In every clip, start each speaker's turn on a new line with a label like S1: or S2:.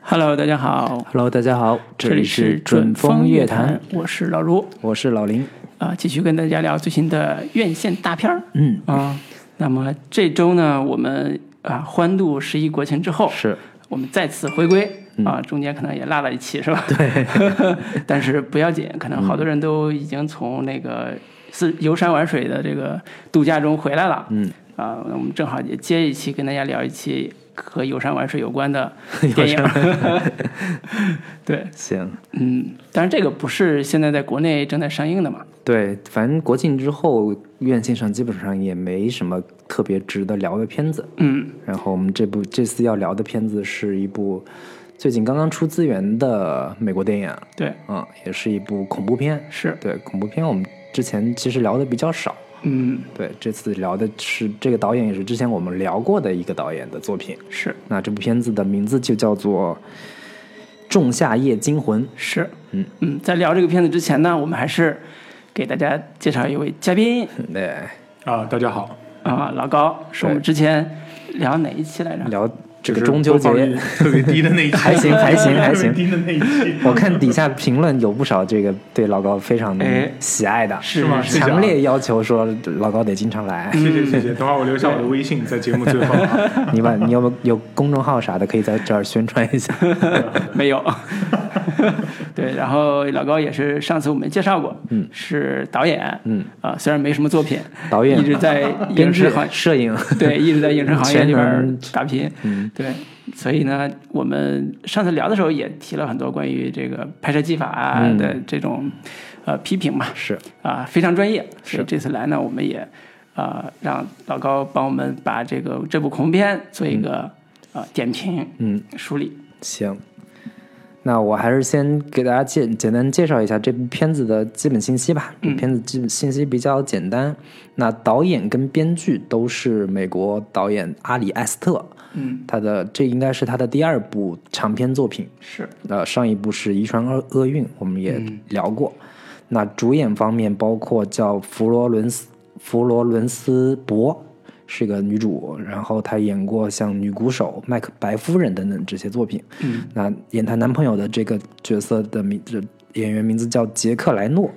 S1: Hello，大家好，
S2: Hello，大家好，
S1: 这里是
S2: 准
S1: 风
S2: 风
S1: 乐
S2: 坛，，
S1: 我是老卢
S2: 我是老林。
S1: 啊、继续跟大家聊最新的院线大片儿。
S2: 嗯
S1: 啊、那么这周呢，我们啊、欢度十一国庆之后，
S2: 是
S1: 我们再次回归啊、中间可能也落了一期是吧？
S2: 嗯对，
S1: 但是不要紧，可能好多人都已经从那个是游山玩水的这个度假中回来了。
S2: 嗯，
S1: 啊，那我们正好也接一期，跟大家聊一期和游山玩水有关 的电影。 对，
S2: 行，
S1: 嗯，但是这个不是现在在国内正在上映的嘛？
S2: 对，反正国庆之后，院线上基本上也没什么特别值得聊的片子。
S1: 嗯，
S2: 然后我们这部这次要聊的片子是一部最近刚刚出资源的美国电影，
S1: 对，
S2: 嗯，也是一部恐怖片。
S1: 是，
S2: 对，恐怖片我们之前其实聊的比较少。
S1: 嗯，
S2: 对，这次聊的是这个导演也是之前我们聊过的一个导演的作品。
S1: 是
S2: 那这部片子的名字就叫做《仲夏夜惊魂》。
S1: 是，
S2: 嗯
S1: 嗯，在聊这个片子之前呢，我们还是给大家介绍一位嘉宾
S2: 对，
S3: 啊，大家好，
S1: 啊，老高是我们
S2: 对
S1: 之前聊哪一期来着？
S2: 聊这
S3: 就
S2: 个
S3: 是
S2: 中秋
S3: 播放率
S2: 节，
S3: 特别低的那一期，
S2: 还行还行还
S3: 特别
S2: 行。
S3: 低的那一期，
S2: 我看底下评论有不少这个对老高非常
S1: 哎
S2: 喜爱的，
S1: 是
S3: 吗谢谢啊
S2: 强烈要求说老高得经常来。
S3: 谢谢
S2: 嗯
S3: 谢谢，等会儿我留下我的微信，在节目最后啊。
S2: 你把你有没有有公众号啥的，可以在这儿宣传 一下。
S1: 没有。 对，然后老高也是上次我们介绍过，嗯，是导演，
S2: 嗯
S1: 啊、虽然没什么作品，
S2: 导演啊
S1: 一直在
S2: 编
S1: 影视
S2: 剧
S1: 行、
S2: 摄影，
S1: 对，一直在影视行业
S2: 全
S1: 里边
S2: 能嗯
S1: 打拼。对，所以呢，我们上次聊的时候也提了很多关于这个拍摄技法啊
S2: 嗯
S1: 的这种、呃批评嘛，
S2: 是
S1: 啊、非常专业。所以
S2: 是
S1: 这次来呢，我们也呃让老高帮我们把这个这部恐怖片做一个、呃点评、
S2: 嗯
S1: 梳理。
S2: 行。那我还是先给大家介简单介绍一下这部片子的基本信息吧。这片子基本信息比较简单。那导演跟编剧都是美国导演阿里·艾斯特，
S1: 嗯，
S2: 他的这应该是他的第二部长篇作品。
S1: 是，
S2: 呃，上一部是《遗传厄厄运》，我们也
S1: 嗯
S2: 聊过。那主演方面包括叫弗罗伦斯弗罗伦斯博是一个女主，然后她演过像《女鼓手》《麦克白夫人》等等这些作品。
S1: 嗯，
S2: 那演她男朋友的这个角色的名这演员名字叫杰克莱诺。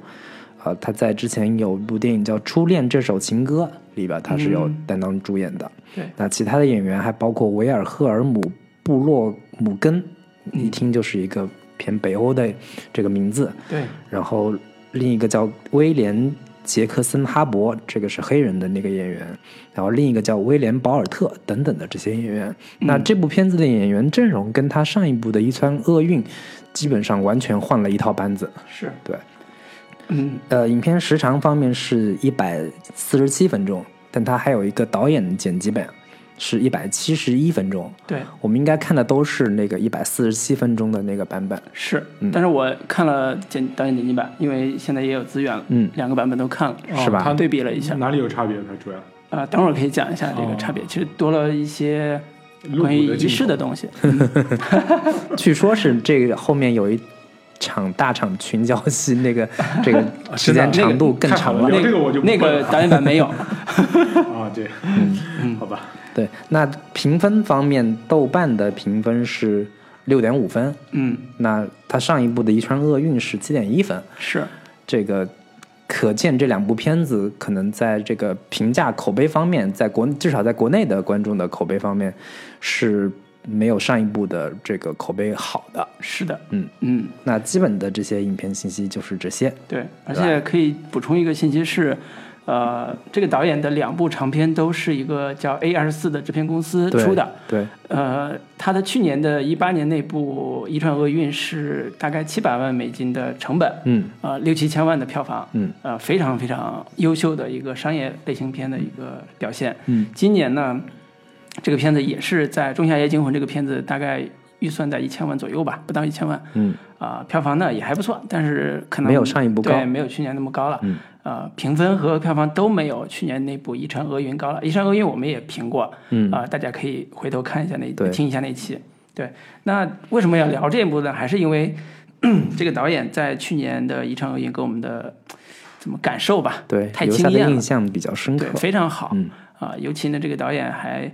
S2: 呃，她在之前有一部电影叫《初恋这首情歌》里边，她是有
S1: 嗯
S2: 担当主演的。
S1: 对，
S2: 那其他的演员还包括维尔赫尔姆·布洛姆根，一听就是一个偏北欧的这个名字。
S1: 对，
S2: 然后另一个叫威廉·杰克森·哈勃，这个是黑人的那个演员。然后另一个叫威廉·保尔特等等的这些演员。那这部片子的演员阵容跟他上一部的《遗传厄运》基本上完全换了一套班子。
S1: 是，
S2: 对，
S1: 嗯，
S2: 呃，影片时长方面是一百四十七分钟，但它还有一个导演剪辑版，是一百七十一分钟。
S1: 对，
S2: 我们应该看的都是那个一百四十七分钟的那个版本。
S1: 是，
S2: 嗯
S1: 但是我看了剪导演剪辑版，因为现在也有资源了，
S2: 嗯
S1: 两个版本都看了，
S2: 是吧
S3: 哦它
S1: 对比了一下
S3: 哪里有差别？它 主要
S1: 啊、等会儿可以讲一下这个差别，其实多了一些关于
S3: 哦露骨
S1: 仪
S3: 的镜头
S1: 式的东西，
S2: 据说是这个后面有一场大场群交戏，那 个这个时间长度更长
S3: 那
S2: 了。
S3: 个
S1: 那
S3: 这个我就不
S1: 那
S3: 会
S1: 个
S3: 了
S1: 导演版没有，
S3: 啊，对，
S2: 嗯
S3: 好吧，
S2: 对，那评分方面，豆瓣的评分是六点五分，
S1: 嗯，
S2: 那它上一部的《遗传厄运》是七点一分。
S1: 是，
S2: 这个可见这两部片子可能在这个评价口碑方面，在国至少在国内的观众的口碑方面是没有上一部的这个口碑好的。
S1: 是的，
S2: 嗯
S1: 嗯，
S2: 那基本的这些影片信息就是这些。
S1: 对，而
S2: 对吧
S1: 且可以补充一个信息是。呃，这个导演的两部长片都是一个叫 A 二四的制片公司
S2: 对
S1: 出的，
S2: 对，
S1: 呃，他的去年的一八年那部《遗传厄运》是大概七百万美金的成本，
S2: 嗯
S1: 呃，六七千万的票房，
S2: 嗯，
S1: 呃，非常非常优秀的一个商业类型片的一个表现。
S2: 嗯，
S1: 今年呢，这个片子也是在《仲夏夜惊魂》这个片子大概预算在一千万左右吧，不到一千万，
S2: 嗯，
S1: 啊、票房呢也还不错，但是可能
S2: 没有上一部高
S1: 对，没有去年那么高了。
S2: 嗯，
S1: 呃，评分和票房都没有去年那部《遗传厄运》高了，《遗传厄运》我们也评过，
S2: 嗯
S1: 啊、大家可以回头看一下那
S2: 对
S1: 听一下那期。对，那为什么要聊这一部呢？还是因为这个导演在去年的《遗传厄运》给我们的怎么感受吧？
S2: 对，
S1: 太
S2: 留下
S1: 惊艳
S2: 的印
S1: 了，
S2: 象比较深刻
S1: 对，。非常好。
S2: 嗯
S1: 啊、尤其呢，这个
S2: 嗯
S1: 导演还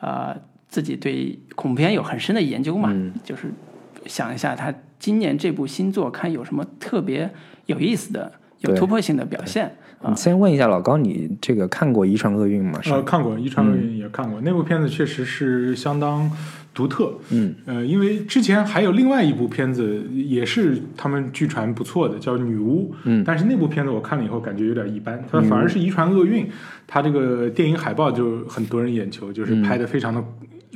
S1: 啊、呃自己对恐怖片有很深的研究嘛，就是想一下他今年这部新作看有什么特别有意思的、有
S2: 对
S1: 突破性的表现啊
S2: 你。嗯先问一下老高，你这个看过《遗传厄运》吗？是
S3: 呃，看过《遗传厄
S2: 嗯
S3: 运》也看过，那部片子确实是相当独特。
S2: 嗯，
S3: 呃，因为之前还有另外一部片子也是他们据传不错的，叫《女巫》。
S2: 嗯
S3: 但是那部片子我看了以后感觉有点一般，它反而是《遗传厄运》，它这个电影海报就很夺人眼球，就是拍的非常的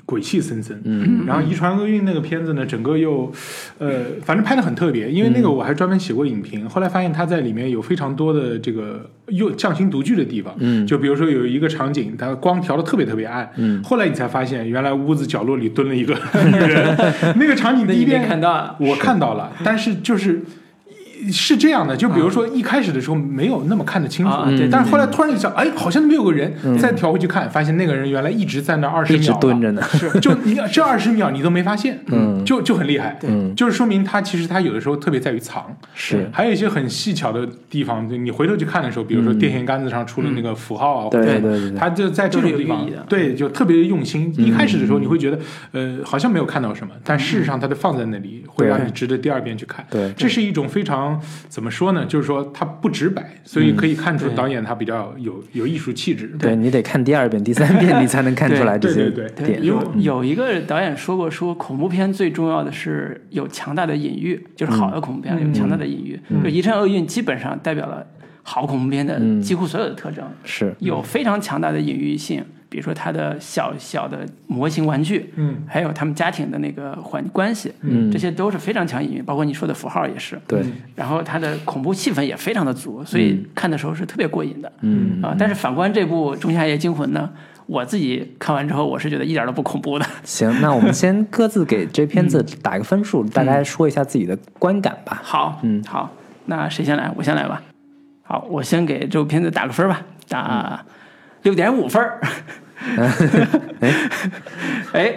S3: 鬼气森森。
S2: 嗯
S3: 然后《遗传厄运》那个片子呢，整个又，呃，反正拍的很特别，因为那
S1: 嗯
S3: 个我还专门写过影评，后来发现它在里面有非常多的这个又匠心独具的地方。
S2: 嗯
S3: 就比如说有一个场景，它光调的特别特别暗，
S2: 嗯，
S3: 后来你才发现原来屋子角落里蹲了 一个女人，那个场景
S1: 那
S3: 第一
S1: 你没
S3: 遍
S1: 看到啊？
S3: 我看到了，但是就是。是这样的，就比如说一开始的时候没有那么看得清楚，
S1: 啊对对嗯
S3: 但是后来突然一想，哎，好像那边有个人，再调回去看，发现那个人原来一直在那嗯二十
S2: 一
S3: 秒
S2: 直
S3: 了
S2: 蹲着呢。
S3: 是，就你这二十秒你都没发现，
S2: 嗯
S3: 就就很厉害，
S1: 对
S2: 嗯，
S3: 就是说明他其实他有的时候特别在于藏，
S2: 是，
S3: 还有一些很细巧的地方，就你回头去看的时候，比如说电线杆子上出了那个符号啊，
S2: 嗯对
S3: 或
S2: 对
S3: 者
S2: 对对，
S3: 他就在这种地
S1: 都
S3: 方
S1: 是有寓意的，
S3: 对，就特别用心。一开始的
S2: 嗯
S3: 时候，你会觉得，呃，好像没有看到什么，但事实上它就放在那里，会
S2: 对
S3: 让你值得第二遍去看。
S2: 对
S3: 这是一种非常怎么说呢？就是说它不直白，所以可以看出
S1: 对
S3: 导演他比较有有艺术气质。
S2: 嗯对你得看第二遍、第三遍，你才能看出来这些
S3: 对对对
S1: 对，
S2: 点。
S1: 有
S3: 嗯
S1: 有一个导演说过，说恐怖片最重要的是有强大的隐喻，就是好的恐怖
S2: 嗯
S1: 片有强大的隐喻。就《遗传厄运》基本上代表了好恐怖片的
S2: 嗯
S1: 几乎所有的特征，
S2: 是，嗯
S1: 有非常强大的隐喻性，比如说它的小小的模型玩具，
S3: 嗯，
S1: 还有他们家庭的那个环关系，
S2: 嗯
S1: 这些都是非常强隐喻，包括你说的符号也是。
S2: 对，
S1: 然后它的恐怖气氛也非常的足，所以看的时候是特别过瘾的。
S2: 嗯
S1: 啊，但是反观这部《仲夏夜惊魂》呢，我自己看完之后，我是觉得一点都不恐怖的。
S2: 行，那我们先各自给这片子打个分数，大概说一下自己的观感吧。
S1: 好，嗯，好，那谁先来？我先来吧。好，我先给这部片子打个分儿吧，打六点五分儿。哎，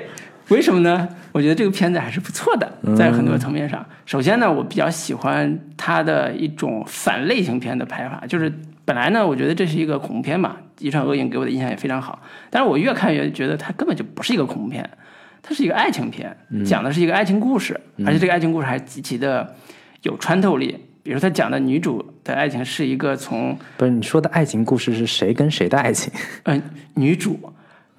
S1: 为什么呢？我觉得这个片子还是不错的，在很多层面上。首先呢，我比较喜欢它的一种反类型片的拍法，就是本来呢，我觉得这是一个恐怖片嘛，《遗传厄运》给我的印象也非常好，但是我越看越觉得它根本就不是一个恐怖片，它是一个爱情片，
S2: 嗯
S1: 讲的是一个爱情故事，而且这个爱情故事还极其的有穿透力。比如它讲的女主的爱情是一个从
S2: 不是你说的爱情故事是谁跟谁的爱情？
S1: 呃女主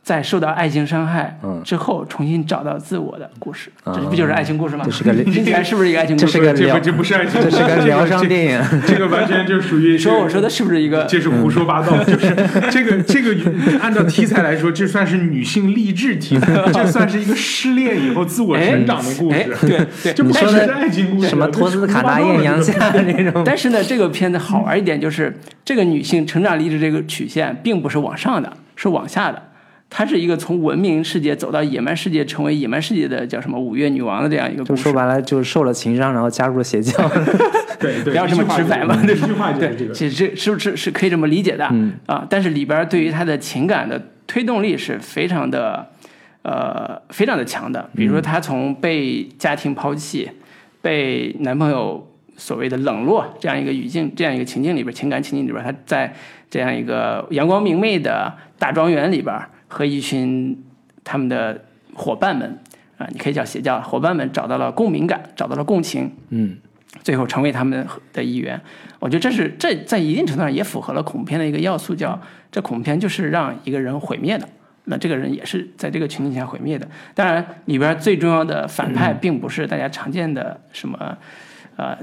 S1: 在受到爱情伤害
S2: 嗯啊
S1: 之后重新找到自我的故事，这不就是爱情故事吗？
S2: 这是 个
S1: 听起来是不是一个爱情故
S2: 这
S1: 事
S2: 是？个
S3: 这
S2: 疗
S3: 不，这不是爱情，
S2: 这是 个疗伤
S3: 这
S2: 电影。
S3: 个这个完全就属于
S1: 你说我说的是不是一个？嗯
S3: 这是胡说八道，就是这个这个按照题材来说，这算是女性励志题材，这算是一个失恋以后自我成长的故
S1: 哎
S3: 事，，
S1: 对对，
S3: 这不
S2: 你
S3: 该
S2: 说
S3: 是
S2: 的
S3: 爱情故事，啊
S2: 什么托斯卡纳艳阳下那种？
S1: 但是呢，这个片子好玩一点就是，这个女性成长励志这个曲线并不是往上的，是往下的。她是一个从文明世界走到野蛮世界，成为野蛮世界的叫什么五月女王的这样一个
S2: 就
S1: 故
S2: 说
S1: 事。
S2: 白了，就是受了情伤，然后加入了 邪教。
S3: 对对，
S1: 不要这么直白嘛
S3: 这句话就是
S1: 对
S3: 这，个。
S1: 其实这是不是是可以这么理解的、啊？但是里边对于她的情感的推动力是非常的，呃，非常的强的。比如说，她从被家庭抛弃，被男朋友所谓的冷落这样一个语境、这样一个情境里边，情感情境里边，她在这样一个阳光明媚的大庄园里边，和一群他们的伙伴们啊，你可以叫邪教伙伴们，找到了共鸣感，找到了共情，
S2: 嗯，
S1: 最后成为他们的一员。我觉得这是这在一定程度上也符合了恐怖片的一个要素，叫这恐怖片就是让一个人毁灭的。那这个人也是在这个情境下毁灭的。当然，里边最重要的反派并不是大家常见的什么，呃，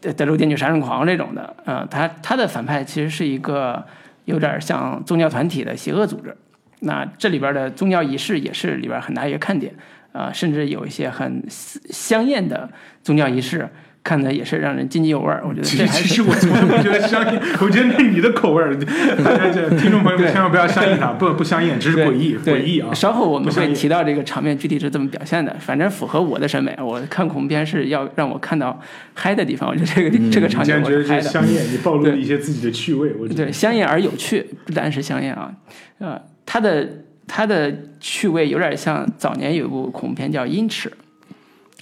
S1: 德德州电锯杀人狂这种的，呃，他他的反派其实是一个有点像宗教团体的邪恶组织。那这里边的宗教仪式也是里边很大一个看点，呃，甚至有一些很香艳的宗教仪式，看的也是让人津津有味儿。我觉得
S3: 其
S1: 这
S3: 实
S1: 还
S3: 其
S1: 是
S3: 实我从来不觉得相应，我觉得那是你的口味儿，大家这听众朋友们千万不要相信他，不不相应，只是
S1: 对
S3: 诡异
S1: 对
S3: 诡异啊。
S1: 稍后我们
S3: 不相
S1: 会
S3: 信
S1: 提到这个场面具体是怎么表现的，反正符合我的审美。我看恐怖片是要让我看到嗨的地方，我觉得这个、这个场
S3: 你
S1: 景
S3: 竟然
S1: 我
S3: 觉得
S1: 是嗨
S3: 这
S1: 的。
S3: 香艳，你暴露了
S1: 对
S3: 一些自己的趣味，我觉得
S1: 对，香艳而有趣，不单是香艳啊，呃，它的它的趣味有点像早年有一部恐怖片叫《阴尺》，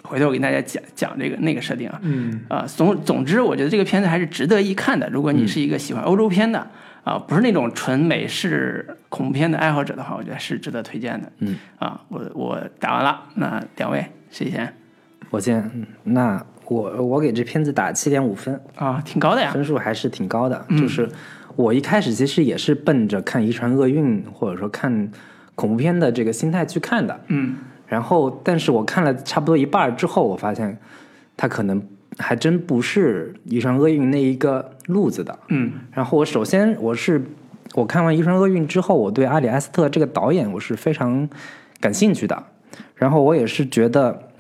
S1: 回头我给大家讲讲这个那个设定啊。
S3: 嗯，
S1: 啊，总总之，我觉得这个片子还是值得一看的。如
S2: 嗯
S1: 果你是一个喜欢欧洲片的啊、不是那种纯美式恐怖片的爱好者的话，我觉得是值得推荐的。
S2: 嗯，
S1: 啊，我我打完了，那两位谁先？
S2: 我见，嗯那我我给这片子打七点五分，
S1: 啊，挺高的呀。
S2: 分数还是挺高的。就是我一开始其实也是奔着看《遗传厄运》或者说看恐怖片的这个心态去看的，
S1: 嗯，
S2: 然后但是我看了差不多一半儿之后，我发现它可能还真不是《遗传厄运》那一个路子的。
S1: 嗯
S2: 然后我首先我是我看完《遗传厄运》之后，我对阿里·埃斯特这个导演我是非常感兴趣的。然后我也是觉得，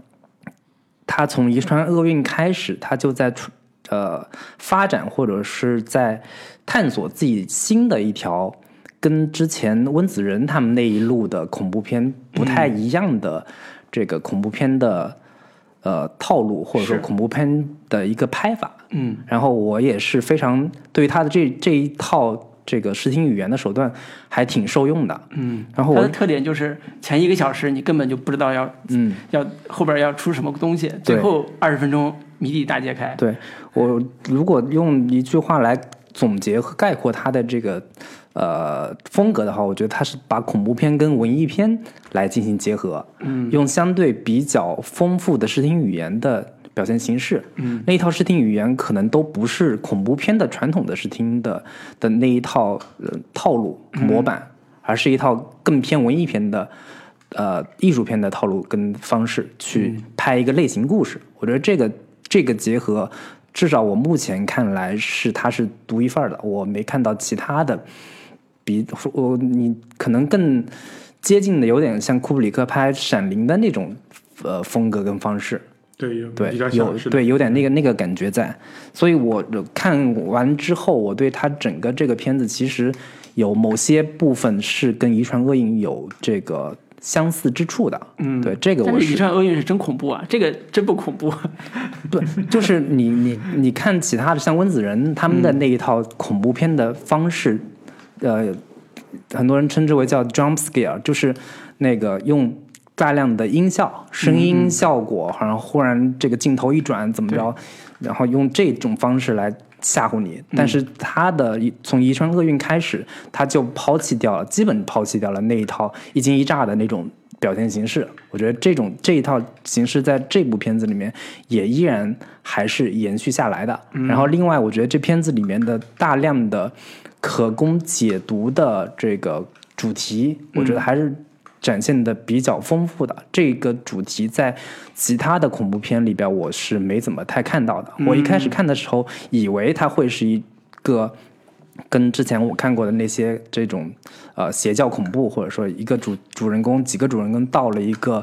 S2: 他从《遗传厄运》开始，他就在出呃发展或者是在探索自己新的一条。跟之前温子仁他们那一路的恐怖片不太一样的这个恐怖片的、呃套路，或者说
S3: 是
S2: 恐怖片的一个拍法，
S1: 嗯
S2: 然后我也是非常对于他的这这一套这个视听语言的手段还挺受用的。
S1: 嗯。
S2: 然后
S1: 它
S2: 我
S1: 的特点就是前一个小时你根本就不知道要
S2: 嗯，
S1: 要后边要出什么东西，最后二十分钟谜底大揭开。
S2: 对我如果用一句话来总结和概括他的这个呃风格的话，我觉得他是把恐怖片跟文艺片来进行结合，嗯，用相对比较丰富的视听语言的。表现形式，嗯，那一套视听语言可能都不是恐怖片的传统的视听的的那一套、呃、套路模板，而是一套更偏文艺片的呃艺术片的套路跟方式去拍一个类型故事。我觉得这个这个结合，至少我目前看来是它是独一份儿的，我没看到其他的比我你可能更接近的有点像库布里克拍《闪灵》的那种呃风格跟方式。
S3: 对，有
S2: 对
S3: 比较，像
S2: 有
S3: 是的
S2: 对有点那个那个感觉在，所以我看完之后，我对他整个这个片子其实有某些部分是跟《遗传厄运》有这个相似之处的。嗯，对，这个
S1: 但
S2: 我
S1: 是《遗
S2: 是
S1: 传厄运》是真恐怖啊，这个真不恐怖。啊
S2: 对，就是你你你看其他的像温子仁他
S3: 嗯
S2: 们的那一套恐怖片的方式，呃，很多人称之为叫 jump scare，就是那个用大量的音效、声
S3: 嗯
S2: 音效果，好像忽然这个镜头一转怎么着，然后用这种方式来吓唬你。但是他的一从遗传厄运开始，他就抛弃掉了，基本抛弃掉了那一套一惊一乍的那种。表现形式，我觉得这种这一套形式在这部片子里面也依然还是延续下来的。然后，另外我觉得这片子里面的大量的可供解读的这个主题，我觉得还是展现的比较丰富的。这个主题在其他的恐怖片里边，我是没怎么太看到的。我一开始看的时候，以为它会是一个跟之前我看过的那些这种呃邪教恐怖，或者说一个主主人公几个主人公到了一个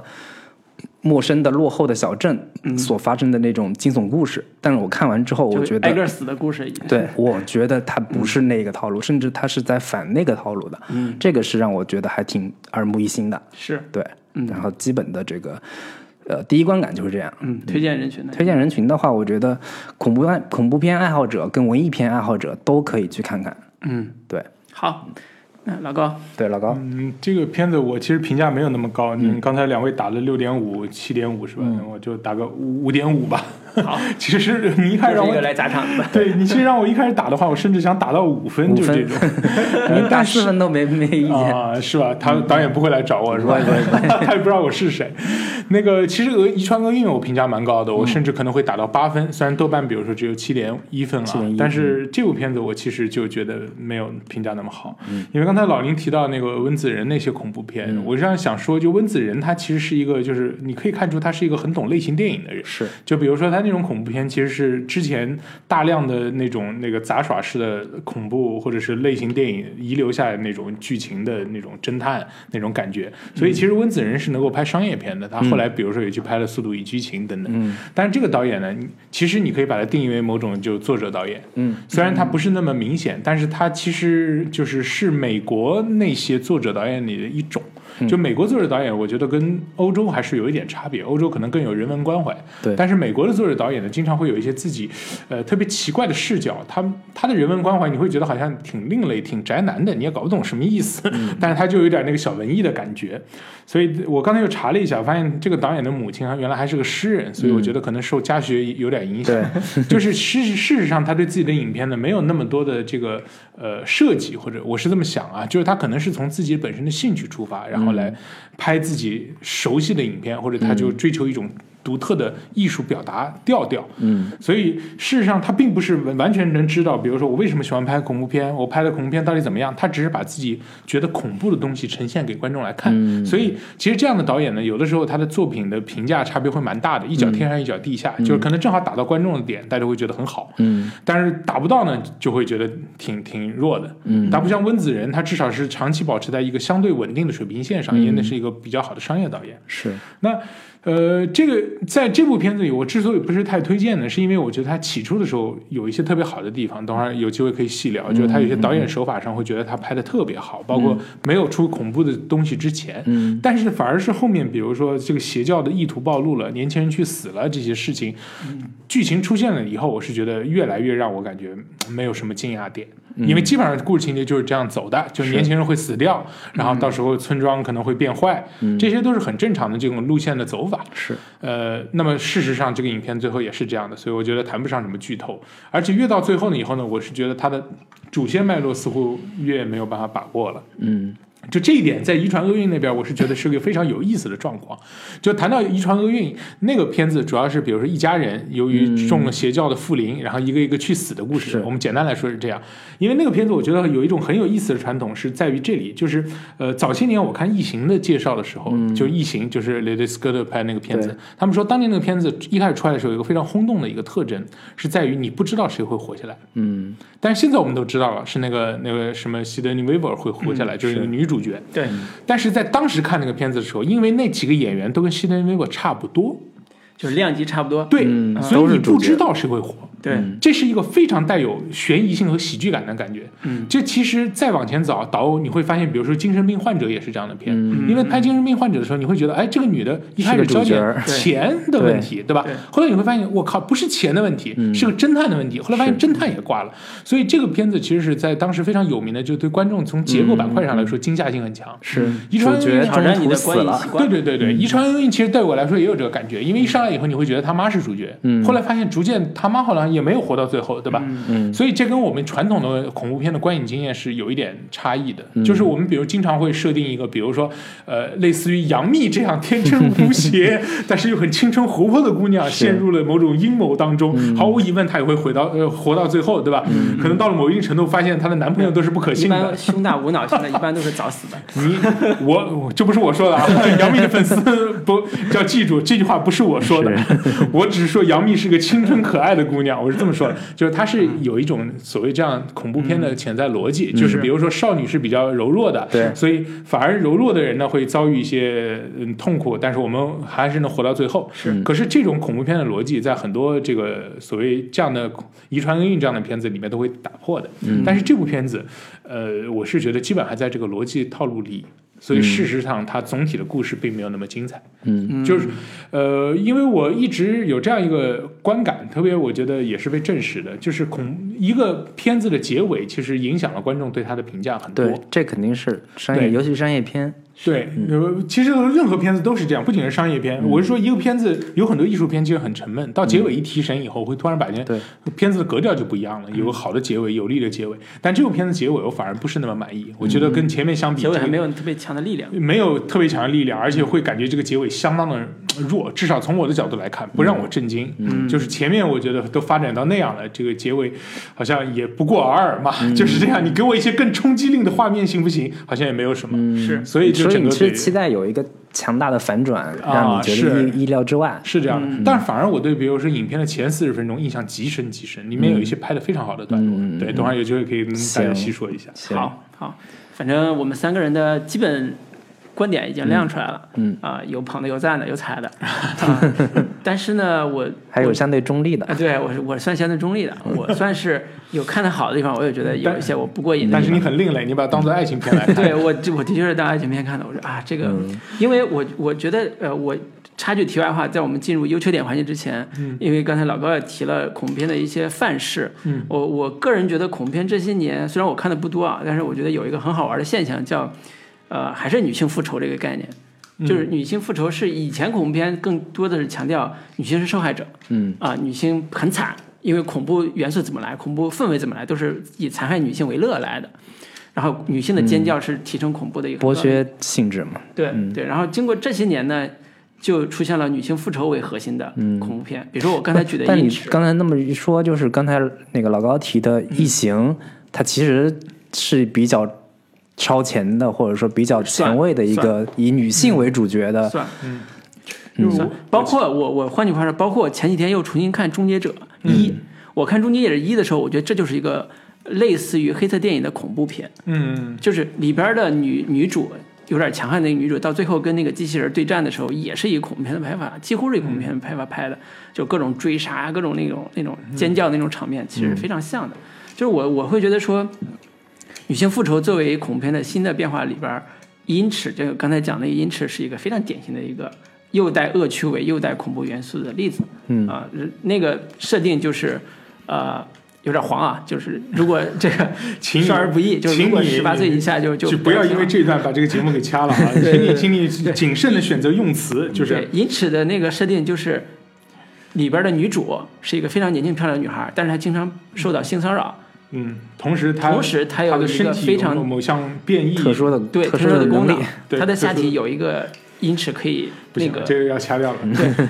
S2: 陌生的落后的小镇所发生的那种惊悚故事。但嗯是我看完之后， 我
S1: 就
S2: 觉
S1: 挨
S2: 得。
S1: 个死的故事。
S2: 对，我觉得它不是那个套路，甚至它是在反那个套路的，嗯、这个是让我觉得还挺耳目一新的。
S1: 是，
S2: 对，然后基本的这个呃第一观感就是这样。
S1: 嗯，推荐人群的。
S2: 推荐人群的话，我觉得恐怖爱恐怖片爱好者跟文艺片爱好者都可以去看看。
S1: 嗯，
S2: 对
S1: 好，那老高，
S2: 对，老高，
S3: 嗯，这个片子我其实评价没有那么高，
S1: 嗯
S3: 你们刚才两位打了六点五、七点五是吧？我就打个五点五吧。
S1: 好，
S3: 其实你一开始
S1: 又
S3: 让
S1: 是一
S3: 我
S1: 个来砸场子。
S3: 对你其实让我一开始打的话，我甚至想打到五分，
S2: 五
S3: 就这
S2: 分
S3: 种
S1: 嗯
S2: 您打四分都没没意
S1: 哦
S2: 见。
S3: 啊、是吧？他导演不会来找我是吧？ 他也不知道我是谁。那个其实《俄遗传厄运》我评价蛮高的，我甚至可能会打到八分，虽然豆瓣比如说只有七点一分啊
S2: 7.1，
S3: 但是这部片子我其实就觉得没有评价那么好，因为刚才老林提到那个温子仁那些恐怖片，我这样想说，就温子仁他其实是一个，就是你可以看出他是一个很懂类型电影的人，
S2: 是
S3: 就比如说他那种恐怖片，其实是之前大量的那种那个杂耍式的恐怖或者是类型电影遗留下来的那种剧情的那种侦探那种感觉。所以其实温子仁是能够拍商业片的，他后来比如说也去拍了《速度与激情》等等。但是这个导演呢，你其实你可以把它定义为某种就作者导演。
S2: 嗯，
S3: 虽然他不是那么明显，但是他其实就是是美国那些作者导演里的一种。
S2: 嗯
S3: 就美国作者导演，我觉得跟欧洲还是有一点差别，欧洲可能更有人文关怀。
S2: 对
S3: 但是美国的作者导演呢，经常会有一些自己呃特别奇怪的视角，他他的人文关怀你会觉得好像挺另类、挺宅男的，你也搞不懂什么意思，
S2: 嗯
S3: 但是他就有点那个小文艺的感觉。所以我刚才又查了一下，发现这个导演的母亲啊原来还是个诗人，所以
S2: 嗯
S3: 我觉得可能受家学有点影响。
S2: 对，
S3: 就是事事实上，他对自己的影片呢没有那么多的这个呃设计，或者我是这么想啊，就是他可能是从自己本身的兴趣出发，然后来拍自己熟悉的影片，或者他就追求一种。独特的艺术表达调调。嗯，所以事实上他并不是完完全能知道，比如说我为什么喜欢拍恐怖片，我拍的恐怖片到底怎么样，他只是把自己觉得恐怖的东西呈现给观众来看。所以其实这样的导演呢，有的时候他的作品的评价差别会蛮大的，一脚天上一脚地下，就是可能正好打到观众的点，大家会觉得很好。
S2: 嗯，
S3: 但是打不到呢，就会觉得挺挺弱的。嗯，他不像温子仁，他至少是长期保持在一个相对稳定的水平线上，因为那是一个比较好的商业导演。
S2: 是，
S3: 那呃，这个在这部片子里，我之所以不是太推荐呢，是因为我觉得它起初的时候有一些特别好的地方，等会儿有机会可以细聊。就是它有些导演手法上会觉得他拍的特别好，包括没有出恐怖的东西之前，
S2: 嗯，
S3: 但是反而是后面，比如说这个邪教的意图暴露了，年轻人去死了这些事情，
S2: 嗯
S3: 剧情出现了以后，我是觉得越来越让我感觉嗯没有什么惊讶点，
S2: 嗯
S3: 因为基本上故事情节就是这样走的，就是年轻人会死掉，然后到时候村庄可能会变坏，这些都是很正常的这种路线的走
S2: 嗯
S3: 法。
S2: 是，
S3: 呃，那么事实上这个影片最后也是这样的，所以我觉得谈不上什么剧透。而且越到最后呢以后呢，我是觉得它的主线脉络似乎越没有办法把握了。
S2: 嗯
S3: 就这一点，在遗传厄运那边，我是觉得是个非常有意思的状况。就谈到遗传厄运那个片子，主要是比如说一家人由于中了邪教的附灵，然后一个一个去死的故事
S2: 嗯是。
S3: 我们简单来说是这样。因为那个片子，我觉得有一种很有意思的传统是在于这里，就是呃，早些年我看《异形》的介绍的时候，就《异形》就是雷德斯科特拍那个片子
S2: 嗯对，
S3: 他们说当年那个片子一开始出来的时候，有一个非常轰动的一个特征，是在于你不知道谁会活下来。
S2: 嗯，
S3: 但是现在我们都知道了，是那个那个什么西德尼·维伯尔会活下
S2: 嗯
S3: 来，就是那个女主角。
S1: 对，
S3: 但是在当时看那个片子的时候，因为那几个演员都跟西德尼·维伯尔差不多，
S1: 就是量级差不多。
S3: 对，
S2: 嗯
S3: 所以你不
S2: 都是主角
S3: 知道谁会活。
S1: 对，
S2: 嗯
S3: 这是一个非常带有悬疑性和喜剧感的感觉。
S1: 嗯，
S3: 这其实再往前找导你会发现，比如说精神病患者也是这样的片，
S1: 嗯
S3: 因为拍精神病患者的时候，你会觉得，哎，这个女的一开
S2: 是个
S3: 始焦
S2: 主角
S3: 点
S2: 儿
S3: 钱的问题，对吧
S1: 对？
S3: 后来你会发现，我靠，不是钱的问题，
S2: 嗯
S3: 是个侦探的问题。后来发现
S2: 是
S3: 侦探也挂了，所以这个片子其实是在当时非常有名的，就对观众从结构
S2: 嗯
S3: 板块上来说惊吓性很强。
S2: 是
S1: 嗯
S3: 遗传
S2: 主角
S1: 挑战你
S2: 中途
S1: 的
S2: 死
S1: 观影习
S2: 了，
S3: 对
S1: 惯。嗯
S3: 对对对，遗传恩怨其实对我来说也有这个感觉，因为一上来以后你会觉得他妈是主角，
S2: 嗯
S3: 后来发现逐渐他妈好像也没有活到最后，对吧？
S1: 嗯
S2: 嗯
S3: 所以这跟我们传统的恐怖片的观影经验是有一点差异的，
S1: 嗯
S3: 就是我们比如经常会设定一个，比如说，呃，类似于杨幂这样天真 无邪，但是又很青春活泼的姑娘，
S2: 是
S3: 陷入了某种阴谋当中。
S1: 嗯
S3: 毫无疑问，她也会回到呃活到最后，对吧？可能到了某一定程度，发现她的男朋友都是不可
S1: 一
S3: 信的
S1: 般。胸大无脑型的，一般都是早死的。
S3: 你我我这不是我说的啊， 杨幂的粉丝不要记住这句话不是我说的， 我只是说杨幂是个青春可爱的姑娘，我是这么说的，就是她是有一种所谓这样恐怖片的潜在逻辑，就是比如说少女是比较柔弱的，
S2: 对
S3: 所以反而柔弱的人呢会遭遇一些嗯痛苦，但是我们还是能活到最后。
S1: 是
S2: 嗯
S3: 可是这种恐怖片的逻辑在很多这个所谓这样的遗传恩怨这样的片子里面都会打破的，
S2: 嗯
S3: 但是这部片子，呃，我是觉得基本还在这个逻辑套路里。所以事实上，它总体的故事并没有那么精彩。
S2: 嗯，
S3: 就是，呃，因为我一直有这样一个观感，特别我觉得也是被证实的，就是恐一个片子的结尾其实影响了观众对它的评价很多。
S2: 对，这肯定是商业，
S3: 对
S2: 尤其商业片，
S3: 对，
S2: 嗯
S3: 呃，其实任何片子都是这样，不仅是商业片。我是说，一个片子有很多艺术片其实很沉闷，到结尾一提神以后，会突然把人
S2: 嗯对嗯
S3: 片子的格调就不一样了，有个好的结尾，有力的结尾。但这部片子结尾我反而不是那么满
S2: 嗯
S3: 意，我觉得跟前面相比，
S1: 结尾还
S3: 这个
S1: 没有特别强的力量。
S3: 没有特别强的力量，而且会感觉这个结尾相当的弱，至少从我的角度来看，不让我震惊。
S1: 嗯
S3: 就是前面我觉得都发展到那样了，这个结尾好像也不过尔尔嘛，
S2: 嗯
S3: 就是这样。你给我一些更冲击力的画面行不行？好像也没有什么。
S1: 是
S3: 所以就
S2: 嗯所以
S3: 整
S2: 你
S3: 个
S2: 其实
S3: 对
S2: 期待有一个强大的反转，
S3: 啊
S2: 让你觉得
S3: 是
S2: 意意料之外，
S3: 是这样的，但是反而我对比如说影片的前四十分钟印象极深极深，里面有一些拍的非常好的段落，
S2: 嗯嗯嗯
S3: 对，等会儿有机会可以跟大家
S2: 行
S3: 细说一下。
S2: 行
S1: 好好，反正我们三个人的基本观点已经亮出来了。
S2: 嗯
S1: 啊、有捧的，有赞的，有踩的。 啊但是呢，我
S2: 还有相对中立
S1: 啊，
S2: 的，
S1: 对我是我算相对中立的，我算是有看的好的地方，我也觉得有一些我不过瘾的
S3: 但
S1: 地
S3: 是
S1: 方。
S3: 你很另类，你把它当做爱情片来看。
S1: 对我，这我的确是当爱情片看的。我说啊，这个，
S3: 嗯
S1: 因为我我觉得，呃，我插句题外话，在我们进入优缺点环节之前，因为刚才老高也提了恐怖片的一些范式，
S3: 嗯，
S1: 我我个人觉得恐怖片这些年虽然我看的不多啊，但是我觉得有一个很好玩的现象叫，呃，还是女性复仇这个概念。
S2: 嗯
S1: 就是女性复仇是以前恐怖片更多的是强调女性是受害者，
S2: 嗯
S1: 啊、女性很惨，因为恐怖元素怎么来，恐怖氛围怎么来，都是以残害女性为乐来的。然后女性的尖叫是提升恐怖的一个
S2: 嗯剥嗯
S1: 很重要的
S2: 削性质嘛，
S1: 对对，然后经过这些年呢，就出现了女性复仇为核心的恐怖片，比如说我刚才举的《
S2: 嗯但
S1: 印
S2: 你
S1: 尺》，
S2: 刚才那么一说，就是刚才那个老高提的《异
S1: 嗯
S2: 形》它其实是比较超前的，或者说比较前卫的一个以女性为主角的。
S1: 算
S3: 就是
S1: 算
S2: 嗯
S3: 我，
S1: 包括我我换句话说，包括我前几天又重新看《终结者
S2: 嗯
S1: 一》，我看《终结者一》的时候，我觉得这就是一个类似于黑色电影的恐怖片，
S3: 嗯，
S1: 就是里边的女女主有点强悍的那个女主，到最后跟那个机器人对战的时候，也是以恐怖片的拍法，几乎是以恐怖片的拍法拍的，就各种追杀、各种那种那种尖叫那种场面，其实是非常像的。就是我我会觉得说，女性复仇作为恐怖片的新的变化里边儿，因此这个刚才讲的因此是一个非常典型的一个。又带恶趣味又带恐怖元素的例子，嗯啊、那个设定就是，呃，有点黄啊，就是如果这个
S3: 请你
S1: 少儿不宜，就是如果
S3: 请你
S1: 十八岁以下就
S3: 就不
S1: 不
S3: 要
S1: 听
S3: 因为
S1: 了
S3: 这一段把这个节目给掐了啊，请你请你谨慎的选择用词，就是
S1: 对银尺的那个设定就是里边的女主是一个非常年轻漂亮的女孩，但是她经常受到性骚扰，
S3: 嗯，同时他
S1: 同时她
S3: 他
S1: 有
S3: 的
S1: 一个
S3: 身体
S1: 非
S3: 有某
S1: 常
S3: 某项变异，
S2: 特殊的
S1: 嗯对
S2: 特
S1: 特
S2: 殊
S1: 殊的功
S2: 能
S1: 能
S2: 力，，
S3: 对
S1: 她的
S3: 特殊
S1: 下
S3: 的
S1: 体有一个因尺可以
S3: 不
S1: 那
S3: 行
S1: 个
S3: 这个要掐掉了，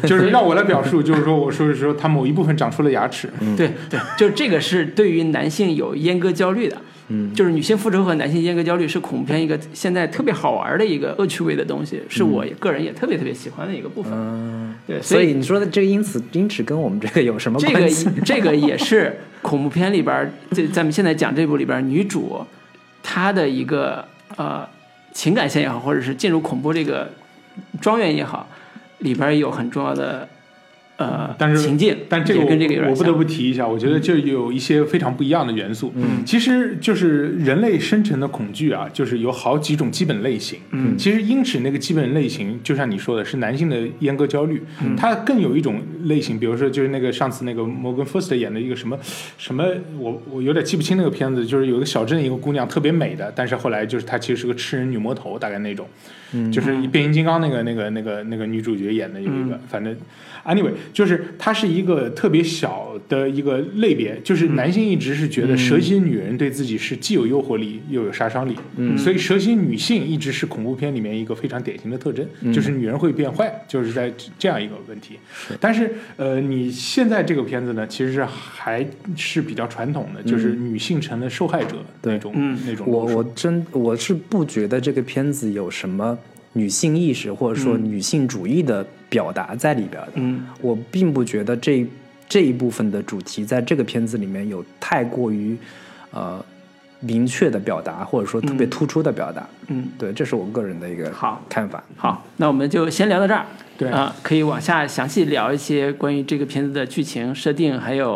S3: 就是让我来表述，就是说我说是说他某一部分长出了牙齿，
S2: 嗯
S1: 对对，就这个是对于男性有阉割焦虑的，嗯，就是女性复仇和男性阉割焦虑是恐怖片一个现在特别好玩的一个恶趣味的东西，是我个人也特别特别喜欢的一个部分，对，
S2: 嗯所
S1: 以
S2: 以你说的这个因此因此跟我们这个有什么
S1: 这
S2: 关
S1: 个
S2: 系？
S1: 这个也是恐怖片里边儿，这咱们现在讲这部里边儿女主她的一个呃情感线也好，或者是进入恐怖这个庄园也好，里边儿有很重要的呃
S3: 嗯但是
S1: 情境，
S3: 但这个
S1: 也
S3: 我
S1: 跟这个有点
S3: 我不得
S1: 像
S3: 不提一下，我觉得这有一些非常不一样的元素。嗯，其实就是人类深层的恐惧啊，就是有好几种基本类型。嗯，其实英尺那个基本类型，就像你说的，是男性的阉割焦虑。嗯，它更有一种类型，比如说就是那个上次那个摩根·福斯特演的一个什么什么，我我有点记不清那个片子，就是有一个小镇一个姑娘特别美的，但是后来就是她其实是个吃人女魔头，大概那种。就是变形金刚那个那个那个那个女主角演的有一个，反正 anyway，就是它是一个特别小的一个类别，就是男性一直是觉得蛇蝎女人对自己是既有诱惑力又有杀伤力，所以蛇蝎女性一直是恐怖片里面一个非常典型的特征，就是女人会变坏，就是在这样一个问题。但是呃，你现在这个片子呢，其实还是比较传统的，就是女性成了受害者
S2: 对
S3: 那种
S1: 嗯
S3: 那种
S2: 我
S3: 路数
S2: 我真我是不觉得这个片子有什么女性意识或者说女性主义的表达在里边的。
S1: 嗯，
S2: 我并不觉得这这一部分的主题在这个片子里面有太过于呃明确的表达，或者说特别突出的表达。
S1: 嗯，
S2: 对，这是我个人的一个
S1: 好
S2: 看法。
S1: 好，那我们就先聊到这儿。
S3: 对
S1: 啊、可以往下详细聊一些关于这个片子的剧情设定，还有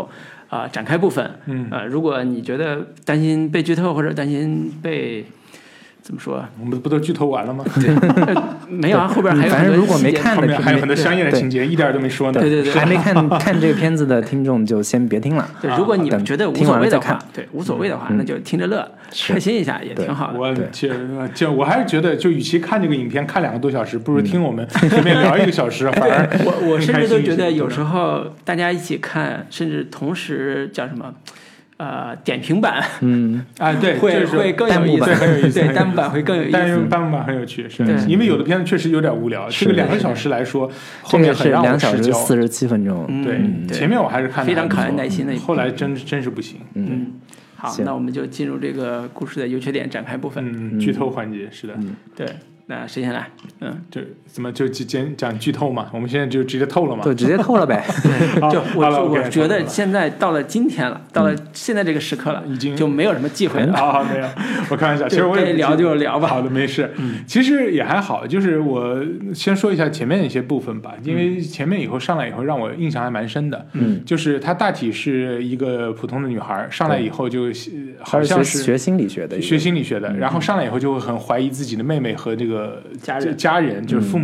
S1: 啊、呃展开部分。
S3: 嗯
S1: 呃，如果你觉得担心被剧透或者担心被怎么说啊，
S3: 我们不都剧透完了吗？
S1: 没有啊，后边还有
S2: 反
S1: 很
S2: 正
S1: 多
S2: 如果
S1: 细
S2: 没
S1: 节
S2: 看
S3: 后
S2: 的
S3: 面还有很多香艳的
S2: 对
S3: 情节，一点儿都没说呢。
S1: 对对对
S2: 还没看 看这个片子的听众就先别听了。
S1: 对，如果你们觉得无
S2: 听
S1: 所
S2: 完了
S1: 谓的
S2: 再
S1: 话
S2: 看，
S1: 对无所谓的话，那就听着乐，
S2: 是
S1: 开心一下也挺好的。
S3: 我
S2: 对
S3: 其实就我还是觉得，就与其看这个影片看两个多小时，不如听我们随便聊一个小 时，反而
S1: 嗯我我甚至都觉得有时
S3: 候
S1: 候大家一起看，甚至同时叫什么，呃，点评版
S2: 嗯，
S3: 啊，对，
S1: 会
S3: 就是
S1: 会更
S2: 弹
S1: 有
S2: 幕
S1: 意思，
S2: 版
S3: 对很有意思，很
S1: 对
S3: 有意思
S1: 弹幕版会更有意
S3: 但
S1: 思。嗯
S3: 是弹幕版很有趣，是
S1: 对
S3: 因为有的片子确实有点无聊，这个
S2: 是的
S3: 两个小时来说，后
S2: 这
S3: 面
S2: 个
S3: 很
S2: 是
S3: 让我
S2: 两小
S3: 失
S2: 时
S3: 焦。
S2: 四十七分钟。
S1: 嗯
S3: 对，
S1: 对
S3: 前面我还是看得
S1: 非常
S3: 还不错嗯
S1: 考验耐心的一部
S3: 后来真真是不行，
S1: 嗯，好，
S2: 行
S1: 那我们就进入这个故事的优缺点展开部分。
S3: 嗯，剧透环节是的，
S1: 对，那谁先来？嗯，
S3: 就怎么就讲讲剧透嘛，我们现在就直接透了嘛
S2: 就，直接透了 呗，
S3: 好
S1: 就
S3: 好
S1: 我
S3: 了
S1: 我
S3: ，OK，
S1: 觉
S3: 好
S1: 得
S3: 了
S1: 现在到了今天了，到了现在这个时刻了，
S3: 已经
S1: 就没有什么忌讳了。
S3: 啊， 没有，我开玩笑，其实我也
S1: 该聊就聊吧嗯
S3: 好的，没事。其实也还好，就是我先说一下前面一些部分吧，因为
S1: 嗯
S3: 前面以后上来以后让我印象还蛮深的。
S2: 嗯，
S3: 就是她大体是一个普通的女孩儿，上来以后就呃好
S2: 而
S3: 像
S2: 且
S3: 是
S2: 学心理学的一个
S3: 学心理学的，然后上来以后就会很怀疑自己的妹妹和这个
S1: 嗯家人嗯
S3: 家人就是父母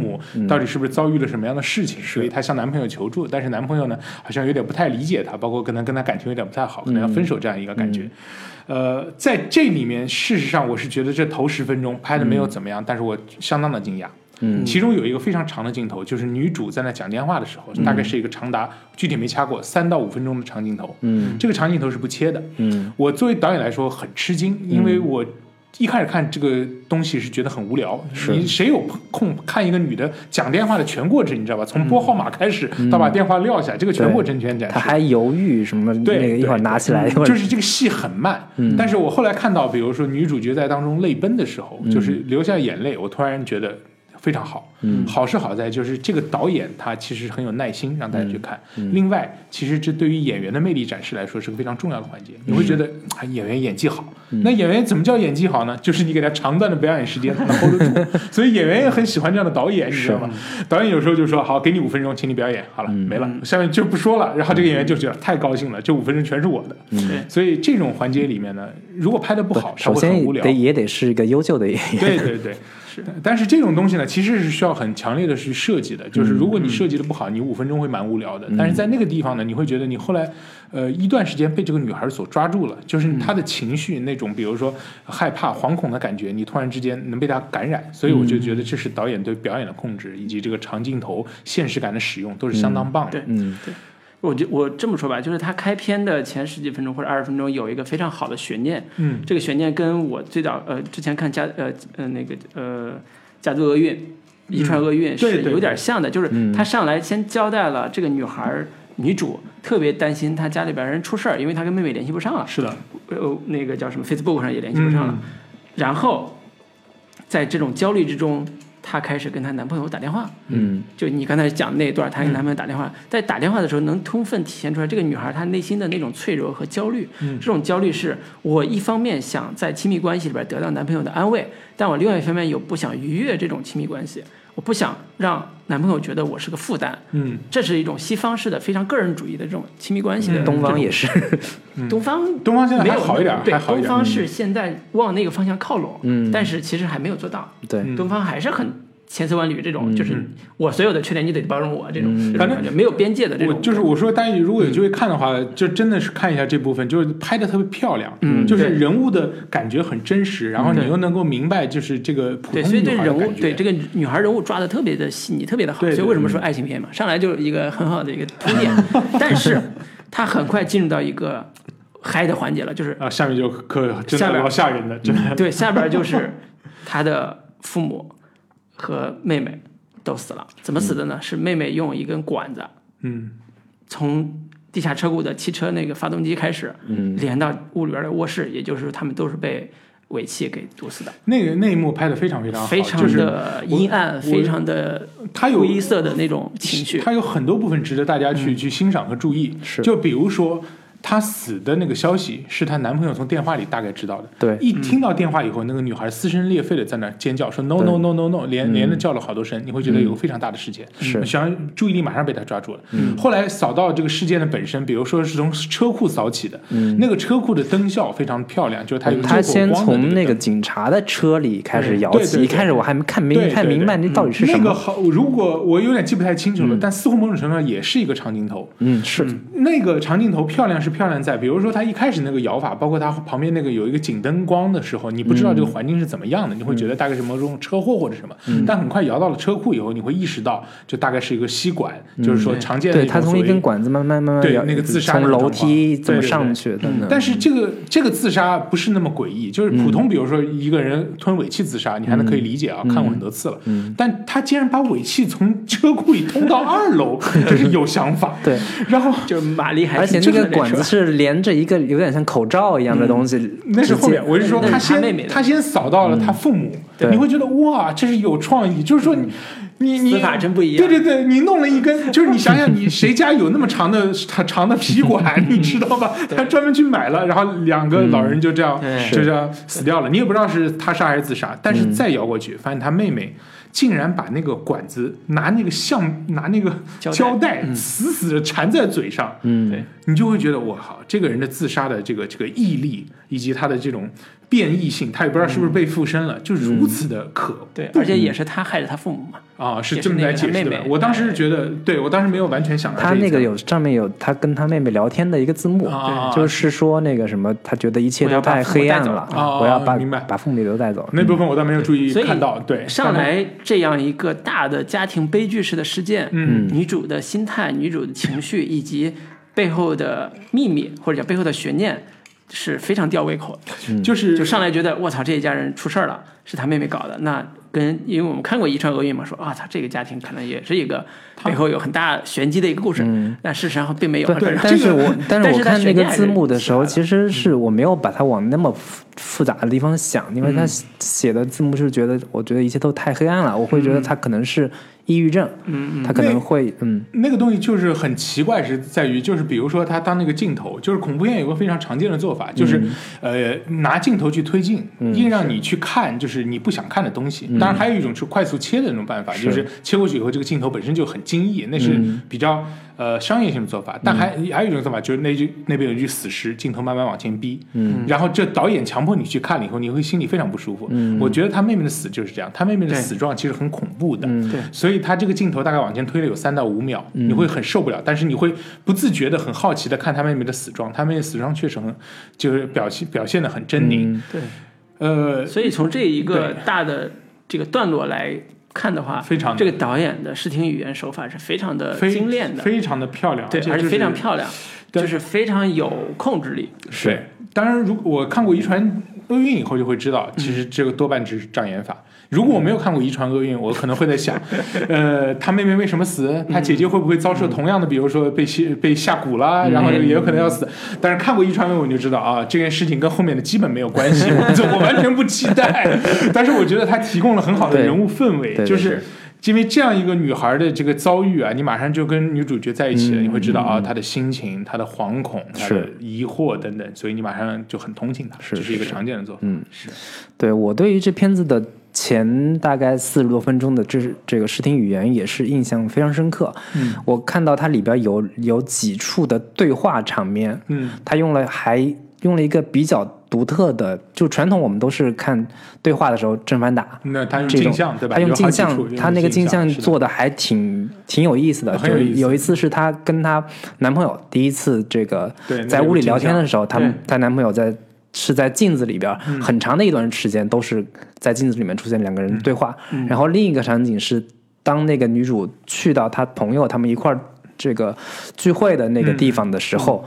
S3: 到底是不是遭遇了什么样的事情，所以她向男朋友求助，但是男朋友呢好像有点不太理解她，包括跟她跟她感情有点不太好，可能要分
S1: 嗯
S3: 手这样一个感觉。呃，在这里面，事实上我是觉得这头十分钟拍的没
S1: 嗯
S3: 有怎么样，但是我相当的惊讶。
S2: 嗯
S3: 其中有一个非常长的镜头，就是女主在那讲电话的时候，
S1: 嗯
S3: 大概是一个长达具体没掐过三到五分钟的长镜头。
S2: 嗯
S3: 这个长镜头是不切的。
S2: 嗯
S3: 我作为导演来说很吃惊，因为我一开始看这个东西是觉得很无聊，
S2: 是
S3: 你谁有空看一个女的讲电话的全过程？你知道吧？从
S2: 嗯
S3: 拨号码开始到把电话撂下，这个全过程全展示。
S2: 他还犹豫什么那
S3: 对嗯
S2: 个一会儿拿起来，一会儿
S3: 就是这个戏很慢，但是我后来看到，比如说女主角在当中泪奔的时候，就是流下眼泪，我突然觉得非常好。好是好在就是这个导演他其实很有耐心让大家去看。另外，其实这对于演员的魅力展示来说是个非常重要的环节。你会觉得啊，演员演技好。那演员怎么叫演技好呢？就是你给他长段的表演时间，他能 hold 得住。所以演员也很喜欢这样的导演，你知道吗？导演有时候就说：“好，给你五分钟，请你表演，好了，没了，下面就不说了。”然后这个演员就觉得太高兴了，这五分钟全是我的。
S1: 对
S3: 所以这种环节里面呢，如果拍的不好，它
S2: 首
S3: 会很
S2: 先
S3: 无聊
S2: 得。也得是一个优秀的演员，
S3: 对对对，是。但是这种东西呢，其实是需要很强烈的去设计
S2: 嗯
S3: 的。就是如果你设计的不好，你五分钟会蛮无聊的。但是在那个地方呢，你会觉得你后来，呃，一段时间被这个女孩所抓住了，就是
S2: 嗯
S3: 她的情绪那种，比如说害怕、惶恐的感觉，你突然之间能被她感染。所以
S2: 嗯
S3: 我就觉得这是导演对表演的控制，以及这个长镜头、现实感的使用，都是相当棒的。
S1: 对我觉我这么说吧，就是他开篇的前十几分钟或者二十分钟有一个非常好的悬念，
S3: 嗯，
S1: 这个悬念跟我最早呃之前看家呃呃那个呃家族厄运、遗传厄运
S3: 嗯对
S1: 是
S3: 对嗯
S1: 有点像的，就是他上来先交代了这个女孩儿女主特别担心她家里边人出事儿，因为她跟妹妹联系不上了，
S3: 是的，
S1: 呃那个叫什么 Facebook 上也联系不上了，
S3: 嗯
S1: 然后在这种焦虑之中，她开始跟她男朋友打电话，
S2: 嗯，
S1: 就你刚才讲那一段，她跟男朋友打电
S3: 嗯
S1: 话，在打电话的时候，能充分体现出来这个女孩她内心的那种脆弱和焦虑。
S3: 嗯
S1: 这种焦虑是我一方面想在亲密关系里边得到男朋友的安慰，但我另外一方面又不想逾越这种亲密关系，我不想让男朋友觉得我是个负担。
S3: 嗯，
S1: 这是一种西方式的非常个人主义的这种亲密关系的。
S2: 嗯东方也是，
S1: 东方
S3: 东方嗯现在
S1: 没
S3: 还
S1: 有
S3: 好一点，
S1: 对
S3: 还，好一
S1: 东
S3: 点。嗯
S1: 方是现在往那个方向靠拢，
S2: 嗯
S1: 但是其实还没有做到。
S2: 对，
S3: 嗯
S1: 东方还是很千丝万缕这种，就是
S3: 嗯
S1: 我所有的缺点你得包容我这种，这
S3: 反
S1: 种
S3: 正
S1: 感觉没有边界的这
S3: 我
S1: 种，嗯
S3: 就是我说，大家如果有机会看的话，就真的是看一下这部分，就是拍的特别漂亮，
S1: 嗯
S3: 就是
S1: 对嗯
S3: 人物的感觉很真实，然后你
S1: 对
S3: 又能够明白就是这个普
S1: 对，
S3: 通
S1: 所以
S3: 女
S1: 对
S3: 孩
S1: 人
S3: 的
S1: 物
S3: 感觉。
S1: 对这个女孩人物抓的特别的细腻，特别的好。
S3: 对对嗯
S1: 所以为什么说爱情片嘛，上来就是一个很好的一个铺 垫，但是它很快进入到一个嗨的环节了，就是
S3: 啊，下面就可真
S1: 下
S3: 的
S1: 面嗯
S3: 老吓人了，真 的。
S1: 对下边就是他的父母和妹妹都死了，怎么死的呢？是妹妹用一根管子
S3: 嗯，
S1: 从地下车库的汽车那个发动机开始，连到屋里边的卧室，也就是他们都是被尾气给毒死的，
S3: 那个那一幕拍的非常非常好，
S1: 非常
S3: 就是
S1: 的
S3: 我
S1: 阴暗，
S3: 我
S1: 非常的
S3: 它有
S1: 灰色的那种情 绪。
S3: 它有很多部分值得大家去、去欣赏和注意。
S2: 是
S3: 就比如说。她死的那个消息是她男朋友从电话里大概知道的。
S2: 对
S3: 一听到电话以后，那个女孩撕心裂肺的在那儿尖叫，说 “no no no no no”，连连着叫了好多声，你会觉得有个非常大的事件，
S2: 是
S3: 想注意力马上被她抓住了。后来扫到这个事件的本身，比如说是从车库扫起的，那个车库的灯效非常漂亮，就是它有
S2: 呃他
S3: 救火
S2: 先
S3: 光的
S2: 从
S3: 那
S2: 那
S3: 个
S2: 个
S3: 灯
S2: 警察的车里开始摇
S3: 对对
S2: 起，
S3: 对
S2: 一开始我还没看
S3: 对
S2: 明
S3: 对
S2: 看明白
S3: 对
S2: 那到底是什
S3: 那个
S2: 么，
S3: 好，如果我有点记不太清楚了，但似乎某种程度上也是一个长镜头。
S2: 嗯，是
S3: 那个长镜头漂亮是漂亮在，比如说它一开始那个摇法，包括它旁边那个有一个警灯光的时候，你不知道这个环境是怎么样的，你会觉得大概是某种车祸或者什么。
S2: 嗯
S3: 但很快摇到了车库以后，你会意识到，就大概是一个吸管，就是说常见的
S2: 对
S3: 一
S2: 他
S3: 种所
S2: 从一
S3: 谓。
S2: 根管子慢慢慢慢
S3: 对
S2: 摇，
S3: 那个自杀
S2: 从
S3: 那种
S2: 楼梯
S3: 状
S2: 怎
S3: 况
S2: 么
S3: 对对
S2: 上
S3: 对嗯
S2: 去等等，
S3: 但是这个这个自杀不是那么诡异，就是
S2: 嗯
S3: 普通，比如说一个人吞尾气自杀，你还能可以理解啊，看过很多次了。
S2: 嗯
S3: 但他竟然把尾气从车库里通到二 楼，这是有想法。
S2: 对，
S3: 然后
S1: 就是玛丽还
S2: 而且
S1: 挺
S2: 那
S1: 正的
S2: 个管子
S1: 车
S2: 是连着一个有点像口罩一样的东西，
S3: 嗯那是
S2: 直接
S3: 后面，我是说
S1: 那是
S3: 他
S1: 他妹妹
S3: 先
S1: 的
S3: 他先扫到了他父母，
S2: 对
S3: 你会觉得哇，这是有创意，就是说你你你
S1: 司法真不一样
S3: 对对对，你弄了一根，就是你想想你谁家有那么长的长长的皮 管，你知道吧？他专门去买了，然后两个老人就这样
S1: 对
S3: 就这样死掉了，你也不知道是他杀还是自杀，但是再摇过去，发现他妹妹。竟然把那个管子拿那个橡拿那个
S1: 胶带
S3: 胶带死死的缠在嘴上，
S1: 对
S2: 嗯，
S3: 你就会觉得我靠，这个人的自杀的这个这个毅力以及他的这种变异性，他也不知道是不是被附身了，就如此的可
S1: 嗯对，而且也是他害着他父母嘛。
S3: 啊，是
S1: 也
S3: 这
S1: 是
S3: 么
S1: 那
S3: 来
S1: 个
S3: 解
S1: 他
S3: 释
S1: 妹
S3: 的吧。
S1: 妹哎
S3: 我当时是觉得，对我当时没有完全想到
S2: 他
S3: 这一
S2: 那个
S3: 层
S2: 有上面有他跟他妹妹聊天的一个字幕，
S3: 啊
S2: 就是说那个什么，他觉得一切
S1: 我
S2: 都
S1: 要把
S2: 太
S1: 父母
S2: 黑
S1: 带
S2: 暗
S1: 走
S2: 了，
S3: 啊
S2: 我要把
S3: 明白
S2: 把父母都带走。
S3: 那部分我倒没有注意
S1: 所以
S3: 看到，对，
S1: 上
S3: 但
S1: 来这样一个大的家庭悲剧式的事件，
S3: 嗯
S1: 女主的心态、女主的情绪以及背后的秘密或者叫背后的悬念，是非常吊胃口的。
S2: 嗯
S3: 就是
S1: 就上来觉得我操，这一家人出事儿了，是他妹妹搞的。那跟因为我们看过《遗传厄运》嘛，说啊，操，这个家庭可能也是一个背后有很大玄机的一个故事，但事实上并没有。
S2: 对，
S1: 然后
S2: 嗯但
S1: 这
S2: 是
S1: 个
S2: 我但
S1: 但
S2: 是我
S1: 是它
S2: 看那
S1: 悬
S2: 个
S1: 念还
S2: 字
S1: 是嗯
S2: 幕的时候，
S1: 起
S2: 其实是我没有把它往那么复复杂的地方想，因为它
S1: 嗯
S2: 写的字幕是觉得，我觉得一切都太黑暗了，我会觉
S1: 嗯
S2: 得他可能是抑郁症，嗯，他可能会，嗯，
S3: 那个东西就是很奇怪，是在于就是比如说他当那个镜头，就是恐怖片有个非常常见的做法，就是、呃拿镜头去推进，硬让你去看就是你不想看的东西。当然还有一嗯种是快速切的那种办法，就是嗯切过去以后这个镜头本身就很惊异，那是比较呃商业性的做法。但还、还有一种做法就是那句那边有一句死尸，镜头慢慢往前逼，嗯，然后这导演强迫你去看了以后，你会心里非常不舒服。嗯，我觉得他妹妹的死就是这样，他妹妹的
S1: 对
S3: 死状其实很恐怖的，
S1: 嗯对嗯
S3: 所以它这个镜头大概往前推了有三到五秒，你会很受不了，但是你会不自觉的很好奇的看他妹妹的死状，他妹妹死状确实很就是表现表现的很狰狞，
S1: 对，
S3: 呃，
S1: 所以从这一个
S3: 对
S1: 大的这个段落来看的话，
S3: 非常的
S1: 这个导演的视听语言手法是非常的
S3: 呃非
S1: 精炼的，
S3: 非常的漂亮，
S1: 对，而
S3: 就
S1: 且
S3: 是
S1: 非常漂亮，
S3: 对
S1: 就是非常有控制力。
S3: 对，当然，如果我看过《遗传厄运》以后，就会知道，
S2: 嗯
S3: 其实这个多半只是障眼法。如果我没有看过《遗传厄运》，我可能会 在想，呃，他妹妹为什么死？他姐姐会不会遭受同样的，比如
S2: 嗯
S3: 说被吸被下蛊啦，然后也有可能要死。但是看过《遗传厄运》，我就知道啊，这件事情跟后面的基本没有 关系，我我完全不期待。但是我觉得他提供了很好的
S2: 对
S3: 人物氛围，
S2: 对对
S3: 就是。因为这样一个女孩的这个遭遇啊，你马上就跟女主角在一起了，
S2: 嗯
S3: 你会知道啊，她的心情、她的惶恐、她的
S2: 是
S3: 疑惑等等，所以你马上就很同情她，
S2: 是
S3: 这是一个常见的做法。
S2: 嗯对我对于这片子的前大概四十多分钟的这这个视听语言也是印象非常深刻。
S3: 嗯，
S2: 我看到它里边有有几处的对话场面，
S3: 嗯，
S2: 他用了还用了一个比较独特的，就传统我们都是看对话的时候正反打，
S3: 那她用
S2: 这
S3: 镜
S2: 种
S3: 像对吧？
S2: 他用
S3: 有好
S2: 镜
S3: 几处
S2: 像，
S3: 用
S2: 他那个镜像
S3: 是的
S2: 做的还挺挺有意思的。
S3: 很
S2: 就
S3: 有
S2: 是
S3: 意思
S2: 有一次是她跟她男朋友第一次这个
S3: 对
S2: 在
S3: 那个
S2: 屋里
S3: 镜
S2: 聊天
S3: 像
S2: 的时候，他们
S1: 对
S2: 她男朋友在是在镜子里边儿，
S3: 嗯
S2: 很长的一段时间都是在镜子里面出现两个人对话。
S3: 嗯
S2: 然后另一个场景是当那个女主去到她朋友他们一块儿这个聚会的那个地方的时候。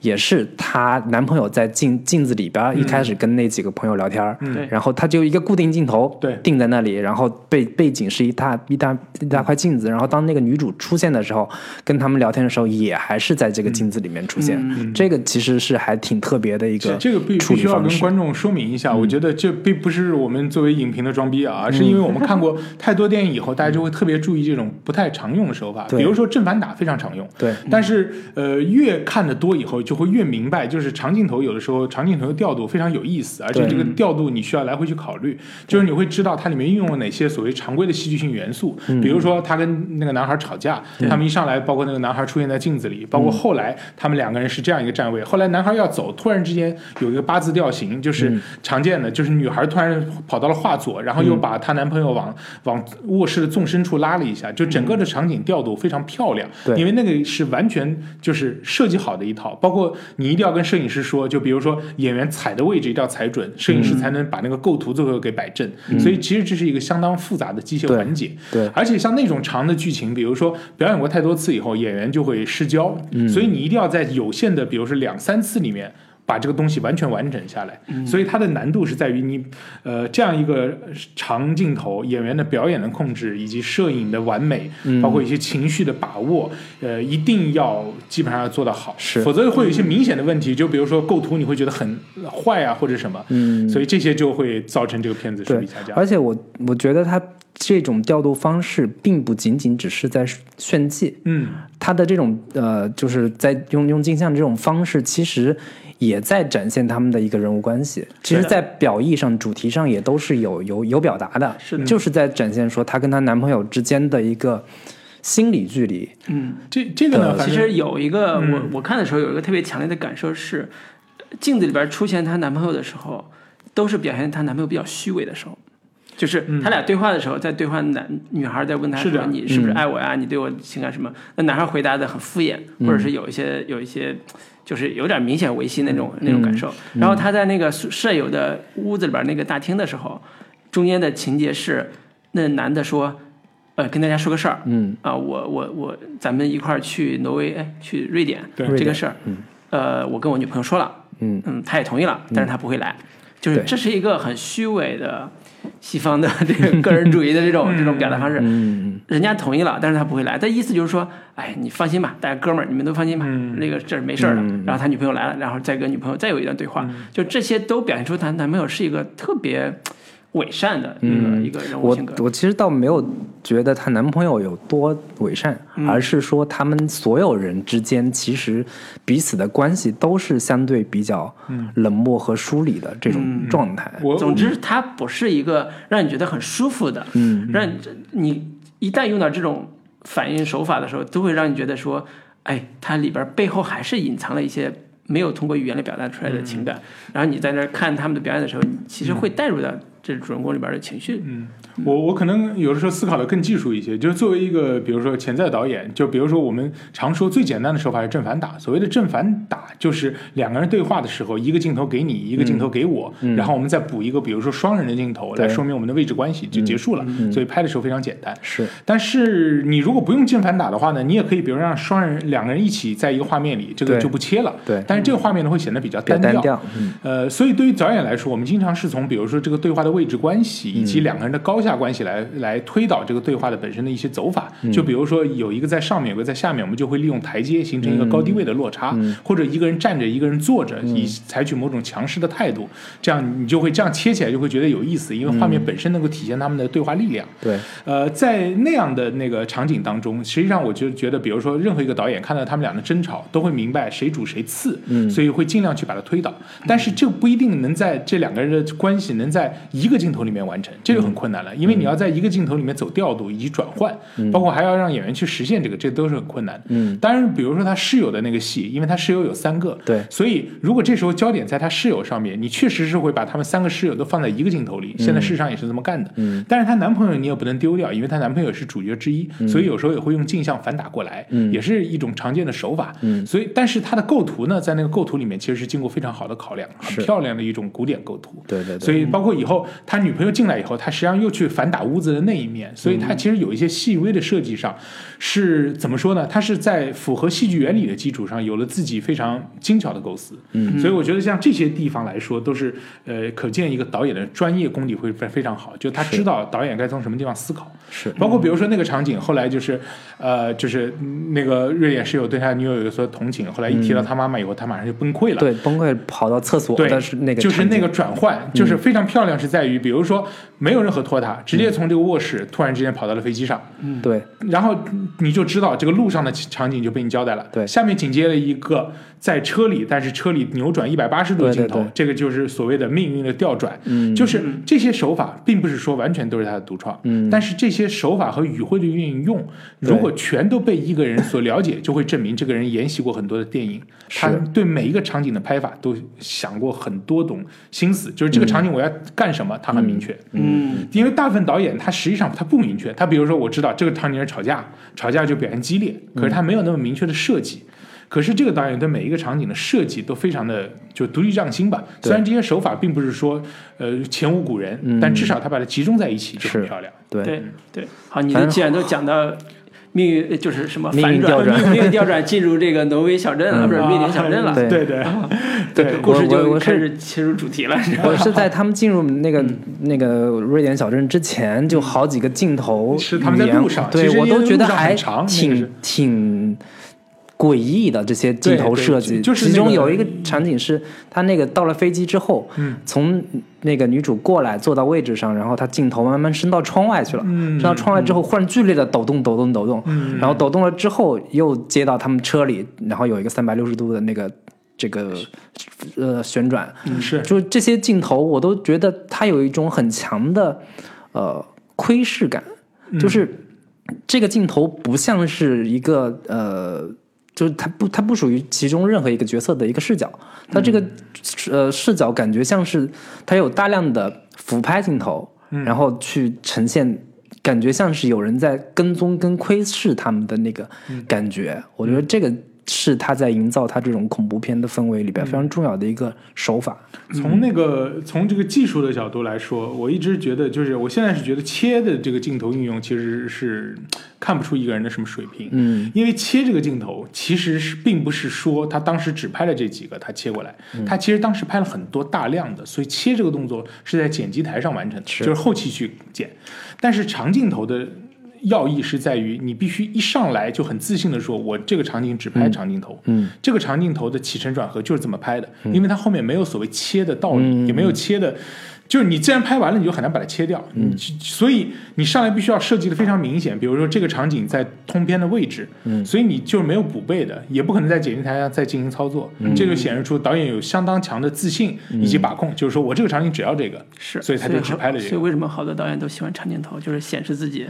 S2: 也是她男朋友在镜镜子里边儿一开始跟那几个朋友聊天儿，
S1: 对
S2: 然后他就一个固定镜头，
S3: 对
S2: 定在那里，然后背背景是一大一大一大块镜子，然后当那个女主出现的时候，跟他们聊天的时候，也还是在这个镜子里面出现，
S1: 嗯
S2: 这个其实是还挺特别的一
S3: 这
S2: 个
S3: 这个必
S2: 处
S3: 必
S2: 理
S3: 须要
S2: 方
S3: 跟
S2: 式。嗯
S3: 观众说明一下，我觉得这并不是我们作为影评的装逼啊，而是因为我们 看过太多电影以后，大家就会特别注意这种不太常用的手法，
S2: 对
S3: 比如说正反打非常常用，
S2: 对，
S3: 但是呃，越看的多以后，就会越明白，就是长镜头有的时候长镜头的调度非常有意思，而且
S2: 对
S3: 这个调度你需要来回去考虑，就是你会知道它里面运用了哪些所谓常规的戏剧性元素，比如说他跟那个男孩吵架，他们一上来，包括那个男孩出现在镜子里，包括后来他们两个人是这样一个站位，后来男孩要走，突然之间有一个八字调型，
S2: 嗯
S3: 就是常见的，就是女孩突然跑到了画左，然后又把她男朋友往往卧室的纵深处拉了一下，就整个的场景调度非常漂亮，
S2: 嗯对
S3: 因为那个是完全就是设计好的一套，包括你一定要跟摄影师说，就比如说演员踩的位置一定要踩准，摄影
S2: 嗯
S3: 师才能把那个构图最后给摆正。所以其实这是一个相当复杂的机械
S2: 对
S3: 环节。
S2: 对
S3: 而且像那种长的剧情，比如说表演过太多次以后，演员就会失焦，
S2: 嗯
S3: 所以你一定要在有限的，比如说两三次里面。把这个东西完全完整下来，
S2: 嗯
S3: 所以它的难度是在于你，呃，这样一个长镜头，演员的表演的控制，以及摄影的完美，
S2: 嗯
S3: 包括一些情绪的把握，呃，一定要基本上要做到好，
S2: 是
S3: 否则会有一些明显的问题，就比如说构图你会觉得很坏啊，或者什么，
S2: 嗯，
S3: 所以这些就会造成这个片子水
S2: 对
S3: 平下降。
S2: 而且我我觉得他这种调度方式并不仅仅只是在炫技，
S3: 嗯，
S2: 他的这种呃，就是在用用镜像这种方式，其实也在展现他们的一个人物关系。其实，在表意上、主题上也都是有有有表达的，
S1: 是的
S2: 就是在展现说她跟她男朋友之间的一个心理距离。
S1: 嗯，
S3: 这这个呢，
S2: 对
S3: 反
S1: 其
S3: 正
S1: 实有一个
S3: 嗯
S1: 我我看的时候有一个特别强烈的感受是，镜子里边出现她男朋友的时候，都是表现她男朋友比较虚伪的时候。就是他俩对话的时候，在对话男女孩在问他
S3: 是的
S1: 说你是不是爱我啊呀？你对我情感什么？那男孩回答的很敷衍，或者是有一些有一些，就是有点明显违心那种那种感受。然后他在那个宿舍友的屋子里边那个大厅的时候，中间的情节是那男的说，呃，跟大家说个事儿，
S2: 嗯，
S1: 啊，我我我，咱们一块儿去挪威，哎，去瑞典
S3: 对
S1: 这个事儿，呃，我跟我女朋友说了，嗯他也同意了，但是他不会来，就是
S2: 对
S1: 这是一个很虚伪的西方的这个个人主义的这 种这种表达方式。
S2: 嗯，
S1: 人家同意了，但是他不会来。但意思就是说，哎，你放心吧，大家哥们儿，你们都放心吧，
S2: 嗯
S1: 那个这儿没事儿的。然后他女朋友来了，然后再跟女朋友再有一段对话，
S2: 嗯
S1: 就这些都表现出他男朋友是一个特别伪善的一个、
S2: 嗯
S1: 一个人物
S2: 我
S1: 性格。
S2: 我其实倒没有觉得她男朋友有多伪善，
S1: 嗯
S2: 而是说他们所有人之间其实彼此的关系都是相对比较
S1: 嗯
S2: 冷漠和疏离的这种状态。
S3: 我
S1: 总之，他不是一个让你觉得很舒服的，嗯，让你你一旦用到这种反应手法的时候，都会让你觉得说，哎，它里边背后还是隐藏了一些没有通过语言来表达出来的情感。然后你在那儿看他们的表演的时候，你其实会带入到这主人公里边的情绪。
S3: 我我可能有的时候思考的更技术一些，就是作为一个比如说潜在导演，就比如说我们常说最简单的手法是正反打。所谓的正反打，就是两个人对话的时候，一个镜头给你，一个镜头给我，然后我们再补一个比如说双人的镜头
S2: 嗯对
S3: 来
S2: 嗯
S3: 说明我们的位置关系就结束了。所以拍的时候非常简单。
S2: 是，
S3: 但是你如果不用正反打的话呢，你也可以，比如让双人两个人一起在一个画面里，这个
S2: 对
S3: 就不切了。
S2: 对
S3: 但是这个画面呢会显得比较
S2: 比较
S3: 单
S2: 单调。嗯
S3: 呃，所以对于导演来说，我们经常是从比如说这个对话的位置关系以及两个人的高下关系来、来推导这个对话的本身的一些走法。就比如说有一个在上面，有个在下面，我们就会利用台阶形成一个高低位的落差，或者一个人站着，一个人坐着，以采取某种强势的态度，这样你就会这样切起来就会觉得有意思，因为画面本身能够体现他们的对话力量。
S2: 对，
S3: 呃，在那样的那个场景当中，实际上我就觉得，比如说任何一个导演看到他们俩的争吵，都会明白谁主谁次，嗯，所以会尽量去把它推倒。但是这不一定能在这两个人的关系能在一个镜头里面完成，这就很困难了，因为你要在一个镜头里面走调度以及转换，包括还要让演员去实现这个，这都是很困难的。嗯，当然，比如说他室友的那个戏，因为他室友有三个，
S2: 对
S3: 所以如果这时候焦点在他室友上面，你确实是会把他们三个室友都放在一个镜头里。
S2: 嗯
S3: 现在事实上也是这么干的。嗯，但是她男朋友你也不能丢掉，因为她男朋友是主角之一，
S2: 嗯
S3: 所以有时候也会用镜像反打过来，也是一种常见的手法。嗯，所以但是她的构图呢，在那个构图里面其实是经过非常好的考量，很
S2: 是
S3: 漂亮的一种古典构图。
S2: 对对对。
S3: 所以包括以后他女朋友进来以后，他实际上又去反打屋子的那一面，所以
S2: 嗯
S3: 他其实有一些细微的设计上是怎么说呢？他是在符合戏剧原理的基础上，有了自己非常精巧的构思。嗯，所以我觉得像这些地方来说，都是呃，可见一个导演的专业功底会非非常好，就他
S2: 是
S3: 知道导演该从什么地方思考。
S2: 是
S3: 包括比如说那个场景，后来就是，呃，就是嗯那个瑞典室友对他女友有所同情，后来一提
S2: 嗯
S3: 到他妈妈以后，他马上就崩溃了。
S2: 对，崩溃跑到厕所
S3: 对，
S2: 的是那个，嗯
S3: 就是那个，转换，就是非常漂亮，是在于比如说没有任何拖沓，
S2: 嗯
S3: 直接从这个卧室突然之间跑到了飞机上，
S2: 对，
S3: 然后你就知道这个路上的场景就被你交代了。
S2: 对
S3: 下面紧接了一个在车里，但是车里扭转一百八十度的
S2: 对对
S3: 镜头
S2: 对，
S3: 这个就是所谓的命运的调转。嗯，就是这些手法，并不是说完全都是他的独创。嗯，但是这些手法和语汇的运用，如果全都被一个人所了解，就会证明这个人研习过很多的电影，他
S2: 是
S3: 对每一个场景的拍法都想过很多种心思，就是
S2: 嗯
S3: 这个场景我要干什么，他很明确。
S1: 嗯，
S3: 因为大部分导演他实际上他不明确，他比如说我知道这个场景是吵架，吵架就表现激烈，可是他没有那么明确的设计。可是这个导演对每一个场景的设计都非常的就独具匠心吧，
S2: 对
S3: 虽然这些手法并不是说呃前无古人，但至少他把它集中在一起就很
S2: 是
S3: 漂亮。
S2: 对，
S1: 对对。好，你都既然都讲到命运，呃就是什么
S2: 命
S1: 反
S2: 运
S1: 转
S2: 调，转
S1: 命运调转进入这个挪威小镇了，
S2: 嗯
S1: 不是密林小
S3: 啊
S1: 镇了，
S2: 对
S3: 对对对，
S1: 故事
S2: 我我
S1: 就
S2: 我
S1: 开
S2: 是
S1: 始切入主题了。你知道吗
S2: 我是在他们进入那个、
S3: 嗯
S2: 那个瑞典小镇之前，就好几个镜头
S3: 是他们在
S2: 语言
S3: 路上
S2: 对
S3: 其实
S2: 我
S3: 因为
S2: 都觉得
S3: 路上很
S2: 还
S3: 长那个
S2: 挺、
S3: 是
S2: 挺诡异的这些镜头设
S3: 对
S2: 计。
S3: 对就是
S2: 其中
S3: 那个
S2: 有一个场景是他那个到了飞机之后，
S3: 嗯
S2: 从那个女主过来坐到位置上，然后他镜头慢慢伸到窗外去了，
S3: 嗯
S2: 伸到窗外之后忽然剧烈的抖动抖动抖动，
S3: 嗯
S2: 然后抖动了之后又接到他们车里，然后有一个三百六十度的那个这个呃旋转，
S3: 是
S2: 就这些镜头，我都觉得它有一种很强的呃窥视感，就是这个镜头不像是一个呃，就是它不它不属于其中任何一个角色的一个视角，它这个、呃视角感觉像是它有大量的俯拍镜头，然后去呈现。感觉像是有人在跟踪跟窥视他们的那个感觉，我觉得这个是他在营造他这种恐怖片的氛围里边非常重要的一个手法。
S3: 嗯从那个从这个技术的角度来说，我一直觉得就是我现在是觉得切的这个镜头运用其实是看不出一个人的什么水平，
S2: 嗯，
S3: 因为切这个镜头其实是并不是说他当时只拍了这几个，他切过来，
S2: 嗯
S3: 他其实当时拍了很多大量的，所以切这个动作是在剪辑台上完成的，
S2: 是
S3: 就是后期去剪，但是长镜头的。要义是在于你必须一上来就很自信的说，我这个场景只拍长镜头，
S2: 嗯，
S3: 这个长镜头的起承转合就是这么拍的，因为它后面没有所谓切的道理，
S2: 嗯
S3: 也没有切的，就是你既然拍完了，你就很难把它切掉，嗯，所以你上来必须要设计的非常明显，比如说这个场景在通篇的位置，嗯，所以你就是没有补备的，也不可能在剪辑台上再进行操作，这就显示出导演有相当强的自信以及把控，就是说我这个场景只要这个，
S1: 是，
S3: 所以他就只
S1: 好
S3: 拍了这
S1: 所以
S3: 个。
S1: 为什么好多导演都喜欢长镜头，就是显示自己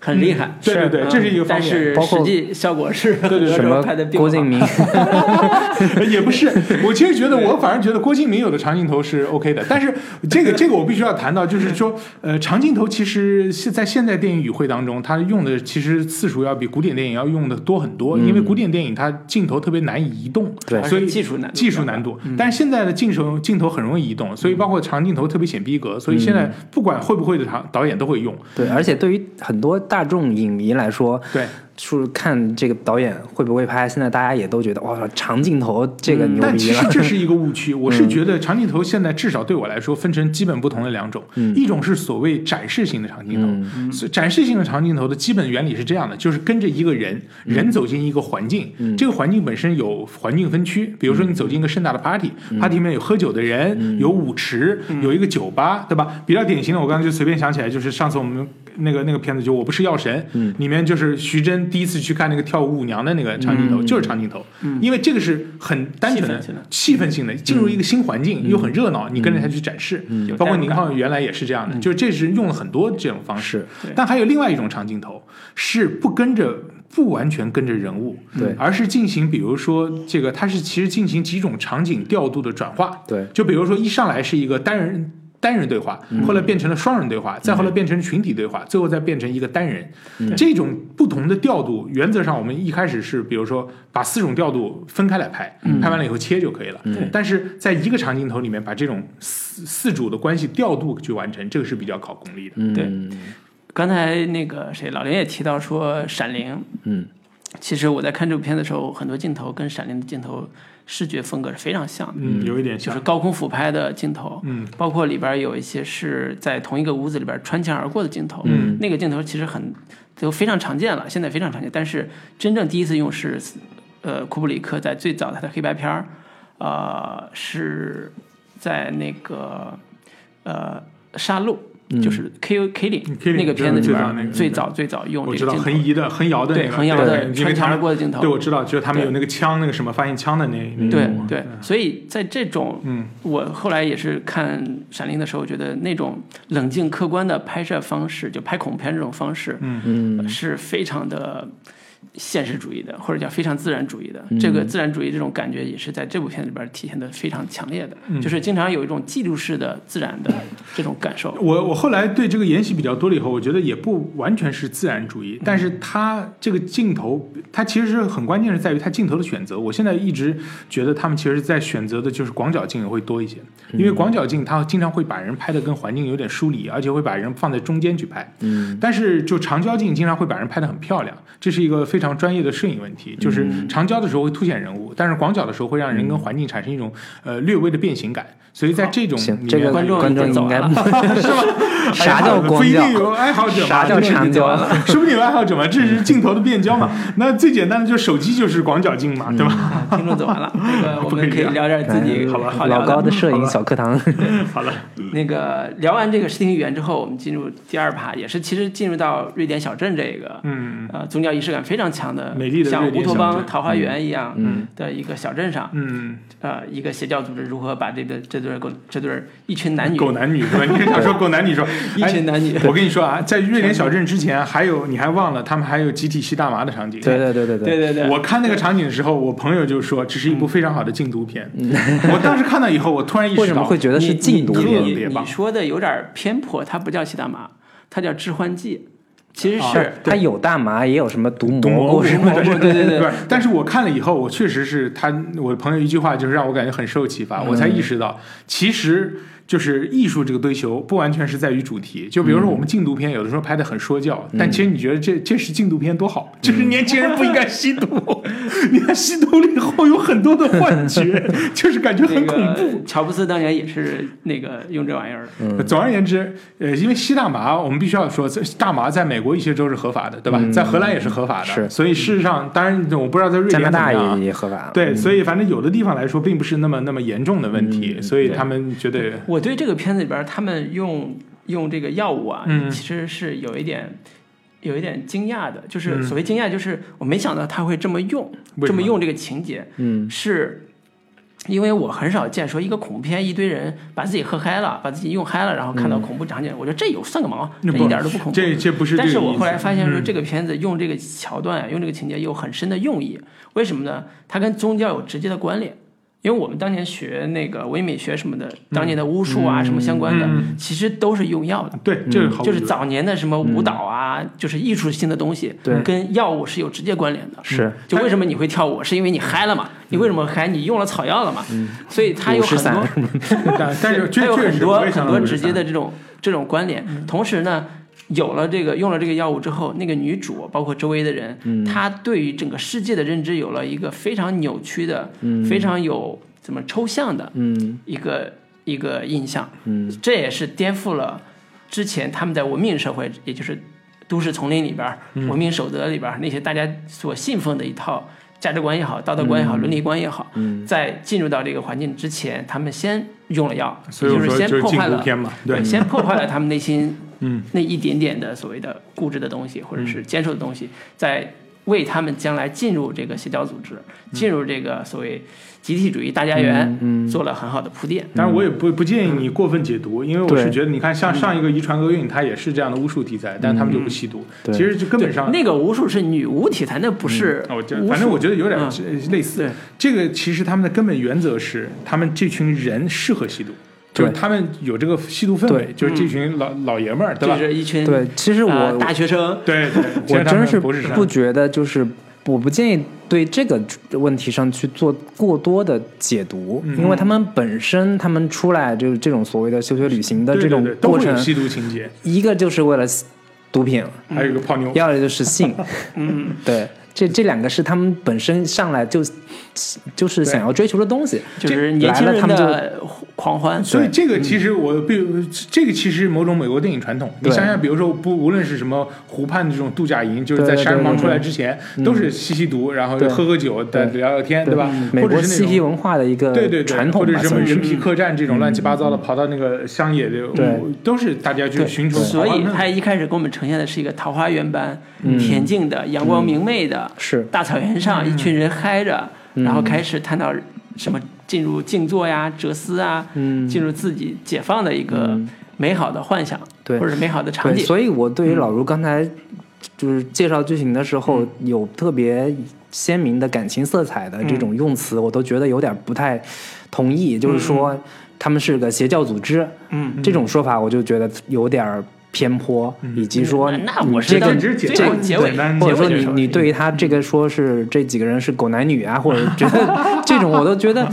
S1: 很厉害。
S3: 嗯对对对
S1: 嗯
S3: 这是一个方面
S1: 但是
S2: 包括
S1: 实际效果是对
S3: 对
S2: 什么
S1: 拍的并
S2: 郭
S1: 不好
S2: 敬明
S3: 也不是，我其实觉得，我反而觉得郭敬明有的长镜头是 OK 的，但是这个这个我必须要谈到，就是说，呃，长镜头其实是在现代电影语汇当中，它用的其实次数要比古典电影要用的多很多，因为古典电影它镜头特别难以移动，
S2: 对
S3: 所以
S1: 技术难度
S3: 技术难度，但是现在的镜头镜头很容易移动，所以包括长镜头特别显逼格，所以现在不管会不会的长导演都会用，
S2: 对，而且对于很多大众影迷来说，
S3: 对。
S2: 是看这个导演会不会拍，现在大家也都觉得哇，长镜头这
S1: 嗯
S2: 个牛
S3: 嗯但
S2: 逼啊嗯
S3: 其
S2: 了
S3: 实。这是一个误区，我是觉得长镜头现在至少对我来说分成基本不同的两种，
S2: 嗯
S3: 一种是所谓展示型的长镜头，所以展示型的长镜头的基本原理是这样的，就是跟着一个人，
S2: 嗯
S3: 人走进一个环境，这个环境本身有环境分区，比如说你
S2: 嗯
S3: 走进一个盛大的 party，party 里面有喝酒的人，有舞池，有一个酒吧，对吧？比较典型的，我刚刚就随便想起来，就是上次我们那个那个片子就我不是药神，
S2: 嗯
S3: 里面就是徐峥第一次去看那个跳舞舞娘的那个长镜
S2: 嗯
S3: 头，就是长镜头，因为这个是很单纯
S1: 气
S3: 的
S1: 氛性的嗯
S3: 气氛性的，进入一个新环境又很热闹，你跟着他去展示，包括宁浩原来也是
S1: 嗯
S3: 这样的，就是这是用了很多这种方式
S1: 对，
S3: 但还有另外一种长镜头是不跟着。不完全跟着人物，
S2: 对
S3: 而是进行，比如说这个，它是其实进行几种场景调度的转化，
S2: 对
S1: 嗯
S3: 就比如说一上来是一个单人单人对话，后来变成了双人对话，再后来变成群体对话，最后再变成一个单人。这种不同的调度，原则上我们一开始是比如说把四种调度分开来拍，拍完了以后切就可以了。但是在一个长镜头里面把这种四四组的关系调度去完成，这个是比较考功力的。
S2: 嗯，
S1: 对刚才那个谁老林也提到说《闪灵》，
S2: 嗯，
S1: 其实我在看这部片的时候，很多镜头跟《闪灵》的镜头视觉风格是非常像的。
S3: 嗯，有一点
S1: 就是高空俯拍的镜头，
S3: 嗯，
S1: 包括里边有一些是在同一个屋子里边穿墙而过的镜头，
S3: 嗯，
S1: 那个镜头其实很都非常常见了，现在非常常见，但是真正第一次用是，呃，库布里克在最早他的黑白片儿，呃，是在那个呃杀戮，
S3: 嗯
S1: 就是 K O K 里
S3: Killing，
S1: 那个片子里
S3: 最早那
S1: 边
S3: 个
S1: 最早最早用
S3: 我
S1: 这
S3: 知
S1: 个
S3: 道
S1: 镜头，
S3: 横移的、横摇的那
S1: 对
S3: 个，
S1: 横摇的
S3: 因
S1: 穿
S3: 为他
S1: 墙而
S3: 们
S1: 过的镜头，
S3: 对，我知道，就是他们
S1: 对
S3: 有那个枪，那个什么发现枪的那那一
S1: 对
S3: 幕啊
S1: 对，所以在这种，
S3: 嗯，
S1: 我后来也是看《闪灵》的时候，觉得那种冷静客观的拍摄方式，就拍恐怖片这种方式，
S3: 嗯
S1: 嗯，是非常的现实主义的，或者叫非常自然主义的。
S2: 嗯
S1: 这个自然主义这种感觉也是在这部片里边体现的非常强烈的，就是经常有一种记录式的自然的这种感 受。
S3: 我我后来对这个研习比较多了以后，我觉得也不完全是自然主
S2: 嗯
S3: 义，但是它这个镜头，它其实是很关键是在于它镜头的选择。我现在一直觉得他们其实在选择的就是广角镜会多一些，
S2: 嗯
S3: 因为广角镜它经常会把人拍的跟环境有点疏离，而且会把人放在中间去拍。嗯，但是就长焦镜经常会把人拍得很漂亮，这是一个非常专业的摄影问题，就是
S2: 嗯
S3: 长焦的时候会凸显人物，但是广角的时候会让人跟环境产生一种呃略微的变形感。所以在这种里
S2: 行，
S3: 面
S2: 这个
S1: 观众
S2: 观众
S1: 已经
S2: 应该
S1: 走 了哎
S2: 不
S3: 是吧？
S2: 啥叫光
S3: 不一
S2: 调
S3: 定有爱好者嘛，
S2: 啥叫长焦嗯
S3: 对吧？ 说不定有爱好 者嘛，这是镜头的变焦嘛。那最简单的就是手机就是广角镜
S2: 嗯
S3: 嘛，对吧？
S1: 啊听众走完了，那个我们可以啊聊点自己好吧好聊
S2: 哎老
S1: 的
S2: 高的摄影小 课堂，
S3: 好了，
S1: 那个聊完这个视听语言之后，我们进入第二趴，也是其实进入到瑞典小镇这个，
S3: 嗯，
S1: 呃，宗教仪式感非常强的，
S3: 美丽的
S1: 像
S3: 瑞
S1: 乌
S3: 典
S1: 托
S3: 小
S1: 邦
S3: 镇
S1: 桃花源一样
S3: 嗯
S1: 的一个小镇上，
S3: 嗯，
S1: 呃，一个邪教组织如何把这个这对儿狗这对儿一群男女，
S3: 狗男女是吧？你是想说狗男女 说
S1: 一群男女
S3: 哎我跟你说啊，在瑞典小镇之前，还有你还忘了他们还有集体吸大麻的场景。
S2: 对对对对
S1: 对
S2: 对，嗯
S1: 对对，
S3: 我看那个场景的时候，我朋友就说这是一部非常好的禁毒片。我当时看到以后，我突然意识到
S2: 为什么会觉得是禁毒
S3: 你
S2: 片？
S1: 你
S3: 别
S1: 你
S3: 棒
S1: 说的有点偏颇，它不叫吸大麻，它叫致幻剂。其
S3: 啊
S1: 实是
S2: 它啊有大麻，也有什么毒
S3: 毒
S2: 蘑
S3: 蘑
S2: 菇
S3: 菇
S2: 什么的，
S1: 蘑菇对对对
S3: 对。但是我看了以后，我确实是他，我的朋友一句话就是让我感觉很受启发，我才意识到，其实就是艺术这个追求不完全是在于主题。就比如说我们禁毒片，有的时候拍的很说教，但其实你觉得这这是禁毒片多好？就是年轻人不应该吸毒， 你看吸毒了以后有很多的幻觉，就是感觉
S1: 那
S3: 很恐怖。
S1: 个乔布斯当年也是那个用这玩意儿，
S3: 总而言之，呃，因为吸大麻，我们必须要说，这大麻在美国一些州是合法的，对吧？在荷兰也是合法的，
S2: 是
S3: 所以事实上，当然我不知道在瑞
S2: 加
S3: 典
S2: 拿
S3: 怎么
S2: 大
S3: 样啊
S2: 也也合法。
S3: 对，所以反正有的地方来说，并不是那么那么严重的问题，
S2: 嗯
S3: 所以他们觉得
S1: 我对这个片子里边儿他们用用这个药物啊，
S3: 嗯
S1: 其实是有一点有一点惊讶的，就是所谓惊讶，就是我没想到他会这么用，
S3: 嗯为
S1: 这
S3: 什么
S1: 么用这个情节，嗯，是。因为我很少见说一个恐怖片一堆人把自己喝嗨了，把自己用嗨了，然后看到恐怖场景，我觉得这有算个毛，这
S3: 嗯那不
S1: 一点儿都不恐怖。
S3: 这这不是这
S1: 但
S3: 个意思。
S1: 是我后来发现说，
S3: 嗯
S1: 这个片子用这个桥段、啊用这个情节有很深的用意，为什么呢？它跟宗教有直接的关联。因为我们当年学那个唯美学什么的，当年的巫术啊、什么相关的，
S3: 嗯
S1: 其实都是用药的，
S2: 嗯
S3: 对，这个毫无疑
S1: 就
S3: 问
S1: 是早年的什么
S3: 嗯
S1: 舞蹈啊，就是艺术性的东西，
S2: 对
S1: 跟药物是有直接关联的。嗯
S2: 是
S1: 就为什么你会跳舞，是因为你嗨了嘛？你为什么嗨？你用了草药了嘛？
S3: 嗯
S1: 所以它有
S2: 五十
S1: 很
S2: 散
S1: 多，
S3: 但 但是
S1: 它
S3: 确
S1: 有
S3: 确
S1: 很
S3: 实
S1: 多
S3: 我也
S1: 很
S3: 想
S1: 多
S3: 到
S1: 直接的这种这种关联。
S3: 嗯
S1: 同时呢，有了这个用了这个药物之后，那个女主包括周围的人，
S3: 嗯
S1: 她对于整个世界的认知有了一个非常扭曲的、
S3: 嗯
S1: 非常有怎么抽象的
S2: 嗯
S1: 一个一个印象。嗯，这也是颠覆了之前他们在文明社会，也就是都市丛林里边儿、
S3: 嗯
S1: 文明守则里边儿那些大家所信奉的一套价值观也好、道德观也好、
S3: 嗯
S1: 伦理观也好，在进入到这个环境之前，他们先用了药，
S3: 所以
S1: 也就
S3: 我
S1: 是
S3: 说
S1: 先
S3: 就是
S1: 破
S3: 禁
S1: 坏
S3: 毒
S1: 了。
S3: 片嘛，对，
S1: 先破坏了他们内心，
S3: 嗯，
S1: 那一点点的所谓的固执的东西，或者是坚守的东西，在为他们将来进入这个邪教组织，
S3: 嗯
S1: 进入这个所谓集体主义大家园，做了很好的铺垫。
S3: 但是我也不不
S1: 嗯
S3: 建议你过分解读，因为我是
S2: 对
S3: 觉得，你看像上一个《遗传厄运》，它也是这样的巫术题材，但是他们就不吸毒。
S2: 对
S3: 其实就根本上
S1: 那个无数是女巫题材，那不是
S3: 哦，就
S1: 巫
S3: 反正
S1: 术
S3: 我觉得有点
S1: 嗯
S3: 是呃类似
S1: 对。
S3: 这个其实他们的根本原则是，他们这群人适合吸毒，
S2: 对
S3: 就是他们有这个吸毒氛围，就是这群老老爷们儿，对
S1: 就
S3: 吧？
S1: 是一群
S2: 对，其实我、
S1: 呃大学生，
S3: 对对，其
S2: 我
S3: 实他
S2: 真
S3: 们
S2: 是
S3: 不是这样
S2: 不觉得，就是我不建议对这个问题上去做过多的解读，
S3: 嗯
S2: 因为他们本身他们出来就是这种所谓的休学旅行的
S3: 对
S2: 这
S3: 对
S2: 种
S3: 对都
S2: 过
S3: 会有
S2: 程，
S3: 吸毒情节，
S2: 一个就是为了毒品，
S3: 还有一个泡妞。
S2: 要的就是 性，
S1: 嗯，
S2: 对。这这两个是他们本身上来就就是想要追求的东西，
S1: 就是年轻人
S2: 来了他
S1: 的狂欢。
S3: 所以这个其实我比如这个其实是某种美国电影传统。你
S2: 对
S3: 想想，比如说不无论是什么湖畔这种度假营，就是在
S2: 对对
S3: 杀人
S2: 对
S3: 狂
S2: 对嗯
S3: 出来之前，都是吸吸毒，然后
S2: 对嗯
S3: 喝喝酒，再聊聊天，对吧？
S2: 美
S3: 或
S2: 国
S3: 者是
S2: 嬉
S3: 那
S2: 皮
S3: 种。
S2: 文化的一
S1: 呃
S2: 个
S3: 对对对，
S2: 传统
S3: 或
S2: 吧，
S3: 者什么
S2: 算是
S3: 人皮客栈这种乱七八
S1: 嗯
S3: 糟的，跑到那个乡野的，
S2: 对
S3: 都是大家去寻求桃
S1: 所
S3: 花
S1: 以
S3: 运。
S1: 他一开始给我们呈现的是一个桃花源般、恬静的、阳光明媚的，
S2: 嗯是嗯
S1: 大草原上一群人嗨着，然后开始探讨什么进入静坐呀、哲思啊，
S2: 嗯
S1: 进入自己解放的一个美好的幻想，
S2: 对
S1: 或者美好的场
S2: 对，
S1: 景。嗯
S2: 所以我对于老卢刚才就是介绍剧情的时候，有特别鲜明的感情色彩的这种
S1: 嗯
S2: 用词，我都觉得有点不太同意。就是说他们是个邪教组织，
S1: 嗯，
S2: 这种说法我就觉得有点儿偏颇，以及说
S1: 那
S2: 你
S1: 我
S2: 这
S1: 知道
S2: 个
S3: 简直
S1: 最
S3: 简
S1: 后
S3: 单
S1: 结尾
S3: 简单，
S2: 或
S1: 结
S2: 者
S1: 尾
S2: 说
S1: 的嗯
S2: 你
S1: 时候
S2: 你对于他这个说是这几个人是狗男女啊，或者 觉得这种，我都觉得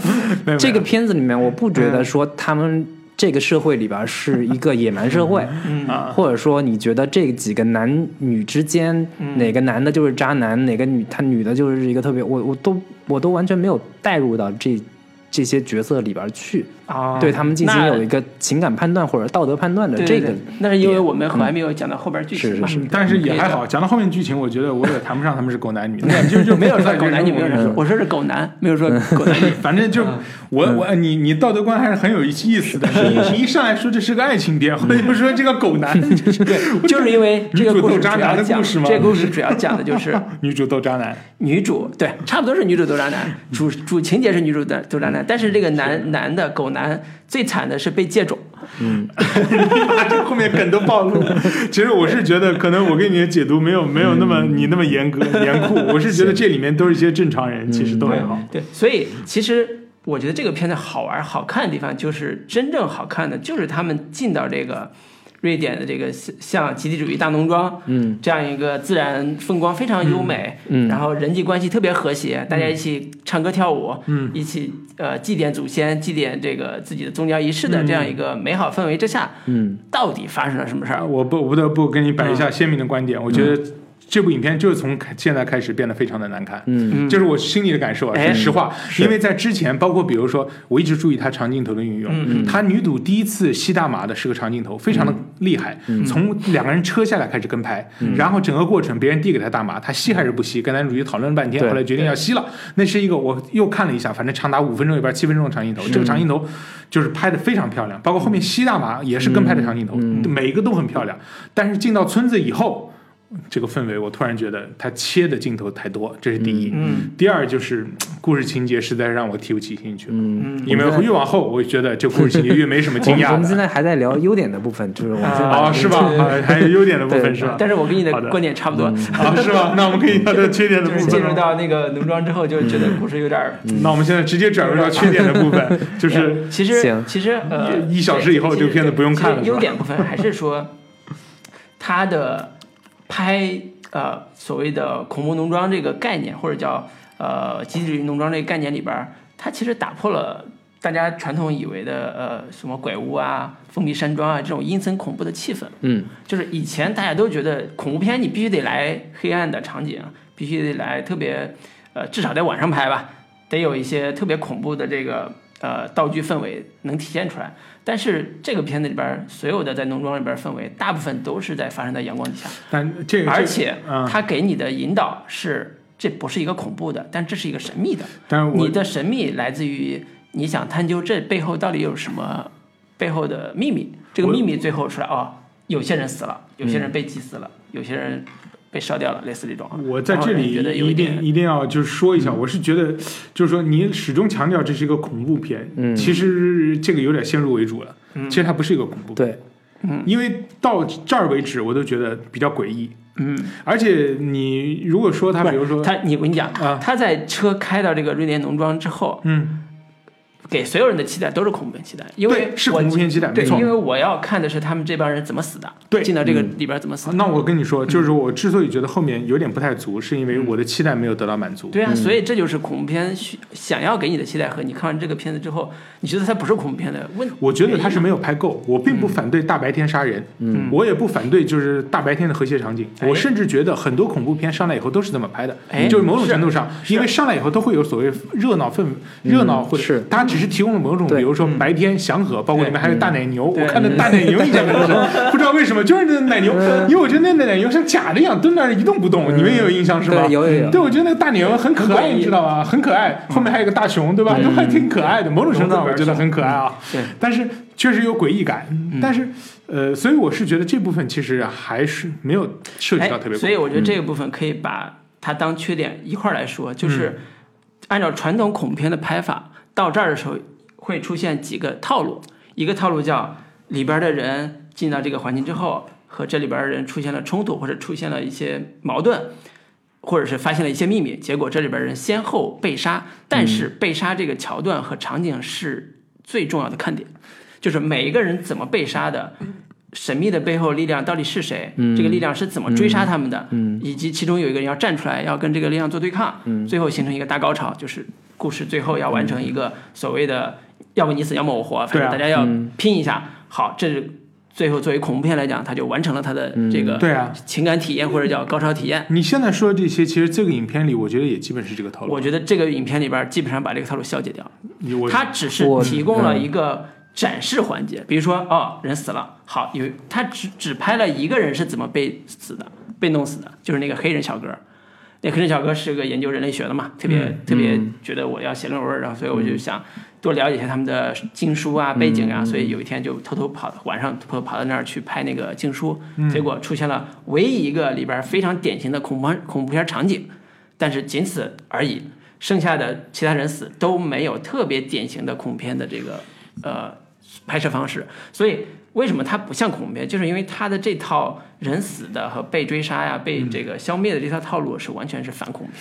S2: 这个片子里面，我不觉
S1: 嗯
S2: 得说他们这个社会里边是一个野蛮社
S1: 嗯
S2: 会，
S3: 啊
S2: 或者说你觉得这几个男女之间
S1: 嗯
S2: 哪个男的就是渣男，哪个女他女的就是一个特别，我我都我都完全没有带入到这这些角色里边去，
S3: 啊，
S2: 对他们进行
S1: 那
S2: 有一个情感判断或者道德判断的
S1: 对
S2: 这
S1: 对
S2: 个嗯
S1: 对，那是因为我们还没有讲到后边剧情嘛，
S2: 是
S3: 嗯但是也还好。讲到后面剧情，我觉得我也谈不上他们是狗 男女，那就就
S1: 没有说
S3: 在
S1: 狗 男女，没有人说，嗯
S2: 嗯
S1: 我说是狗男，没有说狗男女。
S3: 反正就我我你你道德观还是很有意思的。你一上来说这是个爱情片，后来又说这个狗 男，对
S1: 嗯就是因为这个故事主
S3: 女主斗渣男
S1: 要
S3: 的
S1: 讲，
S3: 故事吗
S1: 这个故事主要讲的就是
S3: 女主斗渣男，
S1: 女主，对，差不多是女主斗渣男，主主情节是女主斗斗
S2: 嗯
S1: 渣男，但是这个男男的狗男最惨的是被借种，
S3: 把这后面梗都暴露了。其实我是觉得，可能我给你的解读没有没有那么你那么严格严酷。我是觉得这里面都是一些正常人，其实都很好。
S1: 对，所以其实我觉得这个片子好玩好看的地方，就是真正好看的就是他们进到这个瑞典的这个像集体主义大农庄，嗯，这样一个自然风光非常优美，嗯，然后人际关系特别和谐，大家一起唱歌跳舞，嗯，一起呃祭奠祖先、祭奠这个自己的宗教仪式的这样一个美好氛围之下，嗯，到底发生了什么事儿？
S3: 哎我不不得不跟你摆一下鲜明的观点，我觉得。这部影片就是从开现在开始变得非常的难看，嗯，这是我心里的感受啊，
S1: 哎
S3: 说实话，因为在之前，包括比如说，我一直注意她长镜头的运用，她女主第一次吸大麻的是个长镜头，非常的厉害，从两个人车下来开始跟拍，然后整个过程别人递给她大麻，她吸还是不吸，跟男主角讨论了半天，
S2: 对
S3: 后来决定要吸了，那是一个我又看了一下，反正长达五分钟，一边七分钟的长镜头，这个长镜头就是拍的非常漂亮，包括后面吸大麻也是跟拍的长镜头，每一个都很漂亮，但是进到村子以后。这个氛围，我突然觉得他切的镜头太多，这是第一。
S1: 嗯
S3: 第二就是嗯故事情节实在让我提不起兴趣了，
S2: 嗯，
S3: 因为越往后，我就觉得这故事情节越没什么
S2: 我
S3: 惊
S2: 们我
S3: 讶
S2: 们现
S3: 的。
S2: 在还在聊优点的部分，就是我们先把
S3: 哦，是吧？啊还有优点的部分
S2: 对
S3: 是吧？
S1: 但是我跟你的嗯
S3: 好的
S1: 观点差不多，
S3: 啊，是吧？那我们可以聊聊缺点的
S1: 就
S3: 部
S1: 是
S3: 分
S1: 进入
S3: 了。
S1: 到那个农庄之后，就觉得故事有点 儿。
S3: 那我们现在直接转入到缺点的部分，就是
S1: 其实
S2: 行
S1: 其实呃，
S3: 一一小时以后
S1: 对
S3: 这个片子不用看了
S1: 其实
S3: 是吧
S1: 优点部分还是说， 它的拍呃所谓的恐怖农庄这个概念，或者叫呃集体主义农庄这个概念里边儿，它其实打破了大家传统以为的呃什么鬼屋啊、封闭山庄啊这种阴森恐怖的气氛。
S2: 嗯
S1: 就是以前大家都觉得恐怖片你必须得来黑暗的场景，必须得来特别，呃，至少在晚上拍吧，得有一些特别恐怖的这个呃道具氛围能体现出来。但是这个片子里边儿所有的在农庄里边儿氛围，大部分都是在发生在阳光底下，
S3: 但这个，
S1: 而且
S3: 嗯
S1: 它给你的引导是这不是一个恐怖的，但这是一个神秘的。
S3: 但是我
S1: 你的神秘来自于你想探究这背后到底有什么背后的秘密，这个
S3: 我嗯
S1: 秘密最后出来哦，有些人死了，有些人被击死了，有些人被烧掉了，类似这种。
S3: 我在这
S1: 然后
S3: 里
S1: 你觉得有
S3: 一定
S1: 点嗯
S3: 一定要就是说一下，我是觉得就是说你始终强调这是一个恐怖片，
S2: 嗯
S3: 其实这个有点先入为主了，
S1: 嗯
S3: 其实它不是一个恐怖片，
S2: 对，
S3: 因为到这儿为止我都觉得比较诡异，嗯，而且你如果说它，
S1: 不是
S3: 比如说，
S1: 他，你我跟你讲，
S3: 啊
S1: 他在车开到这个瑞典农庄之后，
S3: 嗯，
S1: 给所有人的期待都是恐怖片期待，因为
S3: 对，是
S1: 我
S3: 恐怖片期待，没
S1: 对，
S3: 错
S1: 因。为我要看的是他们这帮人怎么死的，
S3: 对嗯啊
S1: 进到这个里边怎么死的。
S3: 那我跟你说，就是
S1: 嗯
S3: 我之所以觉得后面有点不太足，是因为我的期待没有得到满足。
S1: 对啊，所以这就是恐怖片需想要给你的期待和你看完这个片子之后，你觉得它不是恐怖片的问题。
S3: 我觉得他是没有拍够，我并不反对大白天杀人，嗯，我也不反对就是大白天的和谐场景，
S1: 哎
S3: 我甚至觉得很多恐怖片上来以后都是这么拍的，
S1: 哎
S3: 就是某种程度上，因为上来以后都会有所谓热闹氛围，热闹或者
S2: 是
S3: 他只是提供了某种，
S2: 对
S3: 比如说白天祥和，包括里面还有大奶牛，
S1: 对
S3: 我看那大奶牛印象很深，不知道为什么就是那奶牛，因为我觉得那奶牛像假的一样蹲那儿一动不动，你们也有印象是吧
S2: 对，？有有有，
S3: 对，我觉得那个大牛很可爱，
S1: 啊很诡异嗯
S3: 你知道吗？很可爱。后面还有个大熊，对吧？都还挺可爱的，某种程度上我觉得很可爱啊。
S1: 对，
S3: 但是确实有诡异感。
S1: 嗯
S3: 但是，呃，所以我是觉得这部分其实还是没有涉及到特别
S1: 哎。所以我觉得这个部分可以把它当缺点一块儿来说，就是按照传统恐怖片的拍法，到这儿的时候会出现几个套路，一个套路叫里边的人进到这个环境之后，和这里边的人出现了冲突或者出现了一些矛盾。或者是发现了一些秘密，结果这里边人先后被杀，但是
S3: 嗯
S1: 被杀这个桥段和场景是最重要的看点，就是每一个人怎么被杀的，神秘的背后力量到底是谁，
S3: 嗯
S1: 这个力量是怎么追杀他们的，以及其中有一个人要站出来，要跟这个力量做对抗，
S3: 嗯
S1: 最后形成一个大高潮，就是故事最后要完成一个所谓的，要么你死，要么我活，反
S3: 对
S1: 正
S3: 啊
S1: 大家要拼一下。好，这是最后作为恐怖片来讲，它就完成了它的这个
S3: 对啊，
S1: 情感体验或者叫高潮体验。
S3: 你现在说的这些，其实这个影片里，我觉得也基本是这个套路。
S1: 我觉得这个影片里边儿基本上把这个套路消解掉了，
S3: 我
S1: 它只是
S2: 我
S1: 提供了
S2: 嗯
S1: 一个展示环节，比如说哦，人死了，好，有他只只拍了一个人是怎么被死的，被弄死的，就是那个黑人小哥儿。那黑人小哥是个研究人类学的嘛，特别、
S2: 嗯
S1: 特别觉得我要写论文儿，然后所以我就想多了解一下他们的经书啊、背景
S2: 嗯
S1: 啊，所以有一天就偷偷跑晚上偷偷跑到那儿去拍那个经书，
S2: 嗯
S1: 结果出现了唯一一个里边儿非常典型的恐怖恐怖片儿场景，但是仅此而已。剩下的其他人死都没有特别典型的恐怖片的这个呃拍摄方式。所以为什么它不像恐怖片，就是因为它的这套人死的和被追杀呀、被这个消灭的这套套路是完全是反恐怖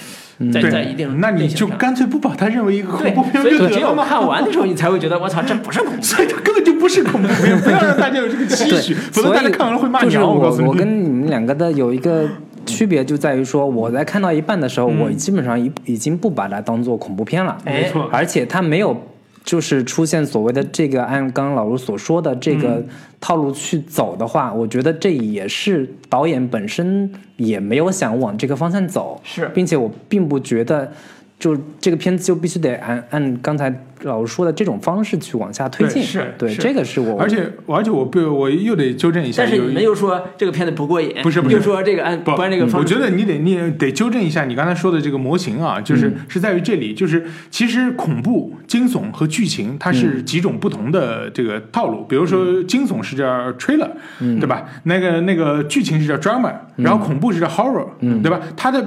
S1: 片的，在在一定
S3: 那你
S1: 类型
S3: 就
S1: 上
S3: 干脆不把它认为一个
S1: 对
S3: 恐怖，片
S1: 所以你
S3: 就
S1: 只
S3: 得了
S1: 有
S3: 吗？
S1: 看完的时候，你才会觉得我操，这不是恐怖片。
S3: 所以它根本就不是恐怖片，不要让大家有这个期
S2: 对，
S3: 许，
S2: 所
S3: 否
S2: 以
S3: 则大家看完了会骂
S2: 就是
S3: 娘。
S2: 我
S3: 告诉你，
S2: 跟你们两个的有一个区别就在于说，我在看到一半的时候，
S3: 嗯
S2: 我基本上已已经不把它当做恐怖片了，
S1: 哎没
S3: 错
S2: 而且它没有。就是出现所谓的这个按刚刚老卢所说的这
S3: 嗯
S2: 个套路去走的话，我觉得这也是导演本身也没有想往这个方向走，
S1: 是
S2: 并且我并不觉得就这个片子就必须得按按刚才老卢说的这种方式去往下推
S3: 对
S2: 进，
S1: 是
S2: 对
S1: 是
S2: 这个是我
S3: 而且而且我被我又得纠正一下，
S1: 但是
S3: 有
S1: 你们又说这个片子不过瘾，
S3: 不是不是
S1: 又说这个按
S3: 不嗯
S1: 不按这个方
S3: 我
S1: 式，
S3: 觉得你得你也得纠正一下你刚才说的这个模型啊，就是、
S1: 嗯
S3: 是在于这里，就是其实恐怖、惊悚和剧情它是
S1: 嗯
S3: 几种不同的这个套路。比如说惊悚是叫 trailer，、对
S1: 嗯
S3: 吧？那个那个剧情是叫 drama，、然后恐怖是叫 horror，、对
S1: 嗯
S3: 吧？它的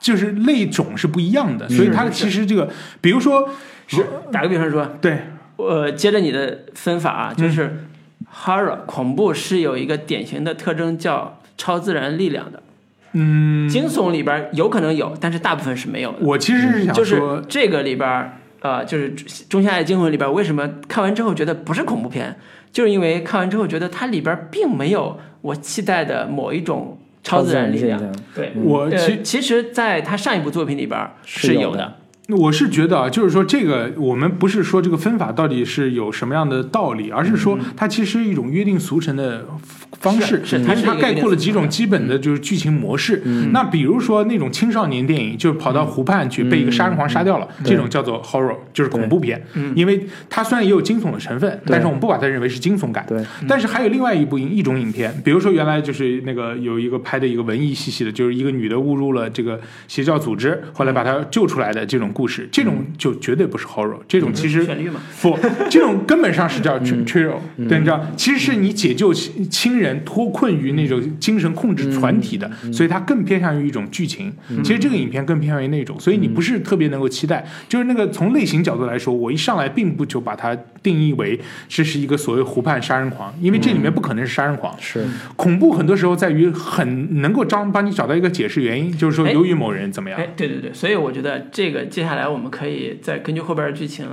S3: 就是类种是不一样的，所以它其实这个，比如说
S1: 是打个比方说，
S3: 对
S1: 呃，接着你的分法啊，就是 horror 恐怖是有一个典型的特征叫超自然力量的，嗯，惊悚里边儿有可能有，但是大部分是没有的。
S3: 我其实是想
S1: 嗯就
S3: 说，
S1: 是这个里边儿，呃，就是《仲夏夜惊魂》里边儿，为什么看完之后觉得不是恐怖片，就是因为看完之后觉得它里边儿并没有我期待的某一种超自然力量。
S2: 量
S1: 对，
S3: 我
S1: 呃
S3: 其
S1: 其实，在他上一部作品里边儿
S2: 是有
S1: 有
S2: 的，
S3: 我是觉得啊，就是说这个我们不是说这个分法到底是有什么样的道理，而是说它其实是一种约定俗成的方式，
S1: 嗯是是
S3: 因
S1: 它
S3: 为
S1: 是一个
S3: 它概括了几种基本的就是剧情模式。
S1: 嗯
S3: 那比如说那种青少年电影，就跑到湖畔去被一个杀人狂杀掉了，
S1: 嗯
S3: 这种叫做 horror，就是恐怖片，因为它虽然也有惊悚的成分，但是我们不把它认为是惊悚感。
S2: 对，
S3: 但是还有另外一部影一种影片，比如说原来就是那个有一个拍的一个文艺兮兮的，就是一个女的误入了这个邪教组织，后来把她救出来的这种故事，这种就绝对不是 horror，这种其实
S1: 旋律嘛，
S3: 不，这种根本上是叫
S1: 嗯
S3: tr- trio，对，你知道，其实是你解救亲亲人脱困于那种精神控
S1: 嗯
S3: 制团体的，所以它更偏向于一种剧情。其实这个影片更偏向于那种，所以
S1: 嗯
S3: 你不是特别能够期待。就是那个从类型角度来说，我一上来并不就把它定义为这是一个所谓湖畔杀人狂，因为这里面不可能是杀人狂。
S1: 嗯
S2: 是
S3: 恐怖很多时候在于很能够张帮你找到一个解释原因，就是说
S1: 哎
S3: 由于某人怎么样
S1: 哎。，对对对，所以我觉得这个接下来我们可以再根据后边的剧情，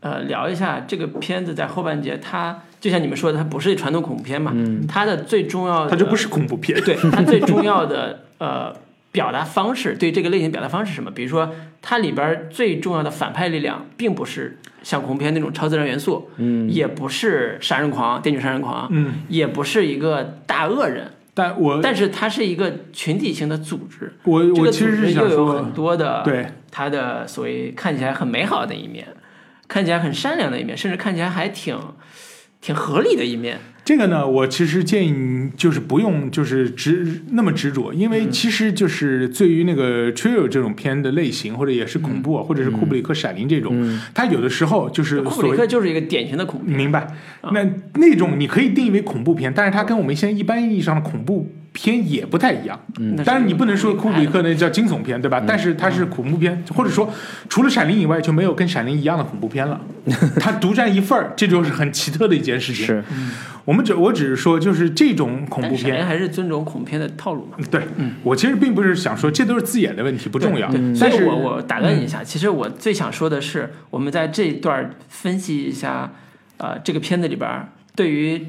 S1: 呃，聊一下这个片子在后半截，它就像你们说的，它不是传统恐怖片嘛，它的最重要的，
S3: 嗯它就不是恐怖片，
S1: 对它最重要的呃表达方式，对这个类型表达方式是什么？比如说它里边儿最重要的反派力量，并不是像恐怖片那种超自然元素，嗯，也不是杀人狂、电锯杀人狂，
S3: 嗯，
S1: 也不是一个大恶人，
S3: 但我
S1: 但是它是一个群体型的组织。
S3: 我
S1: 这
S3: 我
S1: 个
S3: 其
S1: 组
S3: 实
S1: 织
S3: 是想
S1: 又有
S3: 说
S1: 很，多的
S3: 对，
S1: 他的所谓看起来很美好的一面，看起来很善良的一面，甚至看起来还挺挺合理的一面。
S3: 这个呢，我其实建议你就是不用就是执那么执着，因
S1: 嗯
S3: 为其实就是对于那个 thriller 这种片的类型，或者也是恐怖啊，或者是库布里克《闪灵》这种，它有的时候就是
S1: 嗯库布
S3: 所
S1: 里
S3: 谓
S1: 克就是一个啊典型的恐怖片，
S3: 明白，那那种你可以定义为恐怖片，但是它跟我们现在一般意义上的恐怖片也不太一样。
S1: 嗯那
S3: 当嗯然你不能说库布里
S1: 拍
S3: 克那叫惊悚片，对吧？
S1: 嗯
S3: 但是它是恐怖片，或者说除了《闪灵》以外就没有跟《闪灵》一样的恐怖 片了，它独占一份儿，这就是很奇特的一件事情。
S2: 是，
S3: 我们只我只是说，就是这种恐
S1: 的，
S3: 怖
S1: 但闪
S3: 片
S1: 人。还是尊重恐怖片的套路嘛。
S3: 对，我其实并不是想说这都是字眼的问题，不重要
S1: 嗯对，对。所
S3: 嗯但
S1: 以
S3: 是嗯
S1: 我我打断你一下，其实我最想说的是，我们在这一段分析一下，呃，这个片子里边儿对于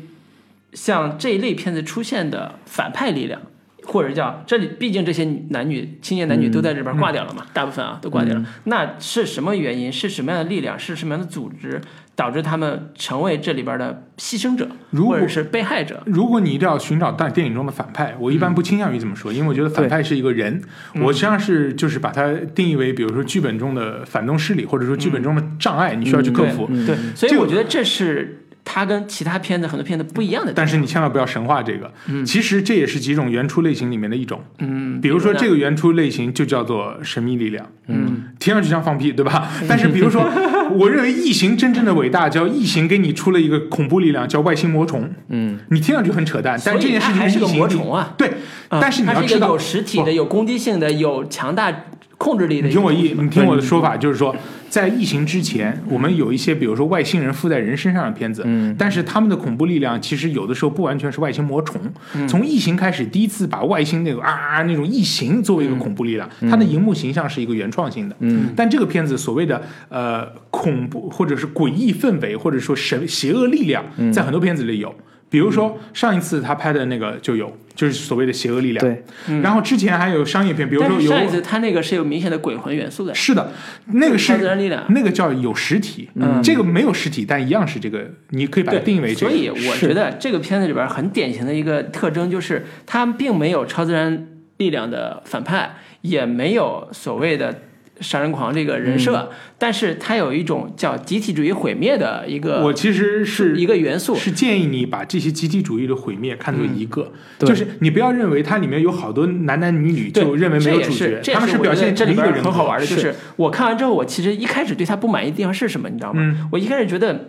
S1: 像这一类片子出现的反派力量，或者叫这里，毕竟这些男女青年男女都在这
S3: 嗯
S1: 边挂掉了嘛，大部分啊都挂掉了。那是什么原因？是什么样的力量？是什么样的组织导致他们成为这里边的牺牲者，
S3: 如果
S1: 或者是被害者？
S3: 如果你一定要寻找大电影中的反派，我
S1: 嗯
S3: 一般不倾向于这么说，因为我觉得反派是一个人，我实际上是就是把它定义为，比如说剧本中的反动势力，或者说剧本中的障碍，你需要去克服。
S1: 嗯
S2: 嗯
S1: 对，所以
S3: 嗯这个
S1: 我觉得这是他跟其他片子很多片子不一样的地方。
S3: 但是你千万不要神化这个，其实这也是几种原初类型里面的一种。
S1: 嗯，
S3: 比如说
S1: 呢
S3: 这个原初类型就叫做神秘力量，
S1: 嗯，
S3: 听上去像放屁，对吧？但是比如说， 我认为异形真正的伟大叫异形给你出了一个恐怖力量叫外星魔虫，嗯，你听上去很扯淡，
S1: 所
S3: 但
S1: 以
S3: 这件事
S1: 它
S3: 情
S1: 还是个
S3: 异形
S1: 魔
S3: 力
S1: 虫啊。
S3: 对，
S1: 嗯
S3: 但是你
S1: 它
S3: 要
S1: 是一
S3: 知
S1: 个
S3: 道
S1: 有实体的、有攻击性的、有强大控制力的
S3: 你
S1: 一个
S3: 听我
S1: 东西
S3: 一，
S1: 吧。
S3: 你听我的
S2: 嗯
S3: 说法，就是说，在疫情之前，我们有一些，比如说外星人附在人身上的片子，
S2: 嗯，
S3: 但是他们的恐怖力量其实有的时候不完全是外星魔虫。
S2: 嗯
S3: 从异形开始，第一次把外星那个啊啊啊那种异形作为一个恐怖力量，它的荧幕形象是一个原创性的。
S2: 嗯，
S3: 但这个片子所谓的呃恐怖或者是诡异氛围，或者说神邪恶力量，
S2: 嗯
S3: 在很多片子里有。比如说上一次他拍的那个就有，就是所谓的邪恶力量。
S2: 对，
S3: 然后之前还有商业片，比如
S1: 但
S3: 说
S1: 是
S3: 有
S1: 上一次他那个是有明显的鬼魂元素的，
S3: 是的，那个
S1: 超自
S3: 是
S1: 然力量。
S3: 那个叫有实体，
S1: 嗯
S3: 这个没有实体，但一样是这个，你可以把它
S1: 对，
S3: 定为这
S1: 所
S3: 个。
S1: 以我
S2: 是
S1: 觉得这个片子里边很典型的一个特征就是，它并没有超自然力量的反派，也没有所谓的杀人狂这个人
S3: 嗯
S1: 设，但是它有一种叫集体主义毁灭的一
S3: 我
S1: 个
S3: 其实是
S1: 一个元素。
S3: 是建议你把这些集体主义的毁灭看作一个，
S2: 对
S3: 就是你不要认为它里面有好多男男女女
S1: 对
S3: 就认为没有
S1: 这也
S3: 主角
S1: 是，这也
S3: 他们
S1: 是
S3: 表现
S1: 这
S3: 同
S1: 里
S3: 一个
S1: 边
S3: 人格
S1: 很好玩的，就是我看完之后，我其实一开始对他不满意的地方是什么，你知道吗？
S3: 嗯
S1: 我一开始觉得。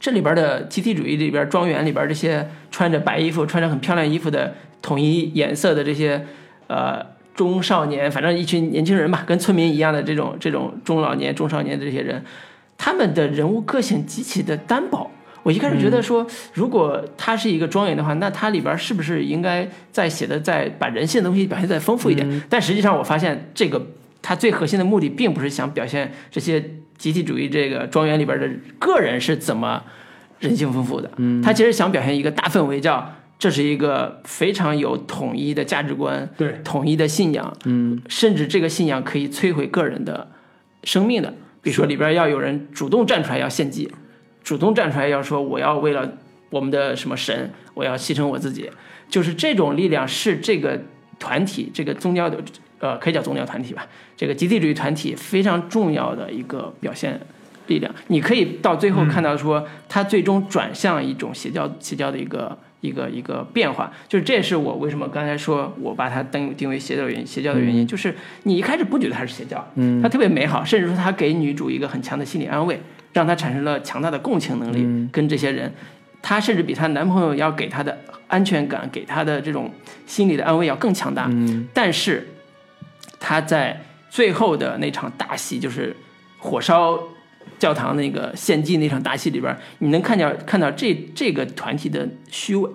S1: 这里边的集体主义，里边庄园里边这些穿着白衣服、穿着很漂亮衣服的统一颜色的这些，呃，中少年，反正一群年轻人吧，跟村民一样的这种这种中老年、中少年的这些人，他们的人物个性极其的单薄。我一开始觉
S3: 嗯
S1: 得说，如果它是一个庄园的话，那它里边是不是应该再写的再把人性的东西表现再丰富一点？但实际上我发现，这个它最核心的目的并不是想表现这些集体主义这个庄园里边的个人是怎么人性丰富的，嗯，它其实想表现一个大氛围叫。这是一个非常有统一的价值观，
S3: 对，
S1: 统一的信仰，嗯，甚至这个信仰可以摧毁个人的生命的。比如说里边要有人主动站出来要献祭，主动站出来要说我要为了我们的什么神，我要牺牲我自己，就是这种力量是这个团体这个宗教的呃可以叫宗教团体吧，这个集体主义团体非常重要的一个表现。力量，你可以到最后看到说，它最终转向一种邪教邪教的一个一个一个变化，就是这也是我为什么刚才说我把它定定为邪教的原因，邪教的原因就是你一开始不觉得它是邪教，嗯，它特别美好，甚至说它给女主一个很强的心理安慰，让她产生了强大的共情能力，跟这些人，她甚至比她男朋友要给她的安全感，给她的这种心理的安慰要更强大，嗯，但是她在最后的那场大戏，就是火烧教堂那个献祭那场大戏里边，你能看见看到这这个团体的虚伪，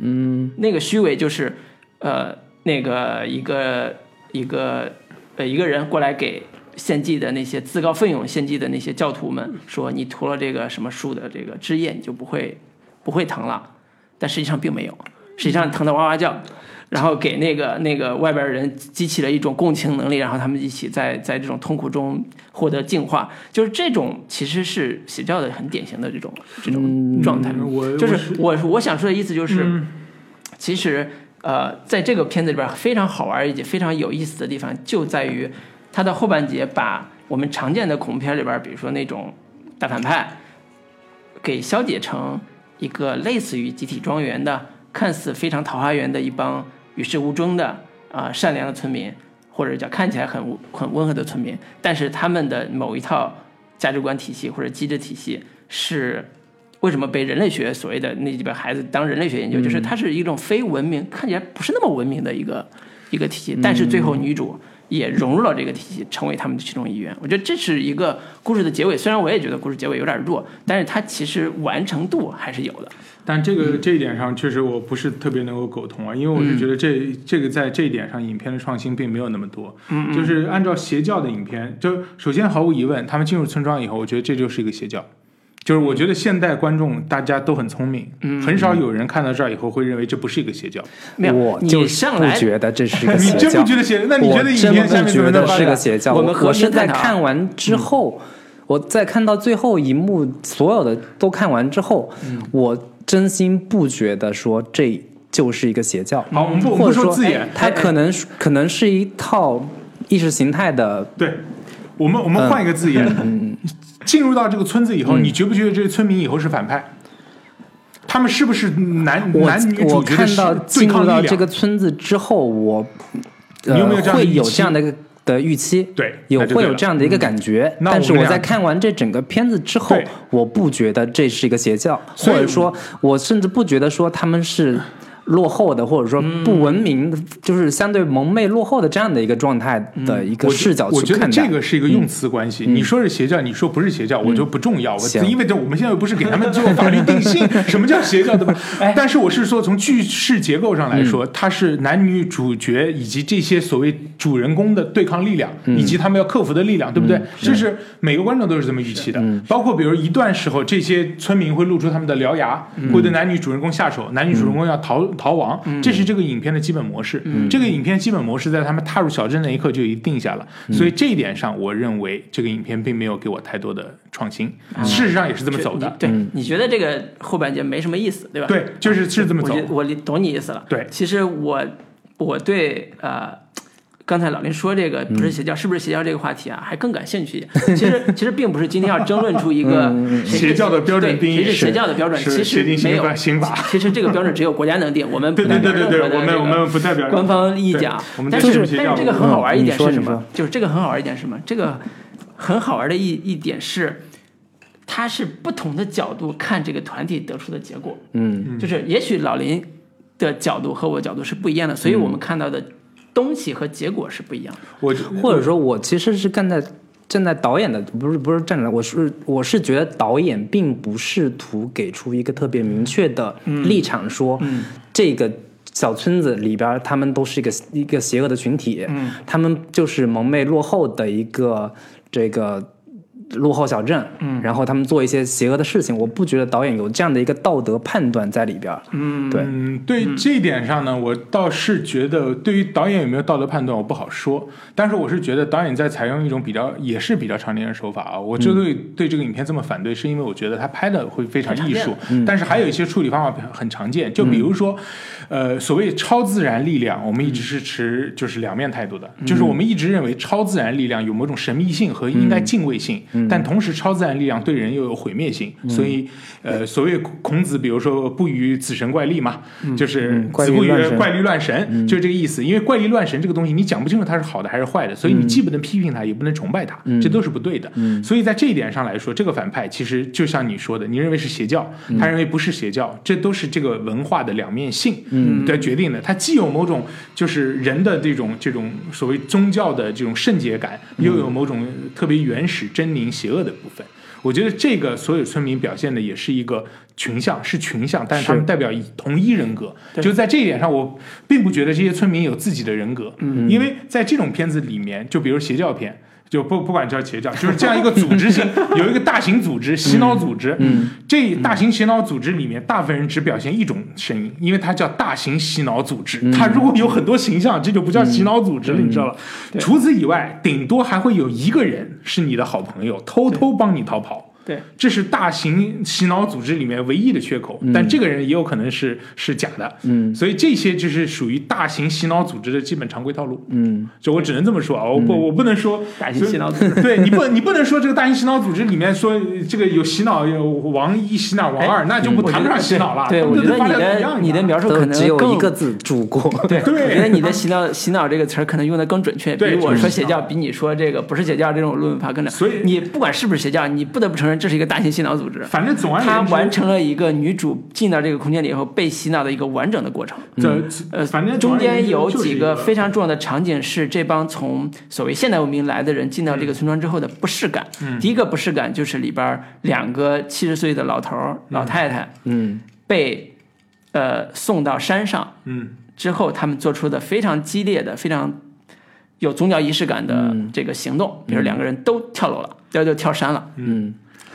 S1: 嗯，那个虚伪就是，呃，那个一个一个呃一个人过来给献祭的那些自告奋勇献祭的那些教徒们说，你涂了这个什么树的这个枝叶，你就不会不会疼了，但实际上并没有，实际上疼得哇哇叫。然后给那个那个外边人激起了一种共情能力，然后他们一起在在这种痛苦中获得净化，就是这种其实是邪教的很典型的这种这种状态。
S3: 嗯我嗯
S1: 就
S3: 我
S1: 是我我想说的意思就是，其实呃，在这个片子里边非常好玩以及非常有意思的地方就在于它的后半节把我们常见的恐怖片里边，比如说那种大反派，给消解成一个类似于集体庄园的、看似非常桃花源的一帮与世无争的啊、善良的村民，或者叫看起来很很温和的村民，但是他们的某一套价值观体系或者机制体系是为什么被人类学所谓的那几个孩子当人类学研究，就是它是一种非文明，看起来不是那么文明的一个一个体系，但是最后女主也融入了这个体系，成为他们的其中一员。我觉得这是一个故事的结尾，虽然我也觉得故事结尾有点弱，但是它其实完成度还是有的。
S3: 但这
S2: 嗯
S3: 个这一点上，确实我不是特别能够苟同啊，因为我是觉得这、这个在这一点上，影片的创新并没有那么多。嗯就是按照邪教的影片，就首先毫无疑问，他们进入村庄以后，我觉得这就是一个邪教。就是我觉得现代观众大家都很聪明，嗯、很少有人看到这儿以后会认为这不是一个邪教。
S1: 没有，
S2: 我
S1: 你
S2: 就是
S1: 上
S2: 不
S1: 来
S2: 觉得这 是一个
S3: 你
S2: 邪
S3: 真
S2: 教
S3: 不，觉得邪？那你觉得
S2: 我
S3: 影
S2: 真
S3: 片下
S2: 不
S3: 面
S2: 觉
S3: 怎么
S2: 得
S3: 发
S2: 是个
S3: 展？
S2: 邪教。
S1: 我们核
S2: 我
S1: 心
S2: 是在
S1: 探讨
S2: 看完之后，
S1: 嗯
S2: 我在看到最后一幕，所有的都看完之后，
S1: 嗯
S2: 我真心不觉得说这就是一个邪教。
S1: 嗯
S3: 好，我们不我
S2: 嗯或
S3: 们不
S2: 者说哎
S3: 字眼，
S1: 哎
S2: 它可能可能是一套意识形态的，
S3: 对，我们我
S2: 嗯
S3: 们换一个字眼，进入到这个村子以后，你觉不觉得这些村民以后是反派？他们是不是男
S2: 我
S3: 男女
S2: 我
S3: 主角的
S2: 看
S3: 是
S2: 到
S3: 对
S2: 进
S3: 抗
S2: 入
S3: 力
S2: 到
S3: 量？
S2: 这个村子之后，我
S3: 你有没
S2: 呃
S3: 有这样的
S2: 会
S3: 预
S2: 有
S3: 期
S2: 这样的一个的预期？
S3: 对
S2: 有
S3: 那就
S2: 会
S3: 对
S2: 有
S3: 了嗯
S2: 这样的一个感觉，
S3: 那
S2: 但
S3: 我
S2: 是
S3: 们
S2: 我
S3: 俩
S2: 在看完这整个片子之后
S3: 对，
S2: 我不觉得这是一个邪教，
S3: 所
S2: 或
S3: 以嗯
S2: 者说，我甚至不觉得说他们是落后的，或者说不文明，就是相对蒙昧落后的这样的一个状态的一个
S3: 嗯我
S2: 视角
S3: 我
S2: 去
S3: 觉得
S2: 看
S3: 这
S2: 待。嗯
S3: 个是一个用词关系，你说是邪教，你说不是邪教，我就不重要。我
S2: 行
S3: 因为这我们现在又不是给他们做法律 定性，什么叫邪教，对吧？但是我是说，从叙事结构上来
S2: 嗯
S3: 说，它是男女主角以及这些所谓主人公的对抗力量，以
S2: 嗯
S3: 及他们要克服的力量，对不对？这是每个观众都是这么预期的。
S2: 嗯
S3: 包括比如一段时候，这些村民会露出他们的獠牙，
S1: 嗯
S3: 会对男女主人公下手，男女主人公要逃逃亡，这是这个影片的基本模式。
S1: 嗯
S3: 这个影片基本模式在他们踏入小镇那一刻就已经定下了，
S1: 嗯
S3: 所以这一点上，我认为这个影片并没有给我太多的创新，
S1: 嗯
S3: 事实上也是这么走的。嗯
S1: 对，你觉得这个后半截没什么意思，对吧？
S3: 对，就是是这么
S1: 我
S3: 走
S1: 觉。我理懂你意思了。
S3: 对
S1: 其实我我对呃。刚才老林说这个不是邪教，是不是邪教这个话题啊，还更感兴趣一 点。其实其实并不是今天要争论出一个谁是
S3: 邪教的标准
S1: 对
S3: 定义
S1: 谁是邪教的标准，
S3: 是
S1: 其实
S3: 是界定
S1: 没
S3: 刑
S1: 有
S3: 法。刑法。
S1: 其实这个标准只有国家能定，我们不
S3: 对对
S1: 能
S3: 对对对，
S1: 任何的
S3: 我
S1: 这
S3: 们
S1: 个
S3: 我们不代表
S1: 官方意见啊
S3: 对我。们
S1: 但
S3: 就是是邪
S1: 但
S3: 教
S1: 是这个很好玩一点是什
S2: 嗯你说
S1: 么？就是这个很好玩一点是什么？这个很好玩的一一点是，它是不同的角度看这个团体得出的结果。
S2: 嗯
S1: 就是也许老林的角度和我角度是不一样的，
S2: 嗯
S1: 所以我们看到的东西和结果是不一样的。
S3: 我
S2: 或者说我其实是站在站在导演的，不是不是站在，我是我是觉得导演并不试图给出一个特别明确的立场说，这个。小村子里边儿，他们都是一个一个邪恶的群体，嗯、他们就是蒙昧落后的一个这个落后小镇，嗯，然后他们做一些邪恶的事情，我不觉得导演有这样的一个道德判断在里边儿，嗯，对，
S3: 嗯，对这一点上呢，我倒是觉得对于导演有没有道德判断，我不好说。但是我是觉得导演在采用一种比较也是比较常见的手法啊。我之所以对这个影片这么反对，是因为我觉得他拍的会非常艺术，
S2: 嗯
S3: 但是还有一些处理方法很常见，就比如说，呃，所谓超自然力量，我们一直是持就是两面态度的，
S2: 嗯
S3: 就是我们一直认为超自然力量有某种神秘性和应该敬畏性，
S2: 嗯
S3: 但同时超自然力量对人又有毁灭性，所以呃，所谓孔子，比如说不与子神怪力嘛，就是
S2: 嗯怪
S3: 子
S2: 力
S3: 不语
S2: 乱神
S3: 怪力乱神，就是这个意思。因为怪力乱神这个东西，你讲不清楚它是好的还是坏的，所以你既不能批评它，也不能崇拜它，这都是不对的。所以在这一点上来说，这个反派其实就像你说的，你认为是邪教，他认为不是邪教，这都是这个文化的两面性来决定的。它既有某种就是人的这种这种所谓宗教的这种圣洁感，又有某种特别原始、狰狞、邪恶的部分。我觉得这个所有村民表现的也是一个群像，是群像，但是他们代表一同一人格。就在这一点上，我并不觉得这些村民有自己的人格，因为在这种片子里面，就比如邪教片。就不不管叫邪教，就是这样一个组 织性，有一个大型组织洗脑组织。嗯，这大型洗脑组织里面，大部分人只表现一种声音，因为它叫大型洗脑组织。它如果有很多形象，这就不叫洗脑组织了，你知道吧？除此以外，顶多还会有一个人是你的好朋友，偷偷帮你逃跑。
S1: 对，
S3: 这是大型洗脑组织里面唯一的缺
S1: 嗯
S3: 口，但这个人也有可能是是假的，嗯，所以这些就是属于大型洗脑组织的基本常规套路，嗯，就我只能这么说啊，我不、我不能说
S1: 嗯大型洗脑组织。
S3: 对你不，你不能说这个大型洗脑组织里面说这个有洗脑有王一洗脑王二，那就不谈不上洗脑了。
S1: 嗯对，我觉得
S3: 发
S1: 你
S3: 展不一样啊
S1: 的你的描述
S2: 都
S1: 可能
S2: 只有
S1: 更
S2: 一个字“主国”， 对，
S1: 对，我觉得你的洗脑洗脑这个词儿可能用的更准确，比
S3: 对
S1: 我
S3: 就是
S1: 说
S3: 洗
S1: 邪
S3: 脑
S1: 教，比你说这个不是邪教这种论法更准。
S3: 所以
S1: 你不管是不是邪教，你不得不承认这是一个大型洗脑组织。
S3: 反正总而
S1: 它
S3: 言之，
S1: 完成了一个女主进到这个空间里以后被洗脑的一个完整的过程。
S3: 这
S1: 呃，
S3: 反正总
S1: 中
S3: 而言
S1: 间
S3: 之
S1: 有
S3: 就是
S1: 几
S3: 一
S1: 个
S3: 个
S1: 非常重要的场景是这帮从所谓现代文明来的人进到这个村庄之后的不适感。
S3: 嗯
S1: 第一个不适感就是里边儿两个七十岁的老头儿、老太太
S2: 嗯
S1: 被呃送到山上
S3: 嗯
S1: 之后，他们做出的非常激烈的、非常有宗教仪式感的
S3: 嗯
S1: 这个行动，比如两个人都跳楼了，要就跳山了。
S2: 嗯，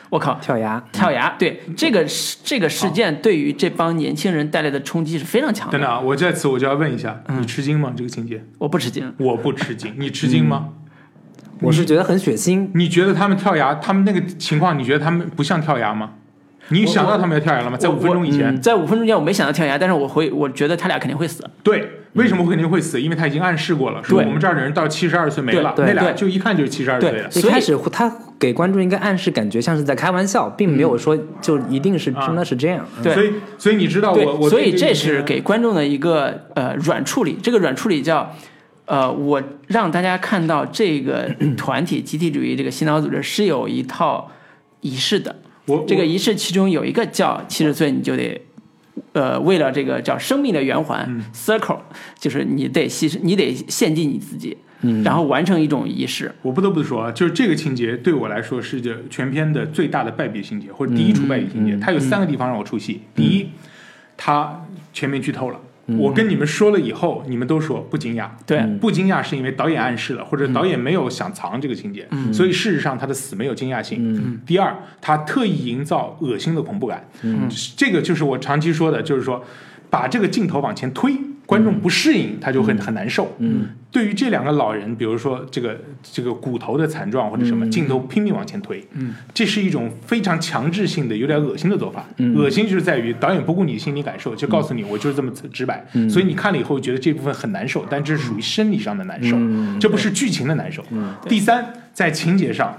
S1: 我靠！
S2: 跳崖，
S1: 跳崖，对这个事这个事件对于这帮年轻人带来的冲击是非常强
S3: 等
S1: 的。
S3: 等啊，我在此我就要问一下，你吃惊吗？这个情节
S1: 嗯 我不吃惊，嗯
S3: 我不吃惊，你吃惊吗？
S2: 我是觉得很血腥，
S3: 你觉得他们跳崖，他们那个情况，你觉得他们不像跳崖吗？你想到他们要跳崖了吗？在
S1: 我嗯
S3: 五分钟以前，
S1: 在五分钟前我没想到跳崖，但是我会我觉得他俩肯定会死。
S3: 对，为什么肯定会死？因为他已经暗示过了，说
S1: 嗯对
S3: 我们这儿的人到七十二岁没了，
S2: 对
S3: 那
S2: 对
S3: 俩
S1: 对
S3: 就一看就是七十二岁
S1: 对
S3: 的。
S2: 一
S1: 所以
S2: 开始他给观众一个暗示，感觉像是在开玩笑，并没有说就一定是
S3: 啊
S2: 真的是这样。
S1: 对
S3: 所以所以你知道
S1: 对
S3: 啊我，我
S1: 所
S3: 对
S1: 以这
S3: 个
S1: 是给观众的一个呃软处理，这个软处理叫呃，我让大家看到这 个团体集体主义这个洗脑组织是有一套仪式的，
S3: 我
S1: 这个
S3: 我
S1: 仪式其中有一个叫七十岁你就得呃，为了这个叫生命的圆环、circle，就是你得牺牲，你得献祭你自己，
S3: 嗯
S1: 然后完成一种仪式。
S3: 我不得不说啊，就是这个情节对我来说是这全片的最大的败笔情节，或者第一处败笔情节。它有三个地方让我出戏。第一，它全面剧透了。我跟你们说了以后，你们都说不惊讶。
S1: 对
S3: 不惊讶是因为导演暗示了，或者导演没有想藏这个情节，所以事实上他的死没有惊讶性。第二，他特意营造恶心的恐怖感，这个就是我长期说的，就是说把这个镜头往前推，观众不适应，他就很、很难受。对于这两个老人，比如说这个这个骨头的残状或者什么，镜头拼命往前推，嗯，这是一种非常强制性的、有点恶心的做法。恶心就是在于导演不顾你心理感受，就告诉你我就是这么直白，所以你看了以后觉得这部分很难受，但这是属于生理上的难受，这不是剧情的难受。第三，在情节上。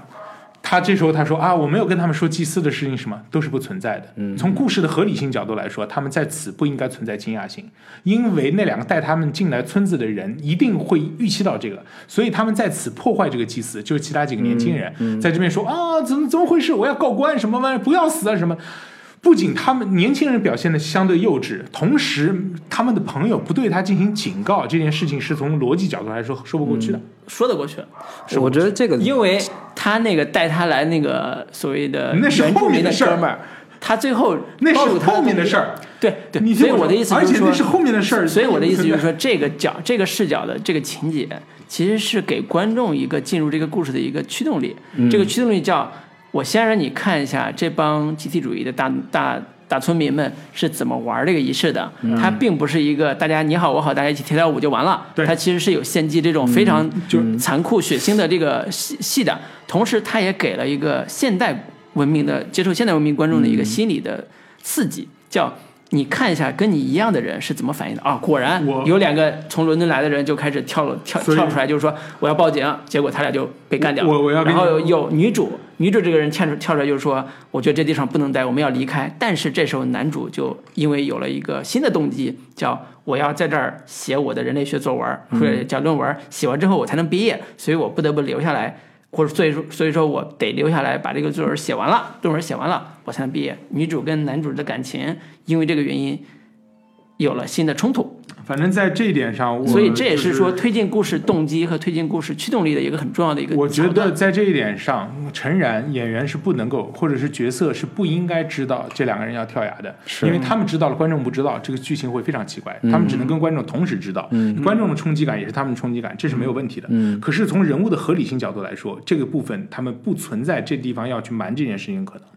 S3: 他这时候他说啊，我没有跟他们说祭祀的事情，什么都是不存在的。从故事的合理性角度来说，他们在此不应该存在惊讶性，因为那两个带他们进来村子的人一定会预期到这个，所以他们在此破坏这个祭祀，就是其他几个年轻人、在这边说啊，怎么怎么回事？我要告官什么玩意儿？不要死啊什么。不仅他们年轻人表现的相对幼稚，同时他们的朋友不对他进行警告，这件事情是从逻辑角度来说说不过去的。
S1: 说得过去，
S2: 我觉得这
S3: 嗯
S2: 个
S1: 因为他那个带他来那个所谓的
S3: 那是
S1: 原
S3: 后
S1: 住
S3: 面
S1: 民
S3: 的
S1: 的
S3: 事儿
S1: 哥们儿，他最后
S3: 那
S1: 暴露
S3: 是
S1: 他
S3: 后面
S1: 那
S3: 的
S1: 个
S3: 事儿，
S1: 对对，
S3: 你
S1: 所
S3: 听
S1: 以
S3: 我
S1: 我的意思
S3: 而
S1: 就
S3: 且
S1: 是
S3: 那
S1: 说，
S3: 是后面的事儿，
S1: 所以我的意思就是
S3: 不存
S1: 说，这个角、这个视角的这个情节，其实是给观众一个进入这个故事的一个驱动力。
S3: 嗯
S1: 这个驱动力叫我先让你看一下这帮集体主义的大大大村民们是怎么玩这个仪式的。
S3: 嗯
S1: 它并不是一个大家你好我好大家一起跳跳舞就完了，
S3: 对嗯
S1: 它其实是有献祭这种非常
S3: 就
S1: 残酷血腥的这个戏戏的，同时它也给了一个现代文明的接受现代文明观众的
S3: 嗯
S1: 一个心理的刺激，叫你看一下跟你一样的人是怎么反应的啊！果然
S3: 我
S1: 有两个从伦敦来的人就开始跳了跳
S3: 所以
S1: 跳出来，就是说我要报警，结果他俩就被干掉了。
S3: 我我要跟
S1: 然
S3: 你
S1: 后有有女主，女主这个人跳出跳出来就是说，我觉得这地方不能待，我们要离开。但是这时候男主就因为有了一个新的动机，叫我要在这儿写我的人类学作文，
S3: 嗯
S1: 或者叫论文，写完之后我才能毕业，所以我不得不留下来，或者所以说所以说我得留下来把这个作文写完了，论文写完了我才能毕业。女主跟男主的感情因为这个原因有了新的冲突，
S3: 反正在这一点上，我
S1: 所以这也是说
S3: 就
S1: 推进故事动机和推进故事驱动力的一个很重要的一个。
S3: 我觉得在这一点上，诚然演员是不能够，或者是角色是不应该知道这两个人要跳崖的，
S2: 是
S3: 因为他们知道了，观众不知道，这个剧情会非常奇
S1: 嗯
S3: 怪。他们只能跟观众同时知道，观众的冲击感也是他们的冲击感，这是没有问题的。
S1: 嗯
S3: 可是从人物的合理性角度来说，这个部分他们不存在这地方要去瞒这件事情的可能。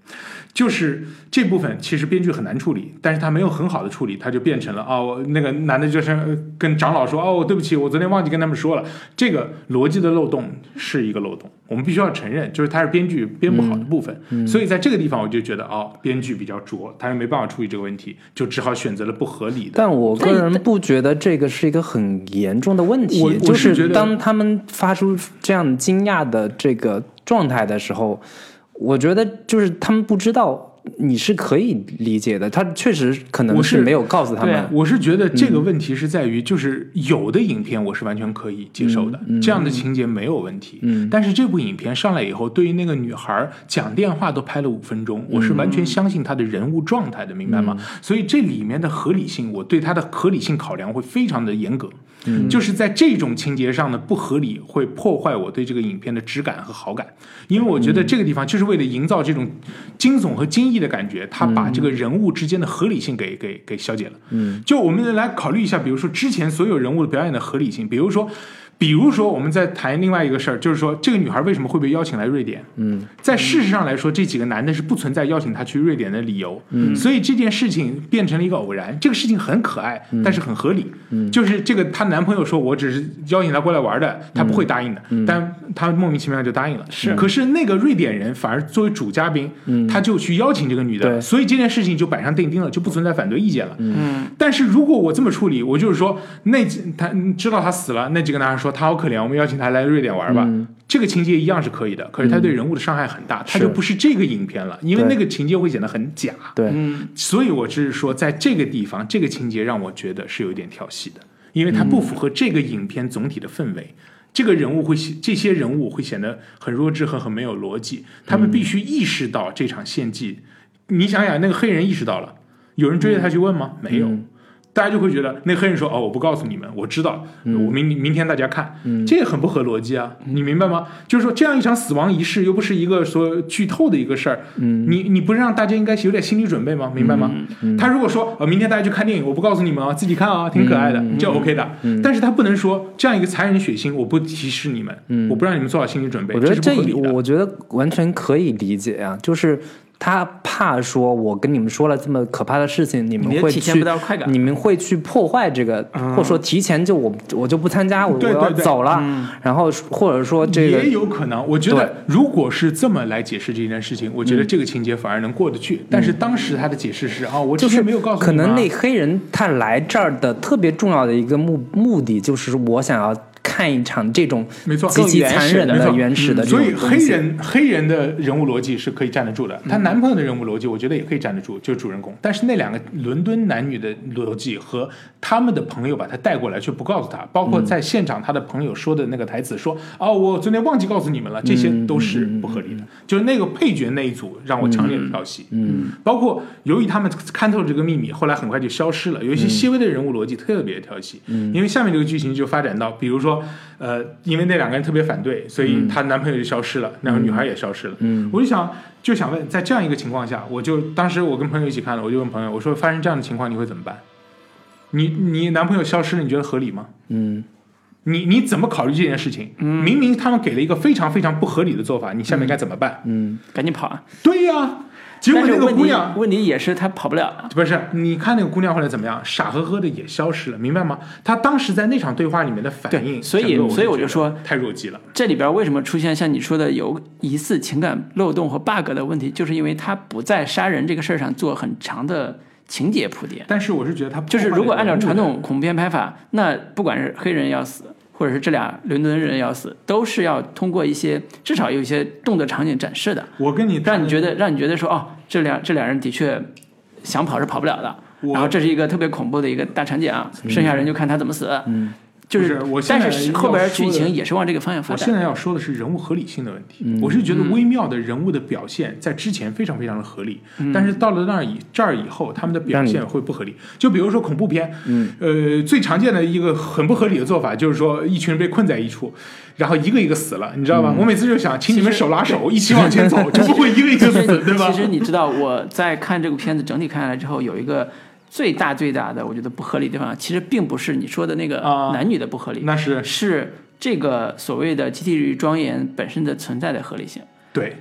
S3: 就是这部分其实编剧很难处理，但是他没有很好的处理，他就变成了哦，那个男的就是呃跟长老说哦，对不起，我昨天忘记跟他们说了，这个逻辑的漏洞是一个漏洞，我们必须要承认，就是他是编剧编不好的部分，所以在这个地方我就觉得哦，编剧比较拙，他又没办法处理这个问题，就只好选择了不合理的。
S2: 但我个人不觉得这个是一个很严重的问题
S3: 我，我
S2: 就是
S3: 觉
S2: 是
S3: 得
S2: 当他们发出这样惊讶的这个状态的时候，我觉得就是他们不知道你是可以理解的，他确实可能
S3: 我是
S2: 是没有告诉他
S1: 对
S2: 们嗯
S1: 啊。
S3: 我是觉得这个问题是在于，就是有的影片我是完全可以接受的，
S2: 嗯
S3: 这样的情节没有问题。嗯，但是这部影片上来以后，对于那个女孩讲电话都拍了五分
S2: 嗯
S3: 钟，我是完全相信她的人物状态的，明白吗？所以这里面的合理性，我对它的合理性考量会非常的严格。
S2: 嗯
S3: 就是在这种情节上的不合理，会破坏我对这个影片的质感和好感，因为我觉得
S2: 嗯
S3: 这个地方就是为了营造这种惊悚和惊异的感觉，他
S2: 嗯
S3: 把这个人物之间的合理性给给给消解了。嗯，就我们来考虑一下，比如说之前所有人物的表演的合理性，比如说。比如说，我们在谈另外一个事儿，就是说这个女孩为什么会被邀请来瑞典？嗯，在事实上来说，这几个男的是不存在邀请她去瑞典的理由。嗯，所以这件事情变成了一个偶然。这个事情很可爱，但是很合理。嗯，就是这个她男朋友说我只是邀请她过来玩的，她不会答应的，但她莫名其妙就答应了。嗯是，嗯可是那个瑞典人反而作为主嘉宾，他就去邀请这个女的，
S2: 对
S3: 所以这件事情就板上钉钉了，就不存在反对意见了。嗯，但是如果我这么处理，我就是说那几他知道他死了，那几个男孩说他好可怜，我们邀请他来瑞典玩吧。这个情节一样是可以的，可是他对人物的伤害很大，他就不是这个影片了，因为
S2: 对
S3: 那个情节会显得很假。
S2: 对，
S3: 所以我只是说，在这个地方，这个情节让我觉得是有一点跳戏的，因为它不符合这个影片总体的氛围。这个人物会显，这些人物会显得很弱智和很没有逻辑。他们必须意识到这场献祭。你想想，那个黑人意识到了，有人追着他去问吗？没有
S2: 嗯。
S3: 大家就会觉得那黑人说：“哦，我不告诉你们，我知道，
S2: 嗯
S3: 我明明天大家看。”这也很不合逻辑啊，你明白吗？就是说，这样一场死亡仪式又不是一个说剧透的一个事儿，
S2: 嗯
S3: 你你不是让大家应该有点心理准备吗？明白吗？他如果说：“呃，明天大家去看电影，我不告诉你们啊，自己看
S2: 嗯
S3: 啊，挺可爱的，这 OK 的。”但是他不能说这样一个残忍血腥，我不提示你们，我不让你们做好心理准备，
S2: 嗯我觉得
S3: 这
S2: 这
S3: 是不合理的。
S2: 我觉得完全可以理解啊，就是他怕说，我跟你们说了这么可怕的事情，你们
S1: 你也
S2: 会
S1: 体
S2: 去，
S1: 现不到快感
S2: 你们会去破坏这个，或者说提前就我我就不参加，我
S3: 嗯对
S2: 我要
S3: 对对
S2: 走了，然后或者说这个
S3: 也有可能，我觉
S2: 对嗯
S3: 得如果是这么来解释这件事情，我觉得这个情节反而能过得去。但是当时他的解释是啊，我
S2: 就
S3: 只
S2: 是
S3: 没有告诉你
S2: 可能
S3: 们啊
S2: 那黑人他来这儿的特别重要的一个目目的就是我想要看一场这种
S3: 没错
S2: 极其
S1: 更原
S2: 残
S1: 始
S2: 忍
S1: 的
S3: 没
S2: 的
S3: 错嗯
S2: 原始的这
S3: 所以
S2: 种东
S3: 黑
S2: 西。嗯
S3: 人黑人的人物逻辑是可以站得住的，她男朋友的人物逻辑我觉得也可以站得住，就是主人公。但是那两个伦敦男女的逻辑和他们的朋友把他带过来却不告诉他，包
S2: 嗯
S3: 括在现场他的朋友说的那个台词说：“哦，我昨天忘记告诉你们了。”这些
S2: 嗯
S3: 都是不合理的。就是那个配角那一组让我强烈的跳戏。嗯，包括由于他们看透了这个秘密，后来很快就消失了。有一些细微的人物逻辑特别跳戏，嗯、因为下面这个剧情就发展到，比如说，呃，因为那两个人特别反对，所以她男朋友就消失了，然后女孩也消失了。嗯，我就想就想问，在这样一个情况下，我就当时我跟朋友一起看了，我就问朋友，我说发生这样的情况你会怎么办？你你男朋友消失了，你觉得合理吗？
S2: 嗯，
S3: 你你怎么考虑这件事情？明明他们给了一个非常非常不合理的做法，你下面该怎么办？
S1: 赶紧跑啊！
S3: 对呀、结果
S1: 但是
S3: 那个
S1: 问题
S3: 姑娘
S1: 问题也是他跑不了啊。
S3: 不是，你看那个姑娘后来怎么样？傻呵呵的也消失了，明白吗？她当时在那场对话里面的反应，
S1: 对所以
S3: 整个我
S1: 所以我
S3: 觉得
S1: 就说
S3: 太弱鸡了。
S1: 这里边为什么出现像你说的有疑似情感漏洞和 bug 的问题，就是因为他不在杀人这个事儿上做很长的情节铺垫。
S3: 但是我是觉得她
S1: 就是如果按照传
S3: 统。
S1: 统恐怖片拍法，那不管是黑人要死，或者是这俩伦敦人要死，都是要通过一些至少有一些动作场景展示的，
S3: 我跟你
S1: 让你觉
S3: 得，
S1: 得让你觉得说哦，这俩这俩人的确想跑是跑不了的。
S3: 我嗯
S1: 然后这是一个特别恐怖的一个大场景啊，剩下人就看他怎么死。嗯，就
S3: 不是我现在
S1: 但是后边
S3: 要说
S1: 剧
S3: 的
S1: 情也是往这个方向发
S3: 我
S1: 展嗯
S3: 现。在要说的是人物合理性的问题。我是觉得微妙的人物的表现在之前非常非常的合理，但是到了那儿以这儿以后，他们的表现会不合理。就比如说恐怖片，呃，最常见的一个很不合理的做法就是说一群人被困在一处，然后一个一个死了，你知道吧？我每次就想，请你们手拉手一起往 前走，就不会一个一个
S1: 其
S3: 死，
S1: 实
S3: 对吧
S1: 其？实你知道，我在看这部片子整体看下来之后，有一个最大最大的我觉得不合理的地方，其实并不是你说的那个
S3: 啊
S1: 男女的不合理，
S3: 那是
S1: 是这个所谓的集体庄严本身的存在的合理性，
S3: 对，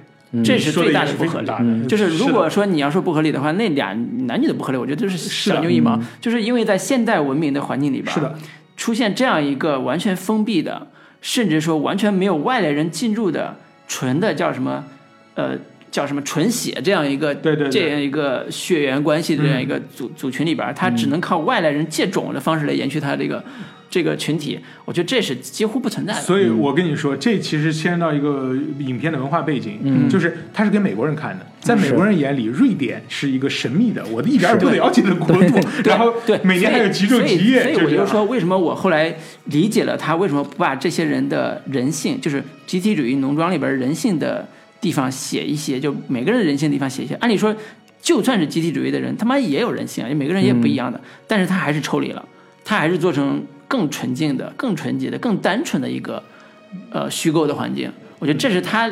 S1: 这是
S3: 嗯说
S1: 最
S3: 的也
S1: 大的
S3: 是
S1: 不
S3: 非
S1: 合
S3: 常
S1: 理。
S3: 大的。
S1: 就是如
S3: 的
S1: 果说你要说不合理的话，那俩男女的不合理，我觉得就是
S3: 是的嗯
S1: 小牛一毛，就是因为在现代文明的环境里边，
S3: 是的，
S1: 出现这样一个完全封闭的，甚至说完全没有外来人进入的纯的叫什么，呃，叫什么纯血这样一个
S3: 对嗯对对
S1: 这样一个血缘关系的这样一个组、组群里边，它只能靠外来人借种的方式来延续它这个这个群体，我觉得这是几乎不存在的。
S3: 所以我跟你说，这其实牵涉到一个影片的文化背景，
S1: 嗯
S3: 就是它是给美国人看的，在美国人眼里，瑞典是一个神秘的，我的一点儿也不了解的国度，然后
S1: 对，
S3: 每年还有极昼极夜，
S1: 所以所以我
S3: 这
S1: 就
S3: 样
S1: 说，为什么我后来理解了他为什么不把这些人的人性，就是集体主义农庄里边人性的地方写一写，就每个人人性的地方写一写。按理说，就算是集体主义的人，他妈也有人性啊，因为每个人也
S3: 嗯
S1: 不一样的，但是他还是抽离了，他还是做成更纯净的、更纯洁的、更单纯的一个呃虚构的环境。我觉得这是他。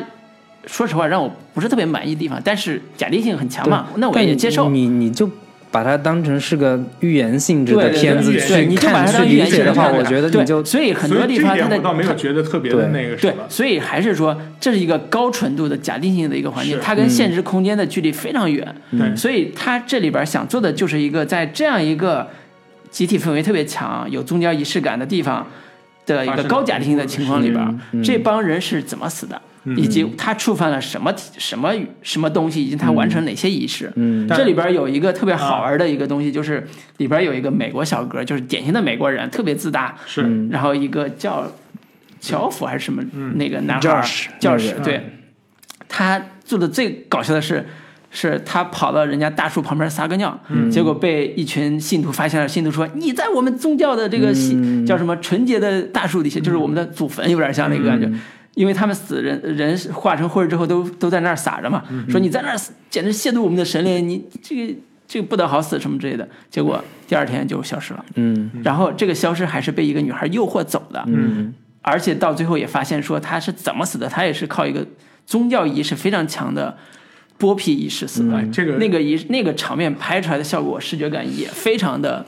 S1: 说实话，让我不是特别满意的地方，但是假定性很强嘛，那我
S2: 但
S1: 也
S2: 你
S1: 接受。
S2: 你你就把它当成是个预言性质
S1: 对
S2: 的
S1: 对
S2: 片子
S3: 对
S2: 去
S3: 对
S1: 对，你就把
S2: 看
S1: 它
S2: 去
S1: 当预
S2: 理
S1: 言
S2: 解
S1: 性
S2: 的话，
S1: 看
S2: 我
S1: 待
S2: 觉得
S1: 对
S2: 你就
S1: 所以很
S3: 所
S1: 多
S3: 以
S1: 地
S3: 这
S1: 方
S3: 一
S1: 它
S3: 点
S1: 的
S3: 我倒没有觉得特别的
S2: 对
S3: 那个什
S1: 对
S3: 么，。
S1: 所以还是说这是一个高纯度的假定性的一个环境，
S3: 是
S1: 它跟
S2: 嗯
S1: 现实空间的距离非常远，
S3: 对
S1: 所以它这里边想做的就是一个在这样一个集体氛围特别强、有宗教仪式感的地方。的一
S3: 发
S1: 个
S3: 生
S1: 高假定性的情况里边，
S2: 嗯
S1: 这帮人是怎么死的，以及他触犯了什么什么什么东西，以及他完成哪些仪式。
S2: 嗯啊
S1: 这里边有一个特别好玩的一个东西，就是里边有一个美国小哥，就是典型的美国人，特别自大，
S3: 是
S2: 嗯
S1: 然后一个叫乔夫还是什么、那个男孩
S2: Josh，
S1: 教师
S2: 那个嗯
S1: 对，他做的最搞笑的是。是他跑到人家大树旁边撒个尿，
S2: 嗯
S1: 结果被一群信徒发现了。信徒说：“你在我们宗教的这
S2: 嗯
S1: 个信、叫什么纯洁的大树底下，就是我们的祖坟，有点像那个感觉。
S2: 嗯
S1: 因为他们死人人
S2: 嗯
S1: 化成灰儿之后都都在那儿撒着嘛，说你在那儿死简直亵渎我们的神灵，你这个。这个不得好死什么之类的，结果第二天就消失了。
S2: 嗯
S1: 然后这个消失还是被一个女孩诱惑走的，
S2: 嗯
S1: 而且到最后也发现说她是怎么死的，她也是靠一个宗教仪式非常强的剥皮仪式死的。
S2: 嗯
S3: 哎，这个
S1: 那个仪那个场面拍出来的效果，视觉感也非常的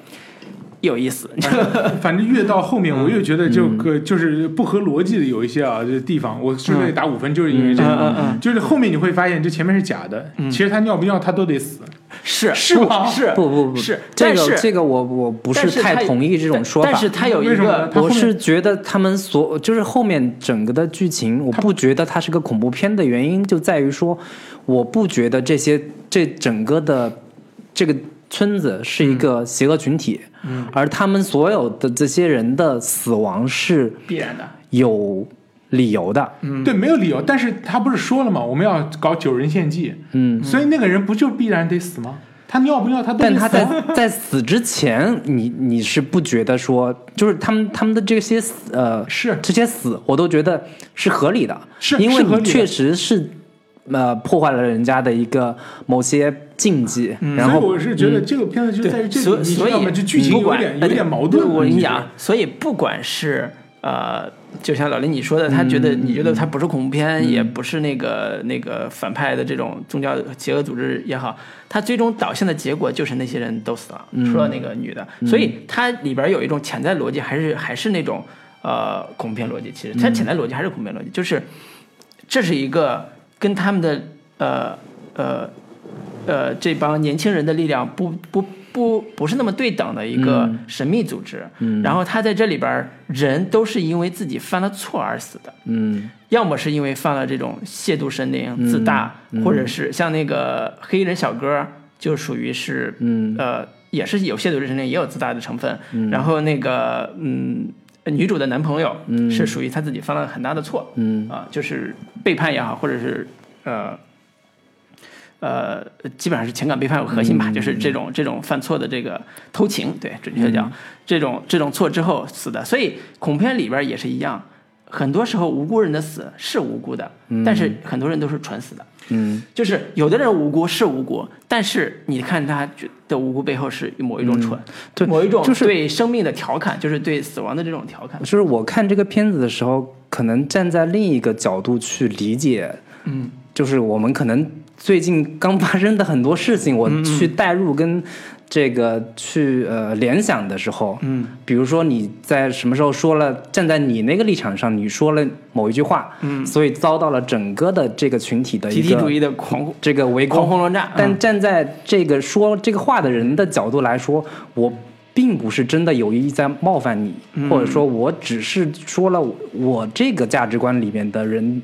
S1: 有意思。
S2: 哎
S3: 反正越到后面，我越觉得就
S1: 嗯
S3: 个就是不合逻辑的有一些啊这地方，我之所以打五分，就是因为这
S1: 嗯嗯嗯
S3: 个，就是后面你会发现这前面是假的，其实他尿不尿他都得死，
S1: 是
S3: 是吗
S1: 是
S2: 不不不
S1: 是
S2: 这
S1: 但是
S2: 个这个我我不
S1: 但是
S2: 太
S1: 它
S2: 同意这种
S1: 但
S2: 说法，
S1: 但是他有一
S3: 为什么
S1: 个
S3: 呢它后
S2: 我
S3: 面
S2: 是觉得他们所就是后面整个的剧情，我不觉得它是个恐怖片的原因就在于说，我不觉得这些这整个的这个村子是
S1: 嗯
S2: 一个邪恶群体，嗯、而他们所有的这些人的死亡是
S1: 必然的，
S2: 有理由的，
S3: 对，没有理由。但是他不是说了吗？我们要搞九人献祭，
S2: 嗯，
S3: 所以那个人不就必然得死吗？他尿不尿他都
S2: 但
S3: 得
S2: 他
S3: 死啊。
S2: 在在死之前，你你是不觉得说，就是他们他们的这些死呃
S3: 是
S2: 这些死，我都觉得是合理的，
S3: 是
S2: 因
S3: 是
S2: 为
S3: 合理
S2: 你
S3: 的
S2: 确实是呃破坏了人家的一个某些禁忌，然
S3: 所以
S2: 后
S3: 我是觉得这个片子就在于这
S1: 嗯所
S3: 里，你
S1: 所
S3: 知道吗？
S1: 以
S3: 这剧情
S1: 不
S3: 有
S1: 管
S3: 点
S1: 而
S3: 有
S1: 且
S3: 点矛盾。嗯
S1: 我跟
S3: 你
S1: 你
S3: 觉得
S1: 讲，，啊所以不管是呃，就像老林你说的，他觉得
S3: 嗯
S1: 你觉得他不是恐怖片，也不是那个那个反派的这种宗教邪恶组织也好，他最终导向的结果就是那些人都死了，除了那
S3: 嗯
S1: 个女的，所以它里边有一种潜在逻辑，还是还是那种呃恐怖片逻辑。其
S3: 嗯
S1: 实它潜在逻辑还是恐怖片逻辑，就是这是一个跟他们的呃呃呃这帮年轻人的力量不不不不是那么对等的一个
S2: 嗯
S1: 神秘组织。然后他在这里边儿人都是因为自己犯了错而死的，
S2: 嗯
S1: 要么是因为犯了这种亵渎神灵、自大，
S2: 嗯
S1: 或者是像那个黑人小哥儿就属于是
S2: 嗯
S1: 呃，也是有亵渎之成分，也有自大的成分。然后那个嗯，女主的男朋友是属于他自己犯了很大的错，
S2: 嗯
S1: 啊、就是背叛也好，或者是呃。呃，基本上是情感背叛为核
S2: 嗯
S1: 心吧，就是这种这种犯错的这个偷情，对，准确地
S2: 嗯
S1: 讲，这种这种错之后死的，所以恐怖片里边也是一样，很多时候无辜人的死是无辜的，但是很多人都是蠢死的，
S2: 嗯
S1: 就是有的人无辜是无辜，但是你看他的无辜背后是某一种蠢，
S2: 嗯
S3: 嗯
S2: 对
S1: 某一种
S2: 就是
S1: 对生命的调侃，就是对死亡的这种调侃。
S2: 就是我看这个片子的时候，可能站在另一个角度去理解，
S1: 嗯，
S2: 就是我们可能最近刚发生的很多事情，
S1: 嗯
S2: 我去代入跟这个去呃联想的时候，嗯，比如说你在什么时候说了，站在你那个立场上，你说了某一句话，嗯，所以遭到了整个的这个群体的
S1: 集
S2: 一
S1: 体主
S2: 个嗯
S1: 义的狂
S2: 这个围
S1: 狂
S2: 攻，
S1: 轰滥炸，
S2: 但
S1: 嗯
S2: 站在这个说这个话的人的角度来说，我并不是真的有意在冒犯你，
S1: 嗯
S2: 或者说我只是说了我我这个价值观里面的人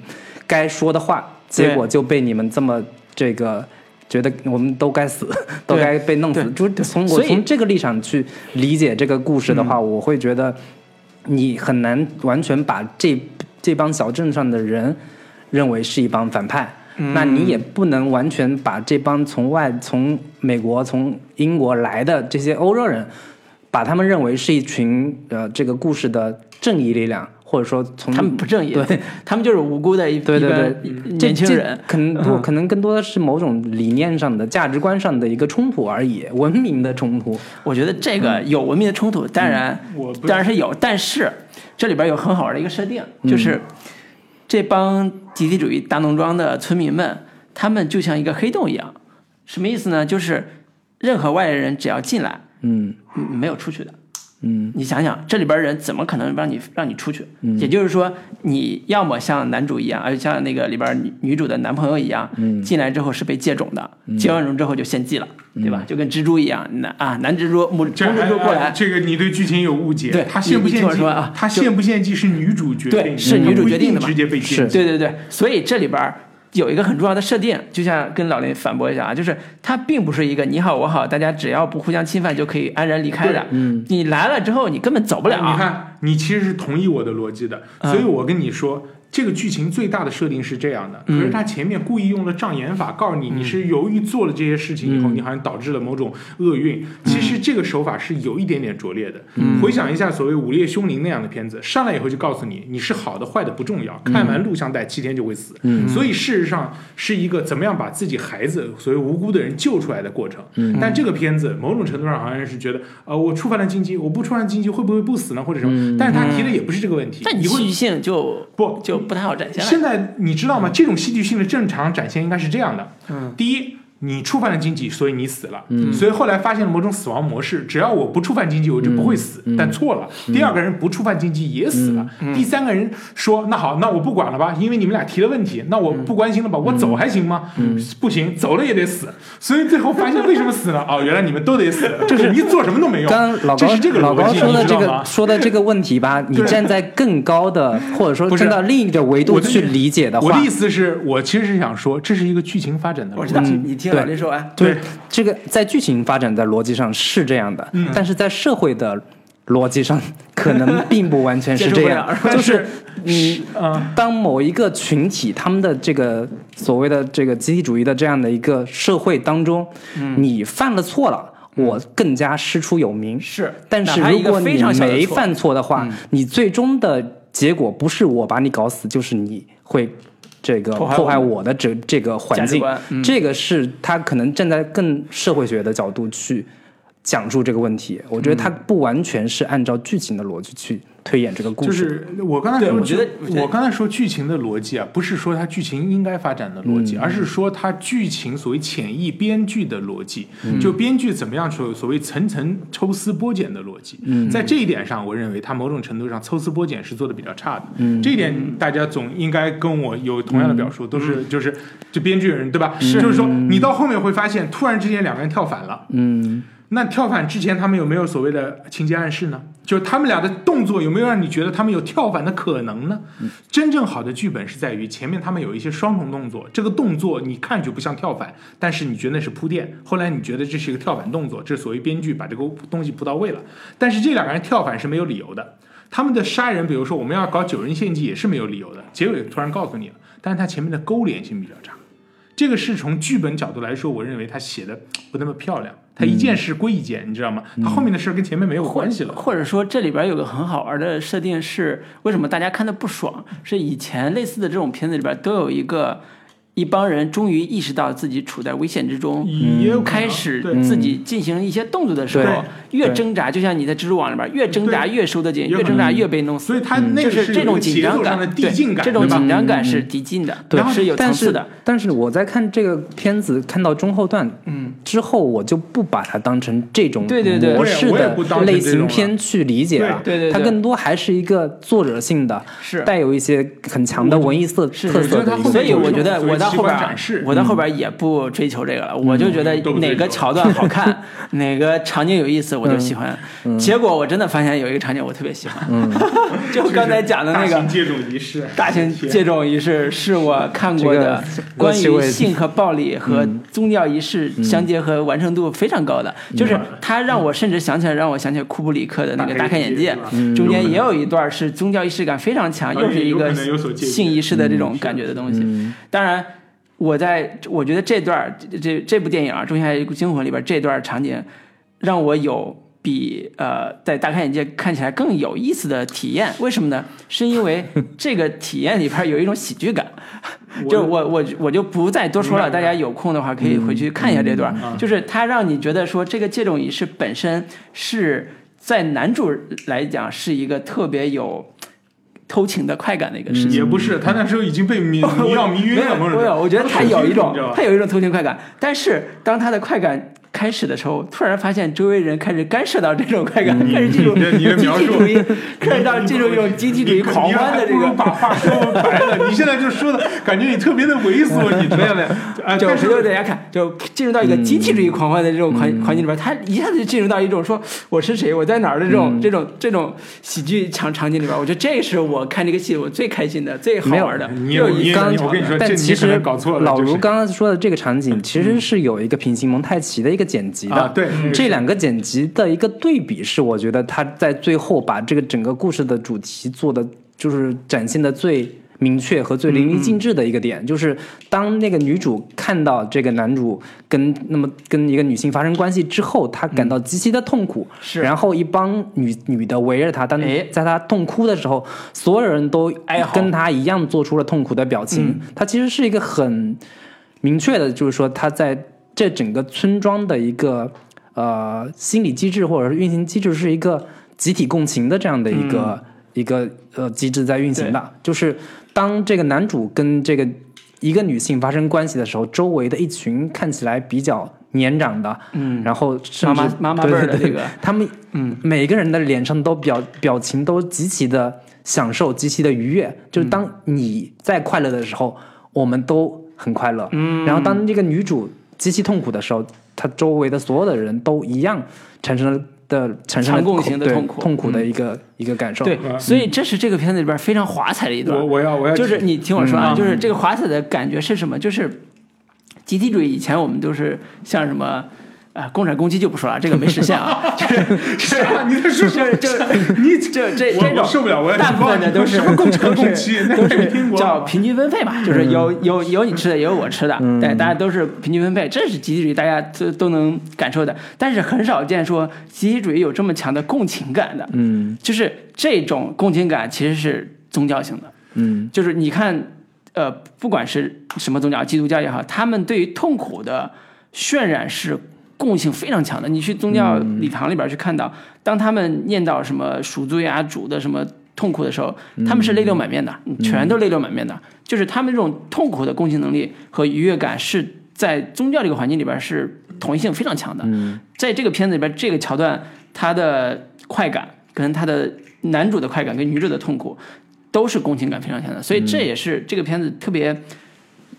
S2: 该说的话，
S1: 对
S2: 结果就被你们这么这个。觉得我们都该死， 都该被弄死。就是从我
S1: 所以嗯
S2: 从这个立场去理解这个故事的话，我会觉得你很难完全把这这帮小镇上的人认为是一帮反派。
S3: 嗯
S2: 那你也不能完全把这帮从外、从美国、从英国来的这些欧洲人，把他们认为是一群呃这个故事的正义力量，或者说从
S1: 他们不正义，
S2: 嗯对
S1: 他们就是无辜的一
S2: 对对对嗯
S1: 一般
S2: 这
S1: 年轻人
S2: 这。可能
S3: 嗯
S2: 不可能更多的是某种理念上的、价值观上的一个冲突而已，文明的冲突。
S1: 我觉得这个
S2: 嗯
S1: 有文明的冲突，当然
S3: 我不
S1: 当然是有，但是这里边有很好玩的一个设定，就是这帮集体主义大农庄的村民们，他们就像一个黑洞一样，什么意思呢？就是任何外来人只要进来，
S2: 嗯
S1: 嗯没有出去的。
S2: 嗯，
S1: 你想想，这里边人怎么可能让你让你出去？也就是说，你要么像男主一样，而像那个里边女女主的男朋友一样，进来之后是被借种的，借完种之后就献祭了，对吧？就跟蜘蛛一样，男啊男蜘蛛母母
S3: 这哎
S1: 蜘蛛过来，
S3: 这个你对剧情有误解。
S1: 对
S3: 他献不
S1: 你你
S3: 献
S1: 听我
S3: 祭
S1: 说啊，
S3: 他
S1: 就
S3: 献不献祭是女主决定
S1: 对
S3: 的，
S1: 是
S3: 他
S1: 女主
S3: 不一
S1: 决定
S3: 定
S1: 的嘛
S3: 直接被
S2: 是
S3: 献祭。
S1: 对对对，所以这里边儿有一个很重要的设定，就像跟老林反驳一下啊，就是它并不是一个你好我好，大家只要不互相侵犯就可以安然离开的。嗯，你来了之后你根本走不了。
S3: 你看，你其实是同意我的逻辑的，
S1: 嗯
S3: 所以我跟你说。这个剧情最大的设定是这样的，可
S1: 嗯
S3: 是他前面故意用了障眼法，告诉你你是由于做了这些事情以后，
S1: 嗯
S3: 你好像导致了某种厄运。其实
S2: 嗯
S3: 这个手法是有一点点拙劣的。回想一下所谓《午夜凶铃》那样的片子，上来以后就告诉你你是好的坏的不重要，看完录像带七天就会死。
S2: 嗯
S3: 所以事实上是一个怎么样把自己孩子所谓无辜的人救出来的过程。
S2: 嗯
S3: 但这个片子某种程度上好像是觉得，呃，我触犯了禁忌，我不触犯禁忌会不会不死呢，或者什么？
S2: 嗯
S3: 但是他提的也不是这个问题，
S1: 但你
S3: 你会
S1: 戏剧性就
S3: 不
S1: 就不太好展现了。
S3: 现在你知道
S2: 嗯
S3: 吗？这种戏剧性的正常展现应该是这样的：
S1: 嗯
S3: 第一，你触犯了禁忌，所以你死了。
S2: 嗯
S3: 所以后来发现了某种死亡模式，只要我不触犯禁忌，我就不会死。
S2: 嗯
S3: 但错了，第二个人不触犯禁忌也死了。第三个人说：“那好，那我不管了吧，因为你们俩提了问题，那我不关心了
S2: 嗯
S3: 吧，我走还行吗？”不行，走了也得死。所以最后发现为什么死 呢？哦，原来你们都得死，就是你做什么都没用。
S2: 刚老
S3: 这
S2: 高
S3: 是这个
S2: 老
S3: 逻
S2: 高
S3: 辑，
S2: 说的
S3: 你知
S2: 这
S3: 道
S2: 个
S3: 吗
S2: 说的这个问题吧，你
S3: 对
S2: 站在更高的或者说
S3: 不是
S2: 站到另一个维度
S3: 我的
S2: 去理解的
S3: 我
S2: 话
S3: 的意，思是我其实是想说，这是一个剧情发展的
S1: 我
S3: 逻
S1: 知
S3: 辑。
S1: 道，
S2: 嗯
S1: 你听
S2: 对
S1: 老林说哎完，
S2: 对这个在剧情发展的逻辑上是这样的，
S1: 嗯
S2: 但是在社会的逻辑上可能并不完全是
S1: 接受
S2: 这
S1: 不
S2: 样
S1: 了，
S2: 就
S3: 但
S2: 是
S3: 是
S2: 你
S3: 嗯
S2: 当某一个群体他们的这个所谓的这个集体主义的这样的一个社会当中，
S1: 嗯
S2: 你犯了错了，我更加师出有名。
S1: 是，
S2: 但是
S1: 哪怕
S2: 如
S1: 一
S2: 果
S1: 个非
S2: 你
S1: 常小的
S2: 没
S1: 错，嗯
S2: 犯错的话，你最终的结果不是我把你搞死，就是你会这个
S1: 破坏我
S2: 破坏我的这这个环
S1: 价值
S2: 境
S1: 观。嗯
S2: 这个是他可能站在更社会学的角度去讲述这个问题。我觉得他
S1: 嗯
S2: 不完全是按照剧情的逻辑去推演这个故
S3: 就
S2: 事。
S3: 是我刚才
S1: 对
S3: 说，
S1: 我觉得我觉得
S3: 我刚才说剧情的逻辑啊，不是说它剧情应该发展的
S1: 嗯
S3: 逻辑，而是说它剧情所谓潜意编剧的逻辑，
S1: 嗯
S3: 就编剧怎么样所所谓层层抽丝剥茧的逻辑。
S1: 嗯
S3: 在这一点上，我认为它某种程度上抽丝剥茧是做的比较差的。
S1: 嗯
S3: 这一点大家总应该跟我有同样的表述，
S1: 嗯
S3: 都是就是就编剧人对吧？就是说你到后面会发现，突然之间两个人跳反了。
S2: 嗯，
S3: 那跳反之前，他们有没有所谓的情节暗示呢？就是他们俩的动作有没有让你觉得他们有跳反的可能呢？真正好的剧本是在于前面他们有一些双重动作，这个动作你看去不像跳反，但是你觉得那是铺垫，后来你觉得这是一个跳反动作，这是所谓编剧把这个东西铺到位了。但是这两个人跳反是没有理由的，他们的杀人，比如说我们要搞九人献祭也是没有理由的，结尾突然告诉你了，但是它前面的勾连性比较差。这个是从剧本角度来说，我认为他写的不那么漂亮。他一件事归一件，你知道吗？他后面的事儿跟前面没有关系了。
S1: 或者说这里边有个很好玩的设定是，为什么大家看的不爽？是以前类似的这种片子里边都有一个一帮人终于意识到自己处在危险之中，
S3: 也有
S1: 嗯
S3: 可能
S1: 开始
S3: 嗯对
S1: 自己进行一些动作的时候
S3: 对，
S1: 越挣扎，就像你在蜘蛛网里边，越挣扎
S3: 对
S1: 越收得紧，越
S3: 有可能
S1: 挣扎越被弄死。
S3: 所以他那
S1: 嗯就
S3: 个
S1: 是这
S3: 有一
S1: 种
S3: 个
S1: 紧
S3: 节
S1: 张
S3: 奏
S1: 感
S3: 上的递进
S1: 对
S3: 感，
S1: 这种
S3: 对吧嗯
S1: 紧张感是递进的，
S2: 对
S1: 是有层
S2: 但
S1: 次
S2: 是
S1: 的。
S2: 但是我在看这个片子看到中后段，
S1: 嗯，
S2: 之后我就不把它当成这种
S1: 对对对
S2: 模式
S3: 我也我
S2: 的
S3: 也不当成
S2: 类
S3: 这种
S2: 型
S3: 了
S2: 片去理解了，
S1: 对对对对
S2: 它更多还是一个作者性的，
S1: 是
S2: 带有一些很强的文艺色
S1: 是
S2: 特色
S3: 我觉
S2: 的一
S3: 得它后面
S2: 个
S1: 所以
S3: 有一
S1: 我
S3: 种
S1: 觉得
S3: 所谓
S1: 我到
S3: 器
S1: 后边
S3: 官
S1: 儿
S3: 展示，
S1: 我到后边儿也不追求这个了，我就觉得
S3: 嗯都不追
S1: 哪个
S3: 求嗯
S1: 桥段好看，哪个场景有意思，我就喜欢。结果我真的发现有一个场景我特别喜欢， 就刚才讲的那
S3: 嗯大
S1: 个
S3: 型接种仪式，
S1: 大型接种仪式，是我看过的
S2: 这个
S1: 关
S2: 过
S1: 于
S2: 去为
S1: 性和暴力和宗教仪式
S2: 嗯
S1: 相结合完成度非常高的，就是它让我甚至想起来，让我想起库布里克的那个《大
S3: 大
S1: 开
S3: 开
S1: 眼
S3: 眼
S1: 界
S3: 界》，
S2: 嗯
S1: 中间也有一段是宗教仪式感非常强，
S3: 嗯
S1: 又是一
S3: 有
S1: 个
S3: 可能有所借鉴
S1: 性仪式的这种感觉的东西。
S2: 嗯
S1: 当然，我在我觉得这段儿这这这部电影啊，《仲夏夜惊魂》里边这段场景，让我有比呃在大开眼界看起来更有意思的体验。为什么呢？是因 为这个体验里边有一种喜剧感。就我我我就不再多说了，
S3: 明白
S1: 大
S3: 明白
S1: 家有空的话可以回去看一下这段，
S3: 嗯
S1: 就是它让你觉得说这个借种仪式本身是在男主来讲是一个特别有偷情的快感的一个事情。
S3: 也不是，他那时候已经 被迷迷药迷晕
S1: 没有
S3: 了，某种
S1: 没有，我觉得他
S3: 他
S1: 有一种
S3: 你知道，吧
S1: 他？有一种偷情快感，但是当他的快感开始的时候，突然发现周围人开始干涉到这种快感，开始进入
S3: 你的你的
S1: 集
S3: 描
S1: 体
S3: 述
S1: 主义，开始到进入一种集体主义狂欢的这
S3: 你还不
S1: 个
S3: 如把话说白了，你现在就说的感觉你特别的猥琐，你知 道的啊，
S1: 就
S3: 但
S1: 回头
S3: 是
S1: 大家看，就进入到一个集体主义狂欢的这种环环境里边，他一下子就进入到一种说我是谁，我在哪儿的这种这种这种喜剧场场景里边，我觉得这是我看这个戏我最开心的、最好玩的。
S3: 你
S1: 又
S3: 有
S1: 一
S3: 你
S1: 刚
S3: 我跟你说，
S2: 但
S3: 这
S2: 其
S3: 你可
S2: 实
S3: 能搞错了，
S2: 老
S3: 就是
S2: 卢刚刚说的这个场景，其实是有一个平行蒙太奇的一个剪辑的。
S3: 啊，对，那
S1: 嗯
S3: 个
S2: 这两个剪辑的一个对比是，我觉得他在最后把这个整个故事的主题做的就是展现的最明确和最淋漓尽致的一个点，就是当那个女主看到这个男主跟那么跟一个女性发生关系之后，她感到极其的痛苦，
S1: 是
S2: 然后一帮女女的围着她，当
S1: 哎
S2: 在她痛哭的时候，所有人都
S1: 哀嚎嗯
S2: 跟她一样做出了痛苦的表情，她其实是一个很。明确的，就是说他在这整个村庄的一个呃心理机制或者是运行机制是一个集体共情的这样的一个、
S1: 嗯
S2: 一个呃机制在运行的，就是当这个男主跟这个一个女性发生关系的时候，周围的一群看起来比较年长的，嗯，然后甚
S1: 妈
S2: 至
S1: 妈妈妈
S2: 对
S1: 辈儿
S2: 对
S1: 的
S2: 对
S1: 这个
S2: 他们嗯，每个人的脸上都表表情都极其的享受，极其的愉悦。
S1: 嗯
S2: 就是当你在快乐的时候，我们都很快乐。嗯，然后当这个女主极其痛苦的时候，她周围的所有的人都一样产生了的产生了
S1: 常共情的
S2: 对
S1: 痛
S2: 痛
S1: 苦嗯
S2: 苦的一个、一个感受。
S1: 对，所以这是这个片子里边非常华彩的一段。
S3: 我我要我要
S1: 就是你听我说啊，
S3: 嗯
S1: 就是这个华彩的感觉是什么？就是集体主义。以前我们都是像什么。啊，共产攻击就不说了，这个没实现啊。 就是是
S3: 啊你在说什么
S1: 就是就是你这这
S3: 我
S1: 这种
S3: 我受不了我也
S1: 大部分的都是
S3: 什么共产攻击
S1: 都是
S3: 那
S1: 都
S3: 没听
S1: 是
S3: 过
S1: 叫平均分配嘛，就是有有有你吃的，也有我吃的，对，大家都是平均分配，这是集体主义，大家都都能感受的。但是很少见说集体主义有这么强的共情感的，嗯，就是这种共情感其实是宗教性的，
S2: 嗯，
S1: 就是你看，呃，不管是什么宗教，基督教也好，他们对于痛苦的渲染是共性非常强的。你去宗教礼堂里边去看到，当他们念到什么赎罪啊、主的什么痛苦的时候，他们是泪流满面的，全都泪流满面的。就是他们这种痛苦的共情能力和愉悦感是在宗教这个环境里边是同一性非常强的。在这个片子里边，这个桥段它的快感跟它的男主的快感跟女主的痛苦都是共情感非常强的，
S2: 嗯
S1: 所以这也是这个片子特别。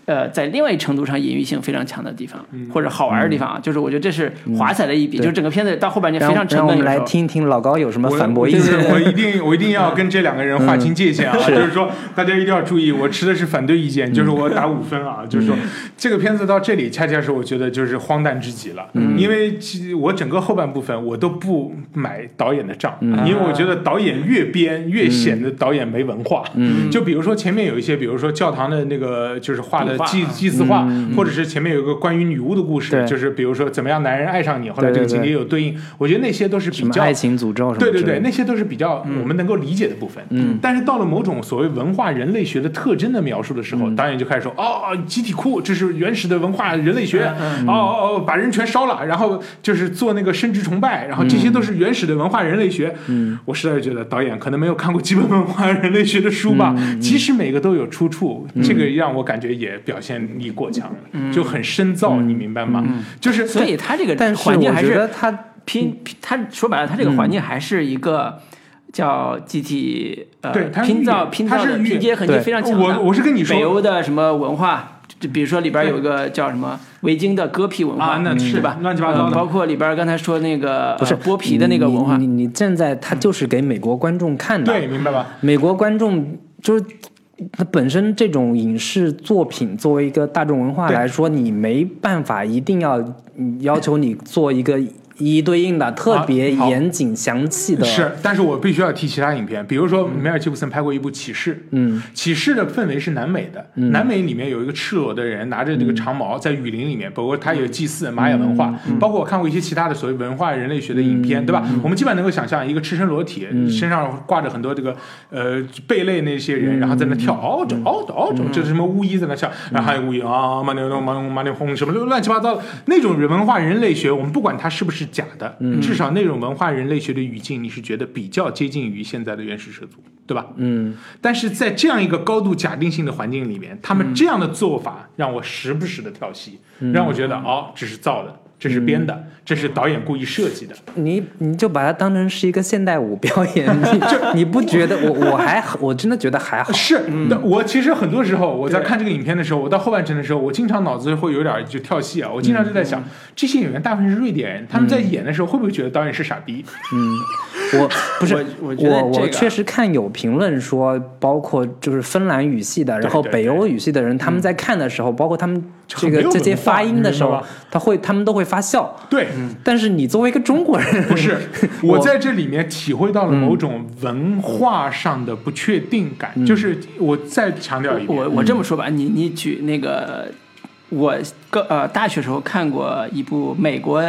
S1: 呃，在另外一程度上，隐喻性非常强的地方，
S2: 嗯
S1: 或者好玩的地方啊，就是我觉得这是华彩的一笔，就是整个片子到后半截
S2: 让
S1: 非常沉
S2: 嗯让我
S1: 闷
S2: 们
S1: 的时
S2: 来
S1: 候。
S2: 听一听老高有什么
S3: 我
S2: 反驳意嗯
S3: 对
S2: 见。
S3: 对我一定我一定要跟这两个人划清界限啊！就是说，大家一定要注意，我持的是反对意见，就是
S2: 嗯
S3: 我打五分啊！就是说，这个片子到这里，恰恰是我觉得就是荒诞至极了，
S2: 嗯
S3: 因为其实我整个后半部分我都不买导演的账，
S2: 嗯
S3: 因为我觉得导演越编越显得导演没文化。
S2: 嗯
S3: 就比如说前面有一些，比如说教堂的那个就是画的
S1: 壁画
S3: 祭祭祀画，或者是前面有一个关于女巫的故事
S2: 嗯对，
S3: 就是比如说怎么样男人爱上你，后来这
S2: 对对
S3: 个
S2: 对
S3: 情节有对应，我觉得那些都是
S2: 什
S3: 比
S2: 么
S3: 较
S2: 爱情诅咒什么
S3: 对对
S2: 之类
S3: 对，
S2: 的
S3: 那些都是比较
S1: 嗯
S3: 我们能够理解的部分。嗯，但是到了某种所谓文化人类学的特征的描述的时
S1: 嗯
S3: 候，导演就开始说：“哦，集体哭，这是原始的文化人类学。
S1: 嗯
S3: 哦哦哦，把人全烧了，然后就是做那个生殖崇拜，然后这些
S1: 嗯
S3: 都是原始的文化人类学。”嗯，我实在是觉得导演可能没有看过基本文化人类学的书吧。
S1: 嗯
S3: 其实每个都有出处，这个让我感觉也表现力过强了，就很深造，你明白吗？就是
S1: 嗯所以它这个
S2: 但是
S1: 环境
S2: 我
S1: 还
S2: 觉
S1: 是
S2: 得嗯他
S1: 拼，拼它说白了，它这个环境还是一个叫集体呃
S3: 对它是
S1: 拼造
S3: 寓言
S1: 拼造
S3: 它是
S1: 的
S3: 寓
S1: 拼
S3: 言
S1: 接痕迹
S2: 对
S1: 非常强的。
S3: 我我是跟你说
S1: 北，欧的什么文化，就比如说里边有一个叫什么维京的割皮文化
S3: 啊那是
S1: 对吧？
S3: 乱七八糟的
S1: 呃包括里边刚才说那个
S2: 嗯不是
S1: 呃剥皮的那个文化嗯
S2: 你，你你站在他就是给美国观众看的，
S3: 对，明白吧？
S2: 美国观众就是它本身这种影视作品作为一个大众文化
S3: 对
S2: 来说，你没办法一定要嗯要求你做一个一一对应的特别
S3: 啊好
S2: 严谨详细的。
S3: 是，但是我必须要提其他影片，比如说梅尔吉布森拍过一部《启示》，嗯，《启示》的氛围是南美的，南美里面有一个赤裸的人拿着这个长矛在雨林里面，包括他有祭祀玛雅文化，包括我看过一些其他的所谓文化人类学的影片，对吧？我们基本上能够想象一个赤身裸体，身上挂着很多这个呃贝类那些人，然后在那跳嗷着嗷着嗷着，就是什么巫医在那跳，然后还有巫医啊马牛马马牛轰什么乱七八糟的那种文化人类学，我们不管它是不是假的，至少那种文化人类学的语境，你是觉得比较接近于现在的原始社族，对吧？
S2: 嗯，
S3: 但是在这样一个高度假定性的环境里面，他们这样的做法让我时不时的跳戏，让我觉得哦，这是造的，这是编的，这是导演故意设计的。
S2: 你你就把它当成是一个现代舞表演，你 你不觉得我我还好我真的觉得还好。
S3: 呃是，那我其实很多时候我在看这个影片的时候，我到后半程的时候，我经常脑子会有点就跳戏啊，我经常就在想，这些演员大部分是瑞典人，他们在演的时候会不会觉得导演是傻逼？
S2: 我不是
S1: 我我觉得
S2: 我
S1: 这个
S2: 我确实看有评论说，包括就是芬兰语系的，然后
S3: 对对嗯
S2: 北欧语系的人，他们在看的时候，包括他们这个这些发音的时候，他会他们都会发笑。
S3: 对，
S2: 但是你作为一个中国人，
S3: 不是嗯我在这里面体会到了某种文化上的不确定感，就是我再强调一遍，
S1: 我我这么说吧，你你举那个，我个呃大学时候看过一部美国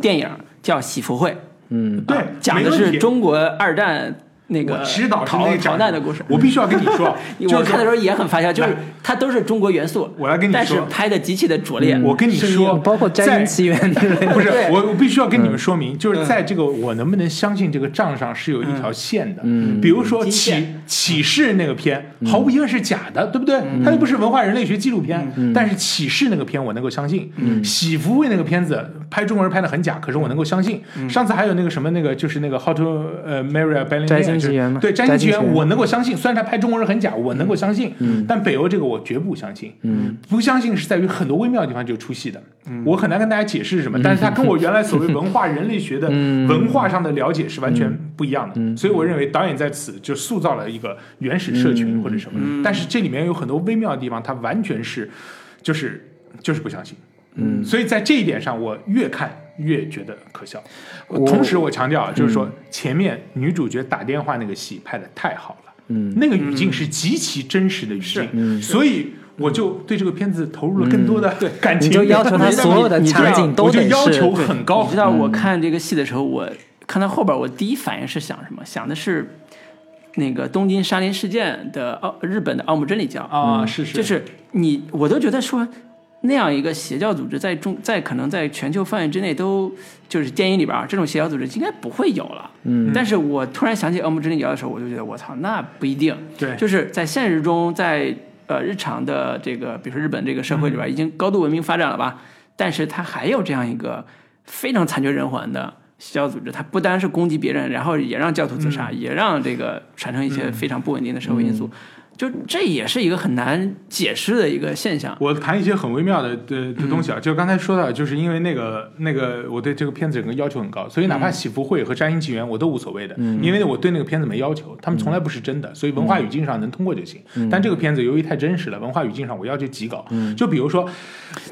S1: 电影叫《喜福会》，
S2: 嗯，
S3: 对
S1: 啊，讲的
S3: 没问题
S1: 是中国二战那
S3: 我
S1: 个
S3: 知道是那
S1: 逃
S3: 个
S1: 逃难的故事。，
S3: 我必须要跟你说
S1: 我
S3: 就是
S1: 看的时候也很发笑，就是它都是中国元素，
S3: 我来跟你
S1: 但是
S3: 说
S1: 拍的极其的拙劣。
S2: 嗯
S3: 我跟你说，
S2: 包括《摘
S3: 在
S2: 星奇缘》之类的，
S3: 不是
S1: 对嗯
S3: 我，我必须要跟你们说明，就是在这个我能不能相信这个账上是有一条线的。嗯，比如说
S1: 金
S3: 启
S1: 线
S3: 启示那个片，
S1: 嗯
S3: 毫无疑问是假的，对不对？它又不是文化人类学纪录片，
S1: 嗯
S3: 但是启示那个片我能够相信，喜福卫那个片子拍中国人拍的很假，可是我能够相信。
S1: 嗯
S3: 上次还有那个什么那个就是那个 How to 呃 Marry a b a l i n
S2: 摘星奇缘吗
S3: 对《摘星
S2: 摘
S3: 奇
S2: 星
S3: 缘
S2: 奇》，缘
S3: 我能够相信，虽然他拍中国人很假，我能够相信，但北欧这个我绝不相信，不相信是在于很多微妙的地方就出戏的，我很难跟大家解释是什么，但是它跟我原来所谓文化人类学的文化上的了解是完全不一样的，所以我认为导演在此就塑造了一个原始社群或者什么，但是这里面有很多微妙的地方，它完全是就是就是不相信，嗯，所以在这一点上，我越看。越觉得可笑。同时，我强调啊，就是说
S2: 嗯
S3: 前面女主角打电话那个戏拍的太好了，嗯，那个语境是极其真实的语境，
S2: 嗯
S3: 所以我就对这个片子投入了更多的感情，
S2: 你就要求他所有的
S3: 对
S2: 场景都
S3: 我就
S2: 得
S3: 要求
S2: 是。
S3: 很高
S1: 你知。道我看这个戏的时候，我看到后边，我第一反应是想什么？想的是那个东京沙林事件的奥日本的奥姆真理教，
S3: 啊，是是，
S1: 就是你我都觉得说那样一个邪教组织在中在可能在全球范围之内都就是电影里边啊，这种邪教组织应该不会有了。嗯，但是我突然想起奥姆真理教的时候，我就觉得我操，那不一定。
S3: 对
S1: 就是在现实中，在呃日常的这个，比如说日本这个社会里边，已经高度文明发展了吧，但是它还有这样一个非常惨绝人寰的邪教组织，它不单是攻击别人，然后也让教徒自
S3: 嗯
S1: 杀，也让这个产生一些非常不稳定的社会因素，就这也是一个很难解释的一个现象。
S3: 我谈一些很微妙的的的东西啊，就刚才说到，就是因为那个那个，我对这个片子整个要求很高，所以哪怕《喜福会》和《摘星奇缘》我都无所谓的，因为我对那个片子没要求，他们从来不是真的，所以文化语境上能通过就行。但这个片子由于太真实了，文化语境上我要求极高。就比如说，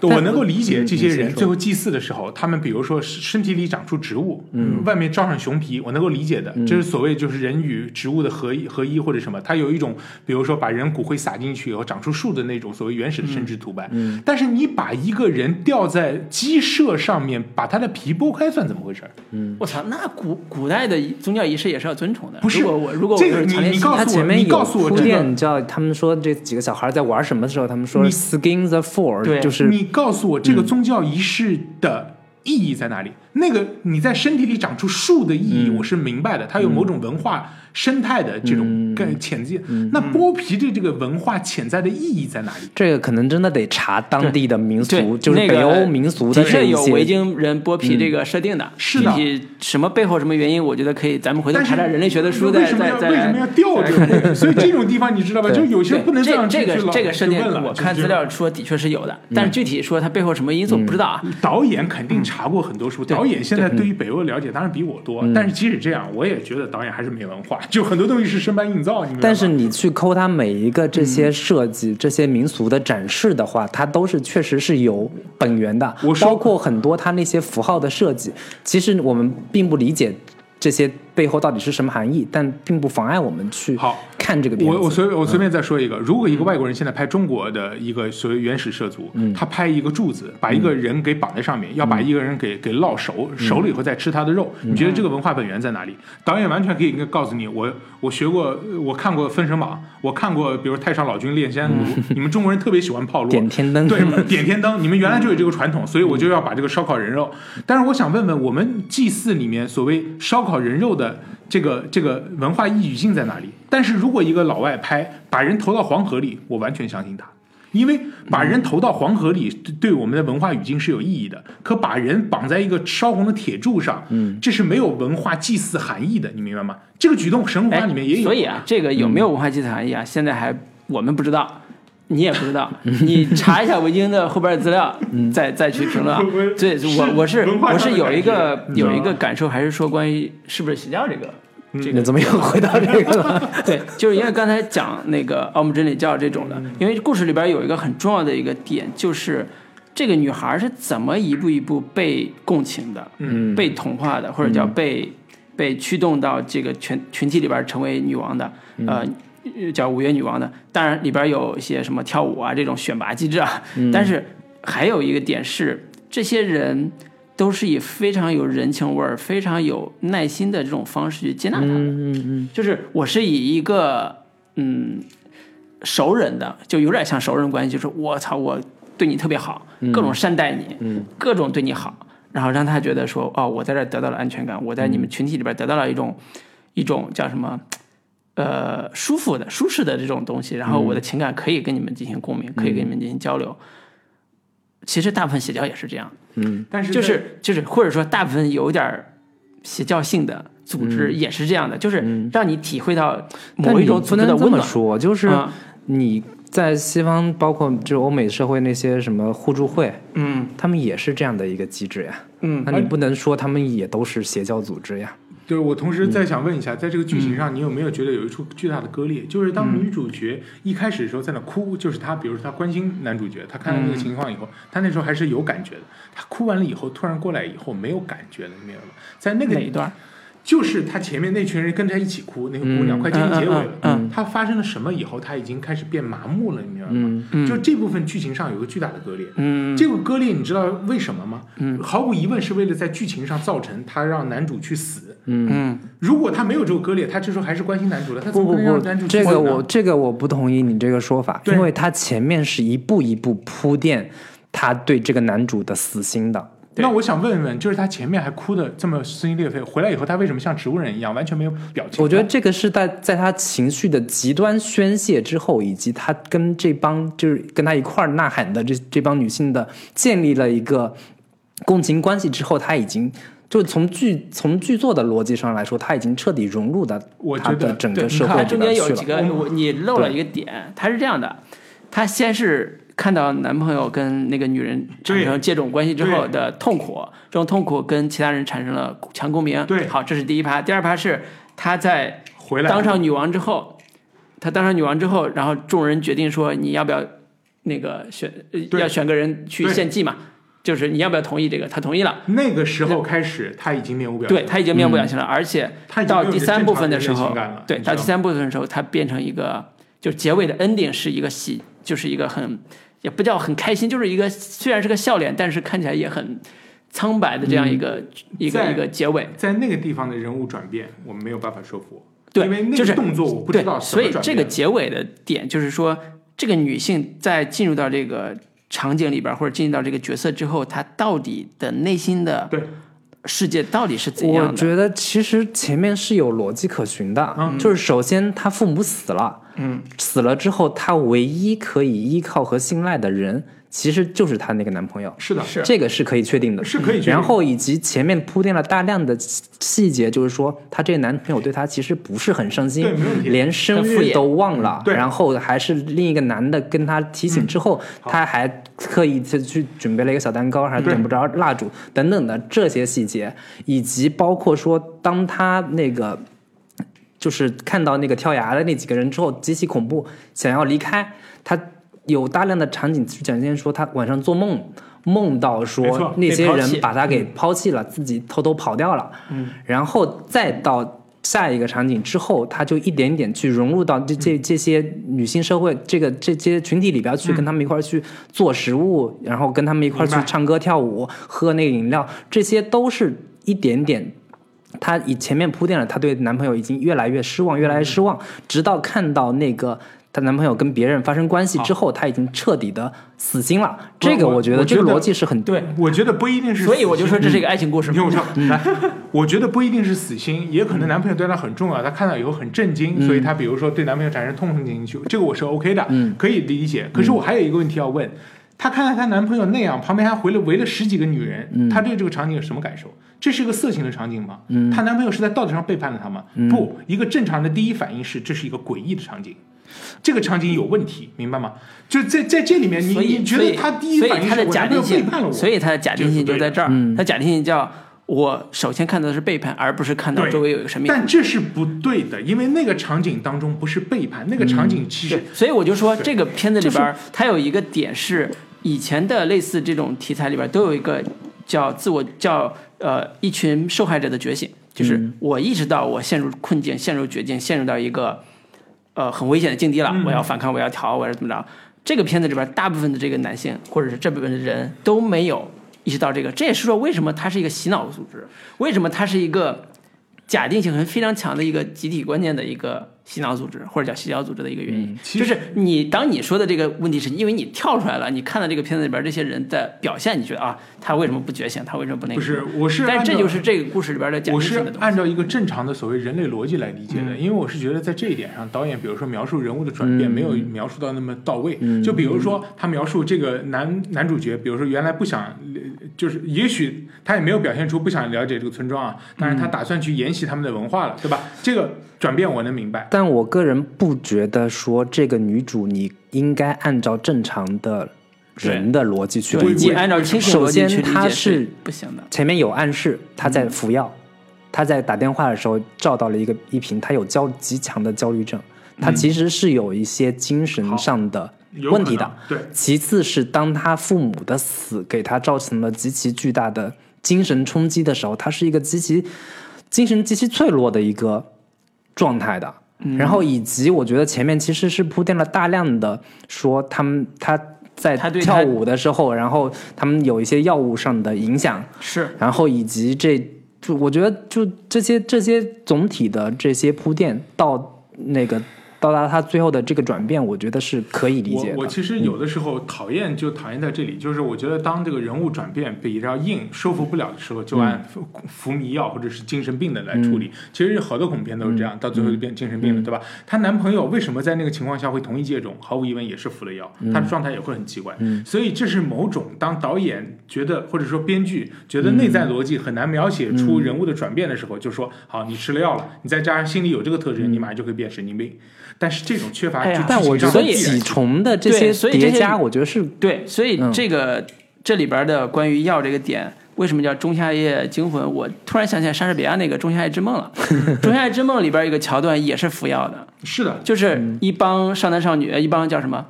S3: 我能够理解这些人最后祭祀的时候，他们比如说身体里长出植物，外面罩上熊皮，我能够理解的，这是所谓就是人与植物的合一合一或者什么，它有一种比如说把人骨灰撒进去以后长出树的那种所谓原始的生殖图案。但是你把一个人吊在鸡舍上面，把他的皮剥开，算怎么回事儿？
S1: 我操，那古古代的宗教仪式也是要遵从的。
S3: 嗯不是
S1: 如果我如果我
S3: 这
S1: 就
S3: 个
S1: 是
S3: 你
S1: 强烈
S3: 你
S1: 信
S3: 告
S2: 他
S3: 诉我，
S2: 前面
S3: 你
S2: 有
S3: 告诉我
S2: 铺
S3: 这个
S2: 垫，你知道他们说这几个小孩在玩什么的时候，他们说
S3: 你
S2: “skin the four”，
S1: 对
S2: 就是
S3: 你告诉我这
S1: 嗯
S3: 个宗教仪式的意义在哪里？那个你在身体里长出树的意
S1: 嗯
S3: 义，我是明白的，它有某种文化生态的这
S1: 嗯
S3: 种概潜在。那剥皮的这个文化潜在的意义在哪里？
S2: 这个可能真的得查当地的民俗，
S1: 对，
S2: 就是
S1: 那
S2: 北
S1: 个
S2: 欧民俗
S1: 的
S2: 这
S1: 确
S2: 一
S1: 有
S2: 些嗯
S1: 维京人剥皮这个设定的。
S3: 是的
S1: 具体什么背后什么原因，我觉得可以，咱们回头
S3: 但是
S1: 查查人类学的书，
S3: 为
S1: 再
S3: 什么
S1: 再
S3: 要
S1: 再
S3: 为什么
S1: 来。
S3: 要掉这个东 西？所以这种地方你知道吧？
S2: 对
S3: 就有些
S1: 对，
S3: 不能这
S1: 这
S3: 样
S1: 这
S3: 去
S1: 个
S3: 老
S1: 这个设定
S3: 就问，了
S1: 我
S3: 就
S1: 看
S3: 这
S1: 资
S3: 样
S1: 料说的确是有的，但
S2: 嗯
S1: 是具体说它背后什么因素不知道啊。
S3: 导演肯定查过很多书，导演现在
S1: 嗯
S3: 对于北欧了解当然比我多，但是即使这样，我也觉得导演还是没文化，就很多东西是生搬硬造。你明白
S2: 但
S3: 吗
S2: 是你去抠它每一个这些设计、这些民俗的展示的话，它都是确实是有本源的。
S3: 我说
S2: 包括很多它那些符号的设计，其实我们并不理解这些背后到底是什么含义，但并不妨碍我们去
S3: 好
S2: 看这个片子。嗯
S3: 我我随我随便再说一个，如果一个外国人现在拍中国的一个所谓原始社族，
S2: 嗯
S3: 他拍一个柱子，把一个人给绑在上面，要把一个人给给烙
S2: 嗯
S3: 熟，熟了以后再吃他的肉，你觉得这个文化本源在哪里？导演完全可以告诉你，我我学过，我看过《封神榜》，我看过，比如《太上老君炼仙炉》，你们中国人特别喜欢泡
S2: 嗯点
S3: 路。
S2: 天 灯，
S3: 对， 点天灯，你们原来就有这个传统，所以我就要把这个烧烤人肉。但是我想问问，我们祭祀里面所谓烧烤人肉的这个这个文化意义性在哪里？但是如果一个老外拍把人投到黄河里，我完全相信他。因为把人投到黄河里，对对我们的文化语境是有意义的。可把人绑在一个烧红的铁柱上，嗯，这是没有文化祭祀含义的，你明白吗？这个举动神
S1: 哎
S3: 话里面也有，
S1: 所以啊，这个有
S2: 嗯
S1: 没有文化祭祀含义啊？现在还我们不知道，你也不知道，
S2: 嗯
S1: 你查一下维京的后边的资料，再再去评论啊。
S3: 我
S1: 对，我我是
S3: 文化
S1: 我
S3: 上的
S1: 是有一
S3: 感
S1: 个
S3: 觉
S2: 嗯
S1: 有一个感受，还是说关于是不是邪教这个
S3: 嗯
S1: 这
S2: 你
S1: 个
S2: 怎么又回到这个 了？
S1: 对，就是因为刚才讲那个奥姆真理教这种的，因为故事里边有一个很重要的一个点，就是这个女孩是怎么一步一步被共情的，
S2: 嗯，
S1: 被同化的，或者叫被、被驱动到这个群群体里边成为女王的，呃。叫五月女王的，当然里边有一些什么跳舞啊这种选拔机制啊，但是还有一个点是，这些人都是以非常有人情味儿、非常有耐心的这种方式去接纳她的。
S2: 嗯嗯嗯，
S1: 就是我是以一个嗯熟人的，就有点像熟人关系，就是我操，我对你特别好，各种善待你，各种对你好，然后让他觉得说，哦，我在这儿得到了安全感，我在你们群体里边得到了一种、一种叫什么？呃，舒服的、舒适的这种东西，然后我的情感可以跟你们进行共鸣，可以跟你们进行交流。其实大部分邪教也是这样的，
S3: 但是
S1: 就
S3: 在
S1: 是就是，或者说大部分有点儿邪教性的组织也是这样的，就是让你体会到
S2: 嗯但
S1: 某
S2: 你
S1: 一种
S2: 不
S1: 组织的
S2: 能这
S1: 温
S2: 么
S1: 暖。
S2: 说，就是
S1: 啊
S2: 你在西方，包括就是欧美社会那些什么互助会，
S1: 嗯
S2: 他们也是这样的一个机制呀。
S1: 嗯，
S2: 那你不能说他们也都是邪教组织呀。
S3: 对，我同
S1: 嗯
S3: 时再想问一下，在这个剧情上，你有没有觉得有一处巨大的割裂？就是当
S1: 嗯
S3: 女主角一开始的时候在那哭，就是她，比如说她关心男主角，她看到这个
S1: 嗯
S3: 情况以后，她那时候还是有感觉的。她哭完了以后，突然过来以后没有感觉了，你明白吗？在那个
S1: 哪一段？
S3: 就是她前面那群人跟她一起哭，那个姑娘
S2: 嗯
S3: 快接近结尾
S1: 嗯嗯
S3: 了，她发生了什么以后，她已经开始变麻木了，你明白吗？
S2: 嗯
S1: 嗯
S3: 就这部分剧情上有个巨大的割裂。
S1: 嗯
S3: 这个割裂你知道为什么吗？毫无疑问是为了在剧情上造成他让男主去死。
S1: 嗯，
S3: 如果他没有这个割裂，他这时候还是关心男主的，他怎
S2: 不不
S3: 么可能让男
S2: 不，
S3: 主
S2: 这
S3: 去死
S2: 个
S3: 呢
S2: 我这个我不同意你这个说法，
S3: 对
S2: 因为他前面是一步一步铺垫他对这个男主的死心的。
S3: 那我想问问，就是他前面还哭的这么撕心裂肺，回来以后他为什么像植物人一样完全没有表情？
S2: 我觉得这个是在在他情绪的极端宣泄之后，以及他跟这帮就是跟他一块儿呐喊的这这帮女性的建立了一个共情关系之后，他已经就是从剧从剧作的逻辑上来说，他已经彻底融入到
S3: 我
S2: 他
S3: 觉
S2: 的
S3: 得
S2: 整
S1: 对
S2: 个嗯社
S1: 它
S2: 会里
S1: 中
S2: 边
S1: 间有
S2: 去
S1: 几
S2: 了。嗯
S1: 个我你漏了一个点，它是这样的，她先是看到男朋友跟那个女人产生这种关系之后的痛苦，这种痛苦跟其他人产生了强共鸣。
S3: 对
S1: 好，这是第一趴。第二趴是她在
S3: 回来
S1: 当上女王之后，她当上女王之后，然后众人决定说你要不要那个选，呃
S3: 对
S1: 要选个人去
S3: 对
S1: 献祭嘛，就是你要不要同意这个？她同意了，
S3: 那个时候开始他已经面无表情，
S1: 对，她已经面无表情了，而且
S3: 他已经没
S1: 到
S3: 有
S1: 第三部分的时
S3: 正
S1: 候
S3: 常人类情感了，
S1: 对，
S3: 你知道
S1: 到
S3: 吗
S1: 第三部分的时候，它变成一个，就是结尾的 ending 是一个喜，就是一个很也不叫很开心，就是一个虽然是个笑脸，但是看起来也很苍白的这样一个、一个
S3: 嗯在
S1: 一个结尾。
S3: 在那个地方的人物转变，我们没有办法说服我，
S1: 对
S3: 因为那
S1: 就是
S3: 个动作我不
S1: 对，
S3: 知道什
S1: 所
S3: 么
S1: 以
S3: 转变
S1: 这个结尾的点就是说，这个女性在进入到这个场景里边儿，或者进入到这个角色之后，她到底的内心的
S3: 对
S1: 世界到底是怎
S2: 我
S1: 样的？嗯
S2: 觉得其实前面是有逻辑可循的，就是首先他父母死了，嗯，死了之后他唯一可以依靠和信赖的人，其实就是她那个男朋友。
S3: 是的，
S1: 是
S2: 这个是可以确定的，
S3: 是可以确定的
S2: 然后以及前面铺垫了大量的细细节，就是说她这个男朋友对她其实不是很上心
S3: 对没问，题
S2: 连生
S1: 很敷
S2: 日
S1: 衍
S2: 都忘了，
S3: 对
S2: 然后还是另一个男的跟她提醒之后，她还刻意去去准备了一个小蛋糕，还点不着蜡烛等等的这些细节，以及包括说当她那个。就是看到那个跳崖的那几个人之后，极其恐怖，想要离开。他有大量的场景去展现说，他晚上做梦，梦到
S3: 没
S2: 说
S3: 错
S2: 那些
S1: 被抛弃
S2: 人把他给抛弃了，自己偷偷跑掉了。嗯，然后再到下一个场景之后，他就一点点去融入到这这
S3: 嗯
S2: 这些女性社会这个这些群体里边去，跟他们一块儿去做食物，然后跟他们一块儿去
S3: 明白
S2: 唱歌跳舞、喝那个饮料，这些都是一点点她以前面铺垫了，她对男朋友已经越来越失望，越来越失望，
S1: 嗯
S2: 直到看到那个她男朋友跟别人发生关系之后，她已经彻底的死心了。
S3: 不是
S2: 这个
S3: 我
S2: 我觉得
S3: 我
S2: 这个
S3: 觉得
S2: 逻辑是很
S1: 对，
S3: 我觉得不一定是死心，
S1: 所以我就说这是一个爱情故事
S3: 你
S1: 嘛。
S3: 听我说，来，
S1: 嗯
S3: 我觉得不一定是死心，也可能男朋友对她很重要，她看到以后很震惊，
S1: 嗯
S3: 所以她比如说对男朋友产生痛恨情绪，这个我是 OK 的，可以理解。可
S1: 嗯
S3: 是我还有一个问题要问，她看到她男朋友那样，旁边还围了围了十几个女人，
S1: 嗯
S3: 她对这个场景有什么感受？这是一个色情的场景吗？
S1: 嗯
S3: 她男朋友是在道德上背叛了她吗？不，一个正常的第一反应是这是一个诡异的场景。这个场景有问题，明白吗？就在在这里面，嗯你
S1: 所以
S3: 你觉得她第一
S1: 所以
S3: 反应
S1: 她
S3: 是
S1: 的
S3: 我
S1: 假
S3: 男
S1: 定
S3: 朋友背
S1: 性
S3: 叛了，我，嗯
S1: 所以她的假定性就在这儿，她假定性叫我首先看到的是背叛，而不是看到
S3: 对
S1: 周围有一个神秘。
S3: 但这是不对的，因为那个场景当中不是背叛，那个场景其实
S1: 对，所以我就说
S3: 对
S1: 这个片子里边儿，它有一个点是以前的类似这种题材里边儿都有一个叫自我叫呃一群受害者的觉醒，就是我意识到我陷入困境、陷入绝境、陷入到一个呃很危险的境地了，我要反抗，我要逃，我要怎么着？这个片子里边儿大部分的这个男性或者是这部分的人都没有意识到这个，这也是说为什么它是一个洗脑的组织，为什么它是一个。假定性很非常强的一个集体观念的一个洗脑组织，或者叫洗脑组织的一个原因，
S3: 嗯其
S1: 就
S3: 实
S1: 是你当你说的这个问题是因为你跳出来了，你看到这个片子里边这些人的表现，你觉得啊，他为什么不觉醒？他为什么不那个？
S3: 不是，我是
S1: 但
S3: 按
S1: 这
S3: 照
S1: 就是这个故事里边的假
S3: 我
S1: 定
S3: 是
S1: 性的东西。嗯
S3: 按照一个正常的所谓人类逻辑来理解的，因为我是觉得在这一点上，导演比如说描述人物的转变没有描述到那么到位。
S1: 嗯
S3: 就比如说他描述这个男男主角，比如说原来不想，呃就是也许他也没有表现出不想了解这个村庄啊，
S1: 嗯
S3: 但是他打算去沿袭他们的文化了，对吧？这个转变我能明白。
S2: 但我个人不觉得说这个女主你应该按照正常的人的逻辑去
S1: 以
S2: 理
S1: 及
S2: 解。
S1: 按照清醒逻辑去理
S2: 首先它
S1: 解
S2: 是
S1: 不行的。
S2: 前面有暗示，她在服药，她在打电话的时候照到了一个依萍，她有焦极强的焦虑症，她其实是有一些精神上的
S3: 有
S2: 问题
S3: 可
S2: 的
S3: 能。对，
S2: 其次是当她父母的死给她造成了极其巨大的精神冲击的时候，她是一个极其精神极其脆弱的一个状态的。然后以及我觉得前面其实是铺垫了大量的说他们他在
S1: 他对他
S2: 跳舞的时候，然后他们有一些药物上的影响，
S1: 是，
S2: 然后以及这就我觉得就这些这些总体的这些铺垫到那个到达他最后的这个转变，我觉得是可以理解的。
S3: 我我其实有的时候讨厌就讨厌在这里，就是我觉得当这个人物转变比较硬，收服不了的时候，就
S2: 嗯
S3: 按服服迷药或者是精神病的来处理。其实有好多恐怖片都是这
S2: 嗯
S3: 样，到最后就变精神病了，对吧？她男朋友为什么在那个情况下会同意借种？毫无疑问也是服了药，
S2: 嗯
S3: 他的状态也会很奇怪。所以这是某种当导演觉得或者说编剧觉得内在
S2: 嗯
S3: 逻辑很难描写出人物的转变的时候，就说好，你吃了药了，你再加上心里有这个特质，你马上就会变神经病。但是这种缺乏
S1: 哎
S3: 就
S1: 呀
S3: 剧情上的
S2: 但
S3: 必然，
S2: 我觉得几重的这些
S1: 对所以这些
S2: 叠加，我觉得是
S1: 对，所以
S2: 嗯
S1: 这个、这里边的关于药这个点，为什么叫仲夏夜惊魂？我突然想起来莎士比亚那个《仲夏夜之梦》了，《仲夏夜之梦》里边一个桥段也是服药的，
S3: 是的，
S1: 就是一帮少男少女，一帮叫什么，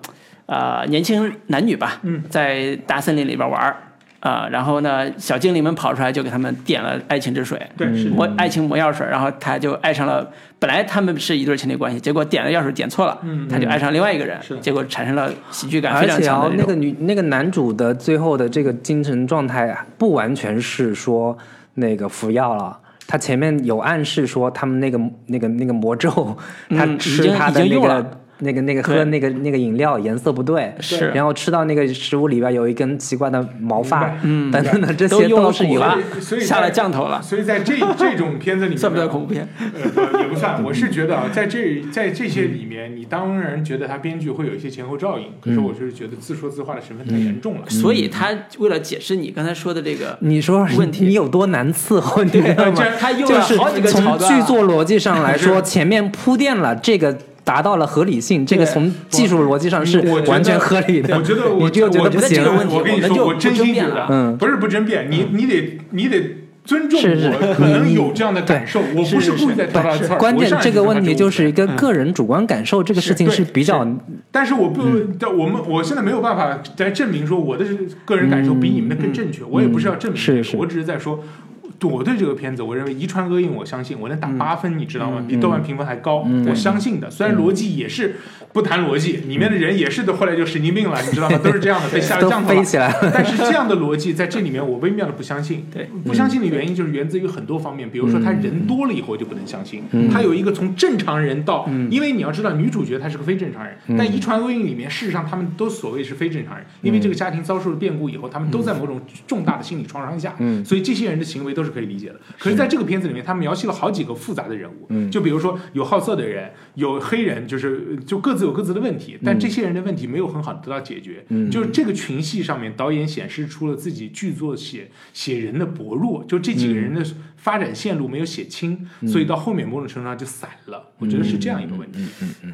S1: 呃，年轻男女吧，
S3: 嗯
S1: 在大森林里边玩儿，啊、然后呢，小精灵们跑出来就给他们点了爱情之水，
S3: 对，是的。
S1: 魔爱情魔药水，然后他就爱上了，本来他们是一对情侣关系，结果点了药水点错了，
S3: 嗯
S1: 他就爱上另外一个人
S3: 是，
S1: 结果产生了喜剧感
S2: 而
S1: 非常
S2: 且
S1: 强
S2: 啊
S1: 的，
S2: 那
S1: 那
S2: 个
S1: 种。
S2: 女那个男主的最后的这个精神状态啊不完全是说那个服药了。他前面有暗示说他们那个那个那个魔咒，
S1: 嗯
S2: 他
S1: 已
S2: 吃
S1: 经
S2: 他
S1: 已
S2: 的
S1: 经
S2: 那
S1: 用
S2: 个
S1: 了
S2: 那个那个
S1: 对
S2: 喝那个那个饮料颜色不对，
S1: 是
S2: 然后吃到那个食物里边有一根奇怪的毛
S3: 明
S2: 发
S3: 白，
S2: 嗯，等等的这
S1: 都
S2: 些
S1: 用了
S2: 都是
S1: 蛊
S2: 有
S1: 了
S3: 所以，在
S1: 下了降头了，
S3: 所以在这这种片子里面，
S1: 算不算恐怖片？
S2: 嗯
S3: 呃，也不算。我是觉得啊，在这在这些里面，你当然觉得他编剧会有一些前后照应，可是我是觉得自说自话的成分太严重了。
S1: 所以他为了解释你刚才说的这个，
S2: 你说
S1: 问题
S2: 你有多难伺 候，你知道吗？
S1: 他用
S2: 就
S1: 了
S2: 是
S1: 好几个桥
S2: 从
S1: 段
S2: 剧
S1: 啊。
S2: 作逻辑上来说，
S3: 是
S2: 前面铺垫了这个达到了合理性，这个
S1: 对
S2: 从技术逻辑上是
S3: 我觉得
S2: 完全合理的。
S3: 我觉得嗯我
S2: 你就觉
S3: 我
S2: 不
S1: 觉得这
S2: 行
S1: 个，问题
S3: 我跟你
S1: 我们
S3: 说，
S1: 就
S3: 我真
S1: 不争
S3: 心觉
S1: 辩了
S3: 得，
S2: 嗯
S3: 不是不争辩，你你得你得。尊重
S2: 是是
S3: 我，可能
S2: 你
S3: 有这样的感受，我不
S2: 是
S3: 是故意在挑他刺儿。
S2: 关
S3: 我
S2: 键
S3: 上来
S2: 这个
S3: 就说他
S2: 问题
S3: 无
S2: 就
S3: 辜
S2: 是一个个人主观感受，这个事情
S3: 嗯对
S2: 是比较
S3: 但是我不，但我们我现在没有办法来证明说我的个人感受比你们的更正确，我也不是要证明这个，
S2: 是是
S3: 我只是在说。我对这个片子，我认为《遗传厄运》，我相信我能打八分，你知道吗？比豆瓣评分还高，我相信的。虽然逻辑也是不谈逻辑，里面的人也是都后来就神经病了，你知道吗？都是这样的，被下了
S2: 都
S3: 降头了
S2: 飞。起来了。
S3: 但是这样的逻辑在这里面，我微妙的不相信。
S1: 对，
S3: 不相信的原因就是源自于很多方面，比如说他人多了以后就不能相信，
S2: 嗯
S3: 他有一个从正常人到，因为你要知道女主角她是个非正常人，
S2: 嗯
S3: 但《遗传厄运》里面事实上他们都所谓是非正常人，因为这个家庭遭受了变故以后，他们都在某种重大的心理创伤下，
S2: 嗯
S3: 所以这些人的行为都是可以理解的。可是在这个片子里面，他描写了好几个复杂的人物，
S2: 嗯
S3: 就比如说有好色的人，有黑人，就是就各自有各自的问题，但这些人的问题没有很好得到解决。
S2: 嗯
S3: 就是这个群戏上面，导演显示出了自己剧作写写人的薄弱，就这
S2: 嗯
S3: 几个人的发展线路没有写清，
S1: 嗯
S3: 所以到后面某种程度上就散了。我觉得是这样一个问题。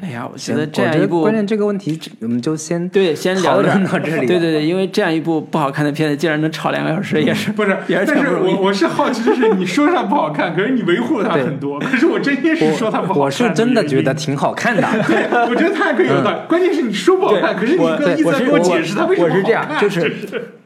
S1: 哎呀，我觉
S2: 行
S1: 得
S2: 我
S1: 这
S2: 觉
S1: 样一
S2: 得
S1: 部
S2: 关键这个问题，我们就先
S1: 对，先聊
S2: 讨
S1: 这
S2: 论
S1: 儿
S2: 到这里
S1: 对对对，因为这样一部不好看的片子，竟然能吵两个小时，也是
S3: 不是，
S1: 也是
S3: 但
S1: 挺
S3: 是
S1: 不容易
S3: 我我是好奇的是，你说它不好看，可是你维护它很多。可是我真心是说它不好看，
S2: 我是真的觉得，挺好看的。
S3: 对， 我觉得它可以有它。关键是你说不好看，可是
S1: 嗯
S3: 你
S1: 我
S3: 刚才一直
S1: 我
S3: 在
S1: 是
S3: 给解释它为什么
S1: 我是这
S3: 好
S1: 样，
S3: 看
S1: 就是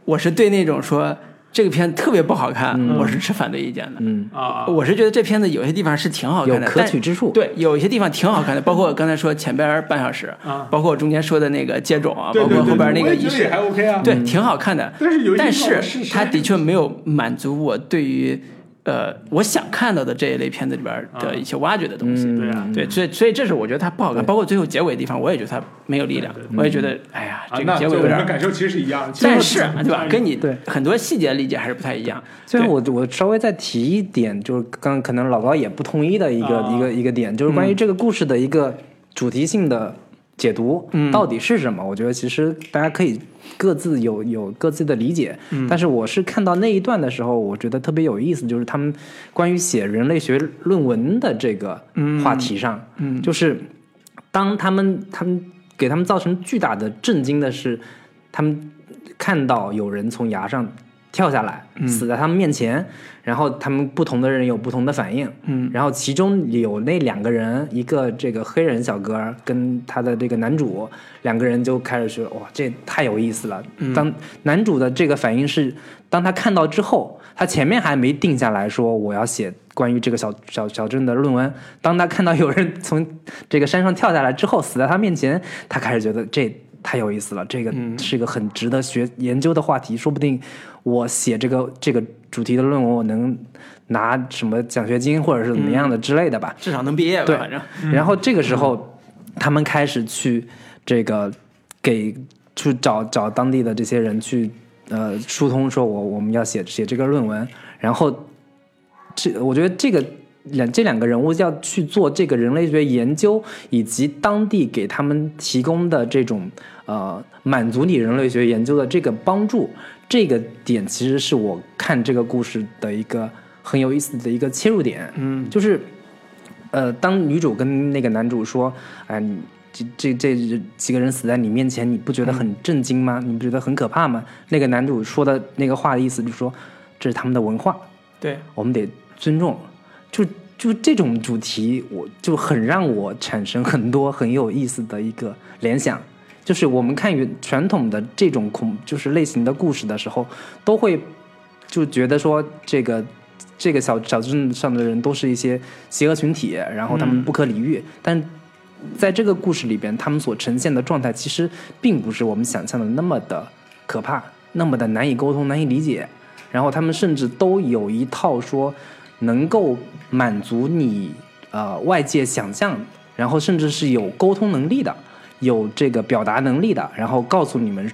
S1: 我是对那种说这个片特别不好看，我是持反对意见的。
S2: 嗯，
S3: 啊，
S1: 我是觉得这片子有些地方是挺好看的，
S2: 有可
S1: 但
S2: 取之处
S1: 对，有一些地方挺好看的，包括我刚才说前边半小时，
S3: 啊
S1: 包括我中间说的那个接种啊，
S3: 对
S1: 包
S3: 对
S1: 括
S3: 对，
S1: 后边那
S3: 对我
S1: 个
S3: 也
S1: 仪
S3: 觉得也
S1: 式，
S3: 还 OK 啊。
S2: 嗯
S1: 对，挺好看的。
S3: 但是有一些
S1: 但
S3: 地方我
S1: 是
S3: 是
S1: 它的确没有满足我对于呃我想看到的这一类片子里边
S3: 啊
S1: 的一些挖掘的东
S2: 嗯
S1: 西。
S3: 对啊，
S1: 对，嗯所以所以这是我觉得它不好看，包括最后结尾的地方，我也觉得它没有力量，我也觉得哎呀，这
S3: 啊，
S1: 个
S3: 那
S1: 结
S3: 就
S1: 尾
S3: 我
S1: 有点
S3: 们
S1: 儿。
S3: 感受其实是一样，其实
S1: 但是啊对
S3: 嗯
S1: 吧，跟你
S2: 对
S1: 很多细节理解还是不太一样。
S2: 最后
S1: 对
S2: 我我稍微再提一点，就是刚可能老高也不同意的一个、
S3: 啊
S2: 一个一个点，就是关于这个故事的一个主题性的解读、到底是什么？我觉得其实大家可以各自有有各自的理解、但是我是看到那一段的时候，我觉得特别有意思，就是他们关于写人类学论文的这个话题上，嗯就是当他们他们给他们造成巨大的震惊的是，他们看到有人从崖上跳下来，死在他们面前，然后他们不同的人有不同的反应，嗯，然后其中有那两个人，一个这个黑人小哥儿跟他的这个男主，两个人就开始说，哇，这太有意思了。当男主的这个反应是，当他看到之后，他前面还没定下来说我要写关于这个小小小镇的论文，当他看到有人从这个山上跳下来之后死在他面前，他开始觉得这太有意思了，这个是一个很值得学研究的话题，说不定我写这个这个主题的论文，我能拿什么奖学金或者是怎么样的之类的吧。
S1: 至少能毕业吧，
S2: 对
S1: 反正
S2: 然后这个时候，他们开始去这个给去找找当地的这些人去呃疏通，说我我们要写写这个论文，然后这我觉得这个两这两个人物要去做这个人类学研究，以及当地给他们提供的这种呃满足你人类学研究的这个帮助，这个点其实是我看这个故事的一个很有意思的一个切入点。嗯，就是呃，当女主跟那个男主说，哎、你这这这几个人死在你面前，你不觉得很震惊吗？你不觉得很可怕吗？那个男主说的那个话的意思就是说，这是他们的文化，
S1: 对，
S2: 我们得尊重。就就这种主题，我就很让我产生很多很有意思的一个联想。就是我们看原传统的这种恐就是类型的故事的时候，都会就觉得说这个这个小小镇上的人都是一些邪恶群体，然后他们不可理喻。但在这个故事里边，他们所呈现的状态其实并不是我们想象的那么的可怕，那么的难以沟通、难以理解。然后他们甚至都有一套说能够满足你呃外界想象，然后甚至是有沟通能力的，有这个表达能力的，然后告诉你们，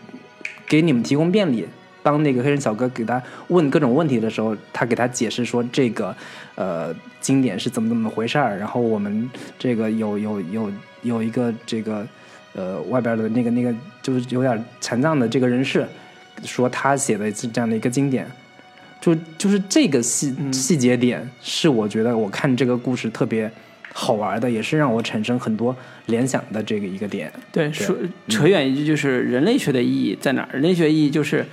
S2: 给你们提供便利。当那个黑人小哥给他问各种问题的时候，他给他解释说这个，呃，经典是怎么怎么回事儿，然后我们这个有有有有一个这个，呃，外边的那个那个就是有点残障的这个人士，说他写的是这样的一个经典，就就是这个细细节点是我觉得我看这个故事特别好玩的，也是让我产生很多联想的这个一个点。
S1: 对，说扯远一句，就是人类学的意义在哪儿？人类学意义就是，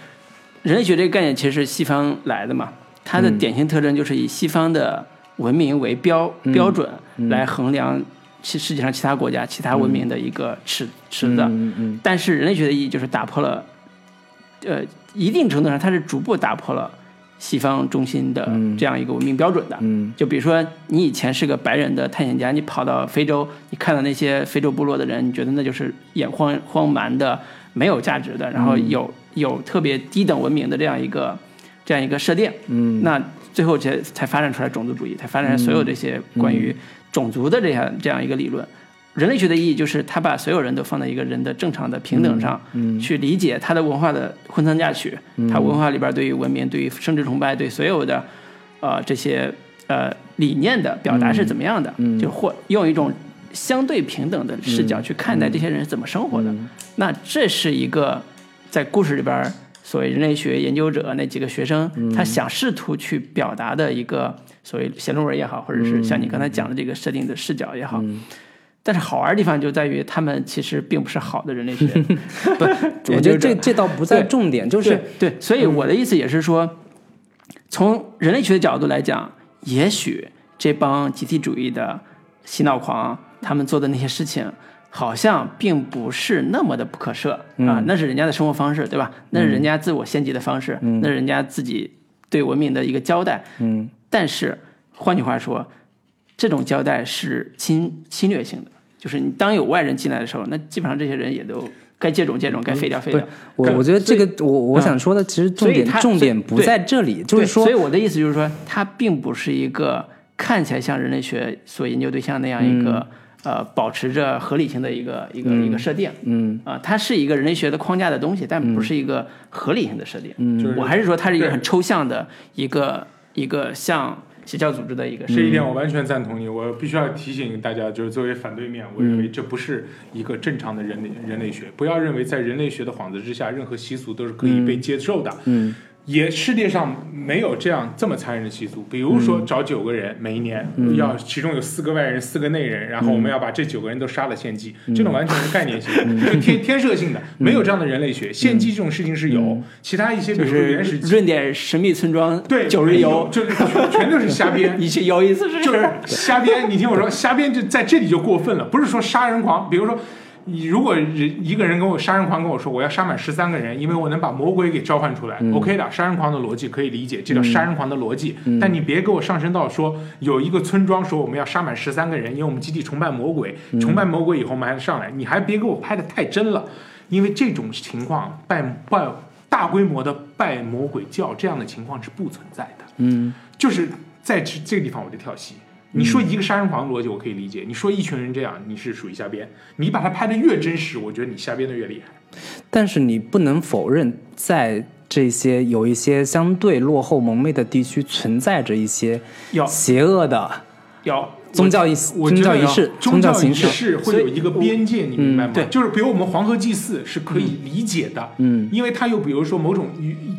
S1: 人类学这个概念其实是西方来的嘛，它的典型特征就是以西方的文明为标、标准来衡量其世界上其他国家、其他文明的一个尺尺子。
S2: 嗯嗯
S1: 但是人类学的意义就是打破了，呃，一定程度上它是逐步打破了西方中心的这样一个文明标准的。
S2: 嗯
S1: 就比如说，你以前是个白人的探险家，你跑到非洲，你看到那些非洲部落的人，你觉得那就是眼荒荒蛮的、没有价
S2: 嗯
S1: 值的，然后有有特别低等文明的这样一个这样一个设定。
S2: 嗯，
S1: 那最后才才发展出来种族主义，才发展出来所有这些关
S2: 嗯
S1: 于种族的这样、这样一个理论。人类学的意义就是他把所有人都放在一个人的正常的平等上，去理解他的文化的婚丧嫁娶，他文化里边对于文明、对于生殖崇拜、对所有的呃这些呃理念的表达是怎么样的，就或用一种相对平等的视角去看待这些人是怎么生活的。那这是一个在故事里边儿所谓人类学研究者那几个学生，他想试图去表达的一个所谓写论文也好，或者是像你刚才讲的这个设定的视角也好。但是好玩的地方就在于，他们其实并不是好的人类学，
S2: 我觉得这这倒不在重点，就是嗯
S1: 对，所以我的意思也是说，从人类学的角度来讲，也许这帮集体主义的洗脑狂他们做的那些事情，好像并不是那么的不可赦啊、
S2: 嗯
S1: 那是人家的生活方式，对吧？那是人家自我献祭的方式，那是人家自己对文明的一个交代。
S2: 嗯，
S1: 但是换句话说，这种交代是侵侵略性的，就是你当有外人进来的时候，那基本上这些人也都该接种接种，
S2: 嗯
S1: 该废掉废掉。
S2: 我我觉得这个我我想说的，其实重
S1: 所以
S2: 点
S1: 他
S2: 重点不
S1: 对
S2: 在这里，就
S1: 对，
S2: 是说
S1: 所以我的意思就是说，它并不是一个看起来像人类学所研究对象那样一
S2: 嗯
S1: 个、呃保持着合理性的一个一个、一个设定。嗯啊、它是一个人类学的框架的东西，但不
S2: 嗯
S1: 是一个合理性的设定。
S3: 就是
S1: 我还是说它是一个
S3: 对
S1: 很抽象的一个一个像邪教组织的一个设定。
S3: 这一点我完全赞同你，我必须要提醒大家，就是作为反对面，我认
S1: 嗯
S3: 为这不是一个正常的人类人类学，不要认为在人类学的幌子之下，任何习俗都是可以被接受的。
S2: 嗯，
S3: 也世界上没有这样这么残忍的习俗，比如说
S1: 嗯
S3: 找九个人，每一年要其中有四个外人，四个内人，然后我
S1: 嗯
S3: 们要把这九个人都杀了献祭，这种完全是概念性的，
S1: 嗯
S3: 就天天设性的，没有这样的人类学。献祭这种事情是有，其他一些
S1: 嗯
S3: 比
S1: 就
S3: 如说
S1: 是
S3: 原始祭
S1: 润点神秘村庄，
S3: 对
S1: 九日游，
S3: 就是全全都是瞎编，
S1: 你去游一次试试。
S3: 就是瞎编。你听我说，瞎编就在这里就过分了，不是说杀人狂，比如说。你如果人一个人跟我杀人狂跟我说我要杀满十三个人，因为我能把魔鬼给召唤出来、o k 的，杀人狂的逻辑可以理解，这叫杀人狂的逻辑。但你别给我上升到说有一个村庄说我们要杀满十三个人，因为我们集体崇拜魔鬼，崇拜魔鬼以后我们还上来，你还别给我拍的太真了，因为这种情况拜拜大规模的拜魔鬼教这样的情况是不存在的。就是在这这个地方我就跳戏。你说一个杀人狂的逻辑我可以理解，你说一群人这样，你是属于瞎编。你把它拍的越真实，我觉得你瞎编的越厉害。
S2: 但是你不能否认，在这些有一些相对落后蒙昧的地区，存在着一些
S1: 有
S2: 邪恶的
S1: 有
S2: 宗教仪
S3: 我
S2: 宗
S3: 觉
S2: 教
S3: 得
S2: 仪
S3: 啊
S2: 式、宗
S3: 宗
S2: 教
S3: 教
S2: 形
S3: 仪
S2: 式。
S3: 式会有一个边界，你明白吗？
S1: 对
S3: 就是比如我们黄河祭祀是可以理解的，
S2: 嗯，
S3: 因为它有比如说某种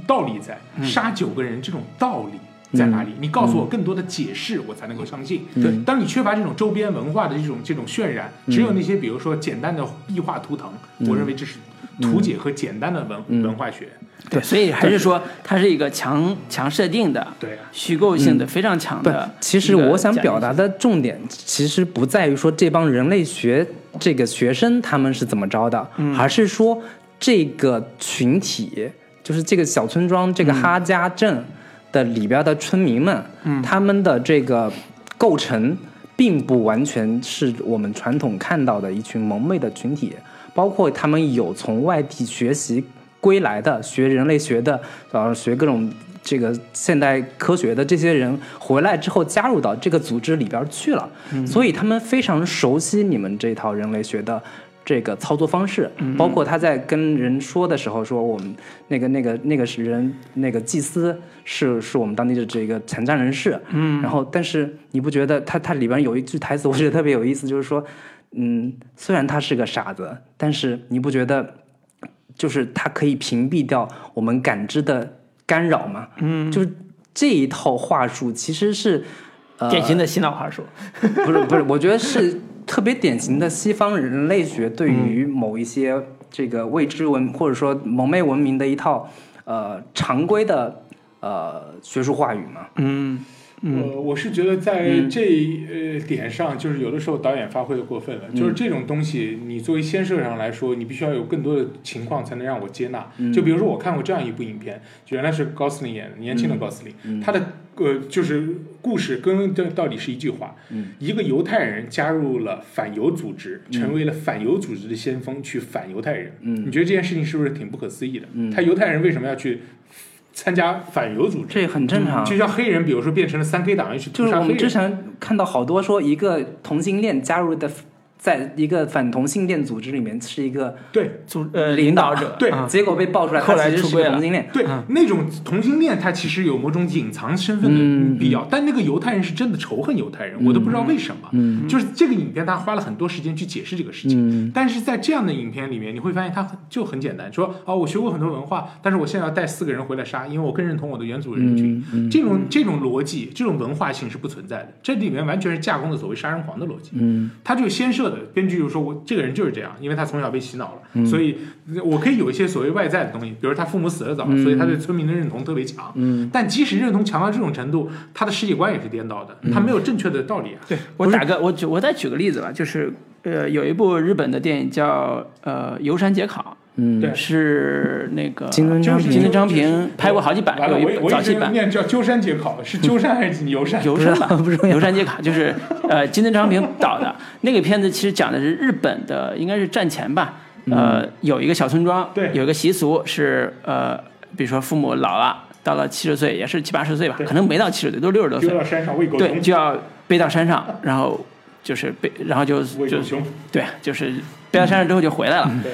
S3: 道理在，杀九个人这种道理。在哪里？
S2: 嗯
S3: 你告诉我更多的解释，我才能够相信。对，当你缺乏这种周边文化的这种这种渲染，只
S2: 嗯
S3: 有那些比如说简单的壁画图腾，我认为这是图解和简单的
S2: 嗯
S3: 文文化学。
S1: 对，所以还是说它是一个强强设定的，
S3: 对啊，
S1: 虚构性的非常强
S2: 嗯不
S1: 的。，
S2: 其实我想表达，的重点，其实不在于说这帮人类学这个学生他们是怎么着的，而是说这个群体，就是这个小村庄、这个哈家镇的里边的村民们，他们的这个构成，并不完全是我们传统看到的一群蒙昧的群体，包括他们有从外地学习归来的学人类学的，呃，学各种这个现代科学的这些人回来之后加入到这个组织里边去了，所以他们非常熟悉你们这套人类学的。这个操作方式，包括他在跟人说的时候，说我们那个那个那个是人那个祭司是是我们当地的这个残障人士，嗯，然后但是你不觉得他他里边有一句台词，我觉得特别有意思，就是说，嗯，虽然他是个傻子，但是你不觉得就是它可以屏蔽掉我们感知的干扰嘛。嗯，就是这一套话术其实是，呃，
S1: 典型的洗脑话术。
S2: 不是不是，我觉得是特别典型的西方人类学对于某一些这个未知文或者说蒙昧文明的一套呃常规的呃学术话语嘛。
S1: 嗯，
S3: 呃，我是觉得在这呃点上，就是有的时候导演发挥的过分了。就是这种东西，你作为先摄上来说，你必须要有更多的情况才能让我接纳。就比如说，我看过这样一部影片，就原来是高斯林演的，年轻的高斯林，他的呃就是故事根根到到底是一句话：一个犹太人加入了反犹组织，成为了反犹组织的先锋，去反犹太人。你觉得这件事情是不是挺不可思议的？他犹太人为什么要去参加反犹组织？
S2: 这很正常。
S3: 就像黑人，比如说变成了三 K 党，又去
S2: 啊就
S3: 屠
S2: 是
S3: 杀
S2: 我
S3: 黑
S2: 们之
S3: 人。
S2: 前看到好多说一个同性恋加入的，在一个反同性恋组织里面是一个
S3: 对
S1: 组呃
S2: 领
S1: 领
S2: 导
S1: 导者
S3: 对
S1: 啊
S2: 结果被爆出来，
S1: 后来
S2: 他其实
S1: 出
S2: 是个
S1: 柜了
S2: 同性恋。
S3: 对
S1: 嗯，
S3: 那种同性恋，他其实有某种隐藏身份
S2: 嗯
S3: 的必要。但那个犹太人是真的仇恨犹太人，我都不知道为什么。
S2: 嗯
S3: 就是这个影片，他花了很多时间去解释这个事情。但是在这样的影片里面，你会发现他很就很简单，说啊，我学过很多文化，但是我现在要带四个人回来杀，因为我更认同我的原族
S2: 嗯
S3: 人群。
S1: 嗯
S3: 这种这种逻
S1: 嗯
S3: 辑，这种文化性是不存在的。这里面完全是架空的所谓杀人狂的逻辑。他就先设的，的。编剧就说我这个人就是这样，因为他从小被洗脑了，
S1: 嗯
S3: 所以我可以有一些所谓外在的东西，比如他父母死得
S1: 嗯
S3: 早，所以他对村民的认同特别强。嗯，但即使认同强到这种程度，他的世界观也是颠倒
S1: 嗯
S3: 的，他没有正确的道理啊。对，
S1: 我打个我举我再举个例子吧，就是呃有一部日本的电影叫呃《游山解考》，
S3: 对
S1: 是那个
S2: 金樽昌平
S1: 嗯金樽昌平拍过好几版，
S3: 完了，
S1: 有
S3: 我
S1: 一嗯
S3: 一我
S1: 早
S3: 一
S1: 期
S3: 直
S1: 版。
S3: 念叫鸠山解考，是鸠山还是游山？
S1: 游山吧，不是游山解卡，就是呃金登昌平导的那个片子，其实讲的是日本的，应该是战前吧，呃，有一个小村庄，
S3: 对
S1: 有一个习俗是呃，比如说父母老了，到了七十岁，也是七八十岁吧，可能没到七十岁，都六十多
S3: 丢
S1: 岁，
S3: 到山上喂狗
S1: 对，
S3: 熊，
S1: 就要背到山上，然后就是背，然后就
S3: 喂
S1: 就
S3: 狗熊。嗯
S1: 对，就是背到山上之后就回来了。
S3: 对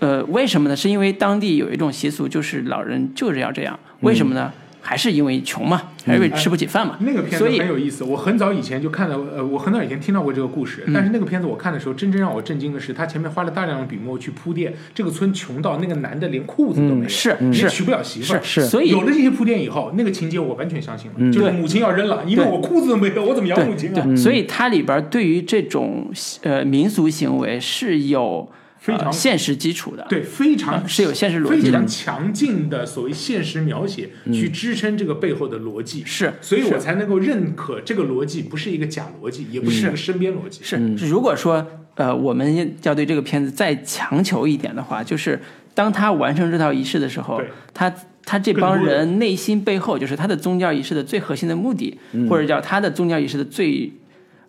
S1: 呃，为什么呢？是因为当地有一种习俗，就是老人就是要这样。为什么呢？还是因为穷嘛，还是因为吃不起饭嘛。
S3: 嗯哎那个片子
S1: 所以
S3: 很有意思，我很早以前就看到，呃，我很早以前听到过这个故事，
S1: 嗯
S3: 但是那个片子我看的时候，真正让我震惊的是，他前面花了大量的笔墨去铺垫，这个村穷到那个男的连裤子都没有，
S1: 嗯是
S3: 也
S1: 是
S3: 娶不了媳妇儿。
S2: 嗯是
S1: 所以嗯
S3: 有了这些铺垫以后，那个情节我完全相信了，就是母亲要扔了，因为
S1: 对
S3: 我裤子都没有，我怎么养母
S1: 对
S3: 亲
S1: 对、
S3: 啊？
S2: 嗯
S1: 所以它里边对于这种呃民俗行为是有
S3: 非常
S1: 呃、现实基础的，
S3: 对，非常
S1: 呃是有现实逻
S3: 非
S1: 辑的嗯
S3: 常，强劲的所谓现实描写去支撑这个背后的逻辑，
S1: 是
S3: 所以我
S1: 是
S3: 才能够认可这个逻辑不是一个假逻辑，也不是一个身边逻辑，
S1: 是，如果说呃，我们要对这个片子再强求一点的话，就是当他完成这套仪式的时候
S3: 对，
S1: 他他这
S3: 更
S1: 帮
S3: 多的
S1: 人内心背后，就是他的宗教仪式的最核心的目的，或者叫他的宗教仪式的最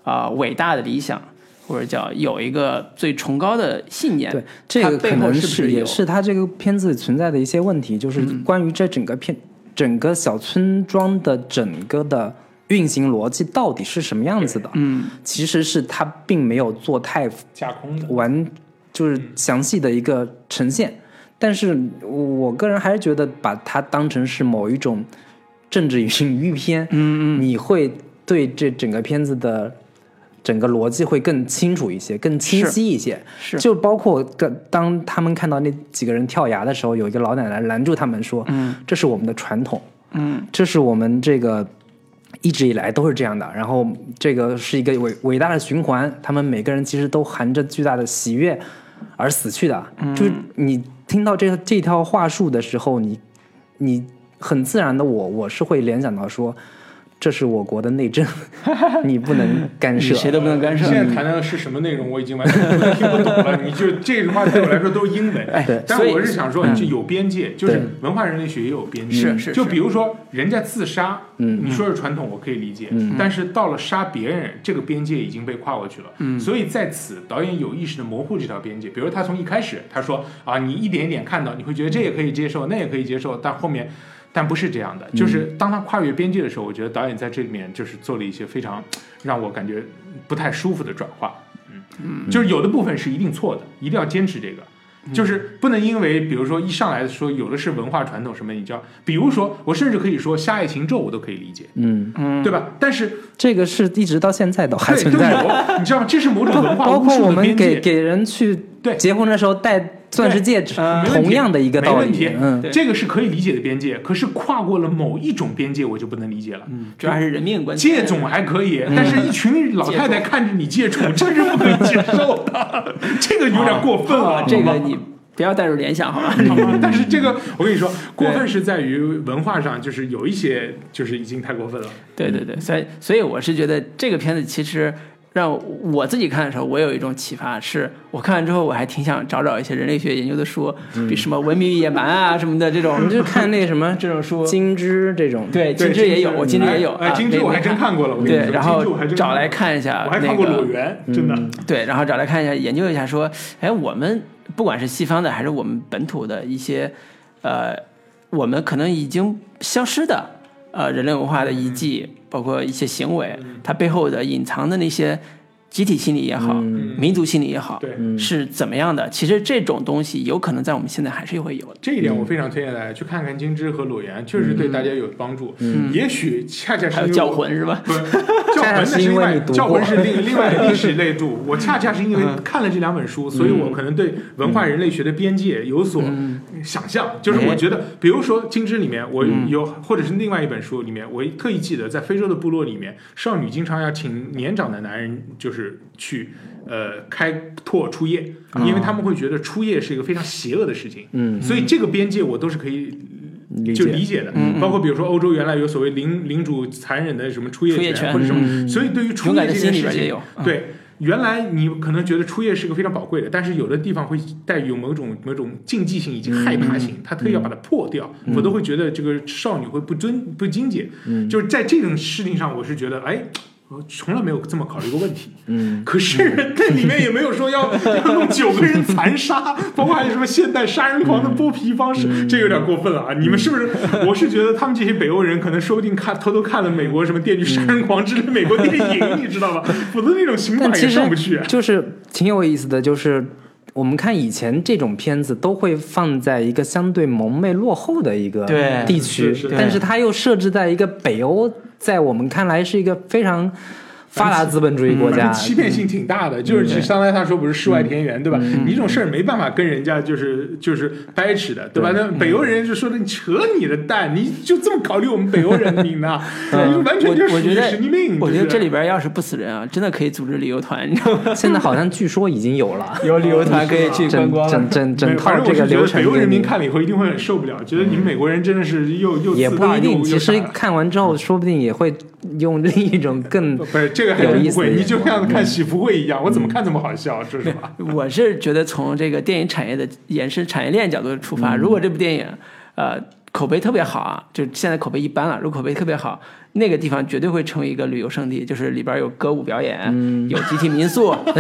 S1: 啊、伟大的理想，或者叫有一个最崇高的信念。
S2: 对，这个
S1: 它背后
S2: 可能
S1: 是不是
S2: 也
S1: 有嗯
S2: 是它这个片子存在的一些问题，就是关于这整个片、整个小村庄的整个的运行逻辑到底是什么样子的？嗯，其实是它并没有做太
S3: 架空
S1: 嗯
S3: 的。
S2: 完就是详细的一个呈现。但是我个人还是觉得把它当成是某一种政治隐喻片，嗯嗯，你会对这整个片子的整个逻辑会更清楚一些，更清晰一些。
S1: 是
S2: 就包括个当他们看到那几个人跳崖的时候，有一个老奶奶拦住他们说：“嗯，这是我们的传统，嗯，这是我们这个一直以来都是这样的。然后这个是一个伟伟大的循环，他们每个人其实都含着巨大的喜悦而死去的。就是你听到这这套话术的时候，你你很自然的我我是会联想到说。”这是我国的内政， 你不能干涉。
S1: 谁都不能干涉嗯
S3: 现。在谈的是什么内容，我已经完全听不懂 了。你就这句话对我来说都是英文，
S2: 对
S3: 但
S1: 哎所以嗯
S3: 我是想说，就有边界，就是文化人类学也有边界。
S1: 是是
S3: 嗯就是比如说人家自杀，你说是传统，我可以理解，但是到了杀别人，这个边界已经被跨过去了。所以在此，导演有意识的模糊这条边界。比如他从一开始，他说啊，你一点一点看到，你会觉得这也可以接受，那也可以接受，但后面。但不是这样的，就是当他跨越边界的时候，我觉得导演在这里面就是做了一些非常让我感觉不太舒服的转化。嗯，就是有的部分是一定错的，一定要坚持这个。
S2: 嗯
S3: 就是不能因为，比如说一上来说有的是文化传统什么，你知道，比如说我甚至可以说《狭隘情咒》，我都可以理解，
S2: 嗯，
S3: 对吧？但是
S2: 这个是一直到现在都还
S3: 对
S2: 存
S3: 都
S2: 在的，
S3: 有，你知道吗？这是某种文 化
S2: 包
S3: 巫
S2: 括
S3: 术
S2: 我
S3: 的
S2: 们
S3: 边
S2: 给
S3: 界，
S2: 给人去
S3: 对
S2: 结婚的时候戴钻石戒指，
S3: 没问题
S2: 同样的一个道
S3: 没
S2: 理
S3: 问题。
S2: 嗯，
S1: 对
S3: 这个是可以理解的边界。可是跨过了某一种边界，我就不能理解了。
S1: 嗯主要还是人命关
S3: 借
S1: 天。
S3: 种还可以，
S2: 嗯
S3: 但是一群老太太看着你借种，这是不可以接受的， 这个有点过分了。
S1: 啊这
S3: 好
S1: 个
S3: 吗
S1: 你不要带入联想好吧？
S3: 好吗？但是这个，我跟你说，过分是在于文化上，就是有一些就是已经太过分了。
S1: 对对对，所以所以我是觉得这个片子其实让我自己看的时候，我有一种启发，是我看完之后我还挺想找找一些人类学研究的书，
S3: 嗯
S1: 比什么《文明与野蛮》啊什么的这
S2: 我们
S1: 种，
S2: 就看那什么 这种
S1: 书
S2: 金枝这种，
S1: 对，哎金枝也有，我金枝也有
S3: 哎，
S1: 啊，
S3: 金枝
S1: 没
S3: 我还真。
S1: 没
S3: 看过了，我跟你
S1: 对，
S3: 说，
S1: 然
S3: 金枝
S1: 后
S3: 我还真
S1: 找来，看一下
S3: 我还看
S1: 那
S3: 过裸
S1: 个，嗯
S3: 猿，真的。
S1: 对，然后找来看一下，研究一下说，哎，我们不管是西方的还是我们本土的一些，呃，我们可能已经消失的呃人类文化的遗
S3: 嗯
S1: 迹，包括一些行为，它背后的隐藏的那些集体心理也好，民族心理也好，
S3: 嗯对
S1: 是怎么样的？其实这种东西有可能在我们现在还是会有的。
S3: 这一点我非常推荐大家去看看金枝和裸猿，确实对大家有帮助。也许恰恰是
S1: 嗯还有
S3: 因为
S1: 教
S3: 我
S1: 魂是吧？
S3: 不是，
S2: 恰
S3: 教魂
S2: 恰
S3: 那
S2: 是
S3: 是
S2: 因
S3: 另
S2: 为
S3: 外
S2: 你，读过
S3: 教魂是另另外的历史类度。我恰恰是因为看了这两本书，所以我可能对文化人类学的边界有所想象，就是我觉得，比如说《金枝》里面，我有，或者是另外一本书里面，我特意记得，在非洲的部落里面，少女经常要请年长的男人，就是去呃开拓初夜，因为他们会觉得初夜是一个非常邪恶的事情，
S2: 嗯，
S3: 所以这个边界我都是可以
S2: 理
S3: 就
S2: 解
S3: 理解的，
S1: 嗯
S3: 包括比如说欧洲原来有所谓领领主残忍的什么初夜
S1: 初夜权
S3: 权
S1: 嗯
S3: 或者什么，所以对于初
S1: 勇
S3: 夜
S1: 敢
S3: 这
S1: 的
S3: 件
S1: 心里
S3: 事
S1: 边也
S3: 情，
S1: 有，嗯
S3: 对，原来你可能觉得初夜是个非常宝贵的，但是有的地方会带有某种某种禁忌性以及害怕
S1: 嗯
S3: 性，他特意要把它破掉，否则会觉得这个少女会不尊不贞洁。
S2: 嗯
S3: 就是在这种事情上，我是觉得，哎。我从来没有这么考虑过问题，嗯，可是这里面也没有说要要弄九个人残杀， 包括还有什么现代杀人狂的剥皮方式，
S2: 嗯
S3: 这有点过分了啊！你们是不是？我是觉得他们这些北欧人可能说不定看偷偷看了美国什么《电锯杀人狂》之类的美国电 影，你知道吧？否则那种刑法
S2: 但
S3: 也
S2: 其实
S3: 上不去。啊
S2: 就是挺有意思的，就是我们看以前这种片子都会放在一个相对蒙昧落后的一个
S1: 对
S2: 地区
S3: 是是，
S2: 但是它又设置在一个北欧，在我们看来是一个非常发达资本主义国
S3: 反
S2: 家嗯
S3: 正。欺骗性挺大的，就是相当于他说不是世外田园，对吧？
S2: 嗯
S3: 你这种事儿没办法跟人家就是就是掰扯的，对吧？那北
S2: 嗯
S3: 欧人就说的，你扯你的蛋，你就这么考虑我们北欧人 民呢？
S2: 嗯
S3: 你就完全就是
S1: 我我
S3: 属于
S1: 觉得
S3: 神经病。
S1: 我觉得
S3: 就是
S1: 这里边要是不死人啊，真的可以组织旅游团，你知道吗？
S2: 现在好像据说已经有 了
S1: 有旅游团可以去观
S2: 整
S1: 光了
S2: 整。整
S3: 没
S2: 整
S3: 有反
S2: 套
S3: 正
S2: 这
S3: 我
S2: 个
S3: 是觉
S2: 流
S3: 得
S2: 程
S3: 北欧
S2: 给
S3: 人民
S2: 你
S3: 看了以后一定会很受不了，觉得你们美国人真的是又 又
S2: 也
S3: 自
S2: 不
S3: 大
S2: 一
S3: 又
S2: 定，
S3: 又
S2: 其
S3: 啥
S2: 实
S3: 的
S2: 看完之后，说不定也会用另一种 更
S3: 不是这个还
S2: 有
S3: 真
S2: 意
S3: 不
S2: 思嗯的
S3: 会，
S2: 眼
S3: 你就
S2: 光
S3: 像看喜福会一样，我怎么看怎么好笑，这是吧？
S1: 我是觉得从这个电影产业的延伸产业链角度出
S3: 嗯
S1: 发，如果这部电影，呃，口碑特别好啊，就现在口碑一般了，如果口碑特别好，那个地方绝对会成为一个旅游胜地，就是里边有歌舞表演，有集体民 宿，有这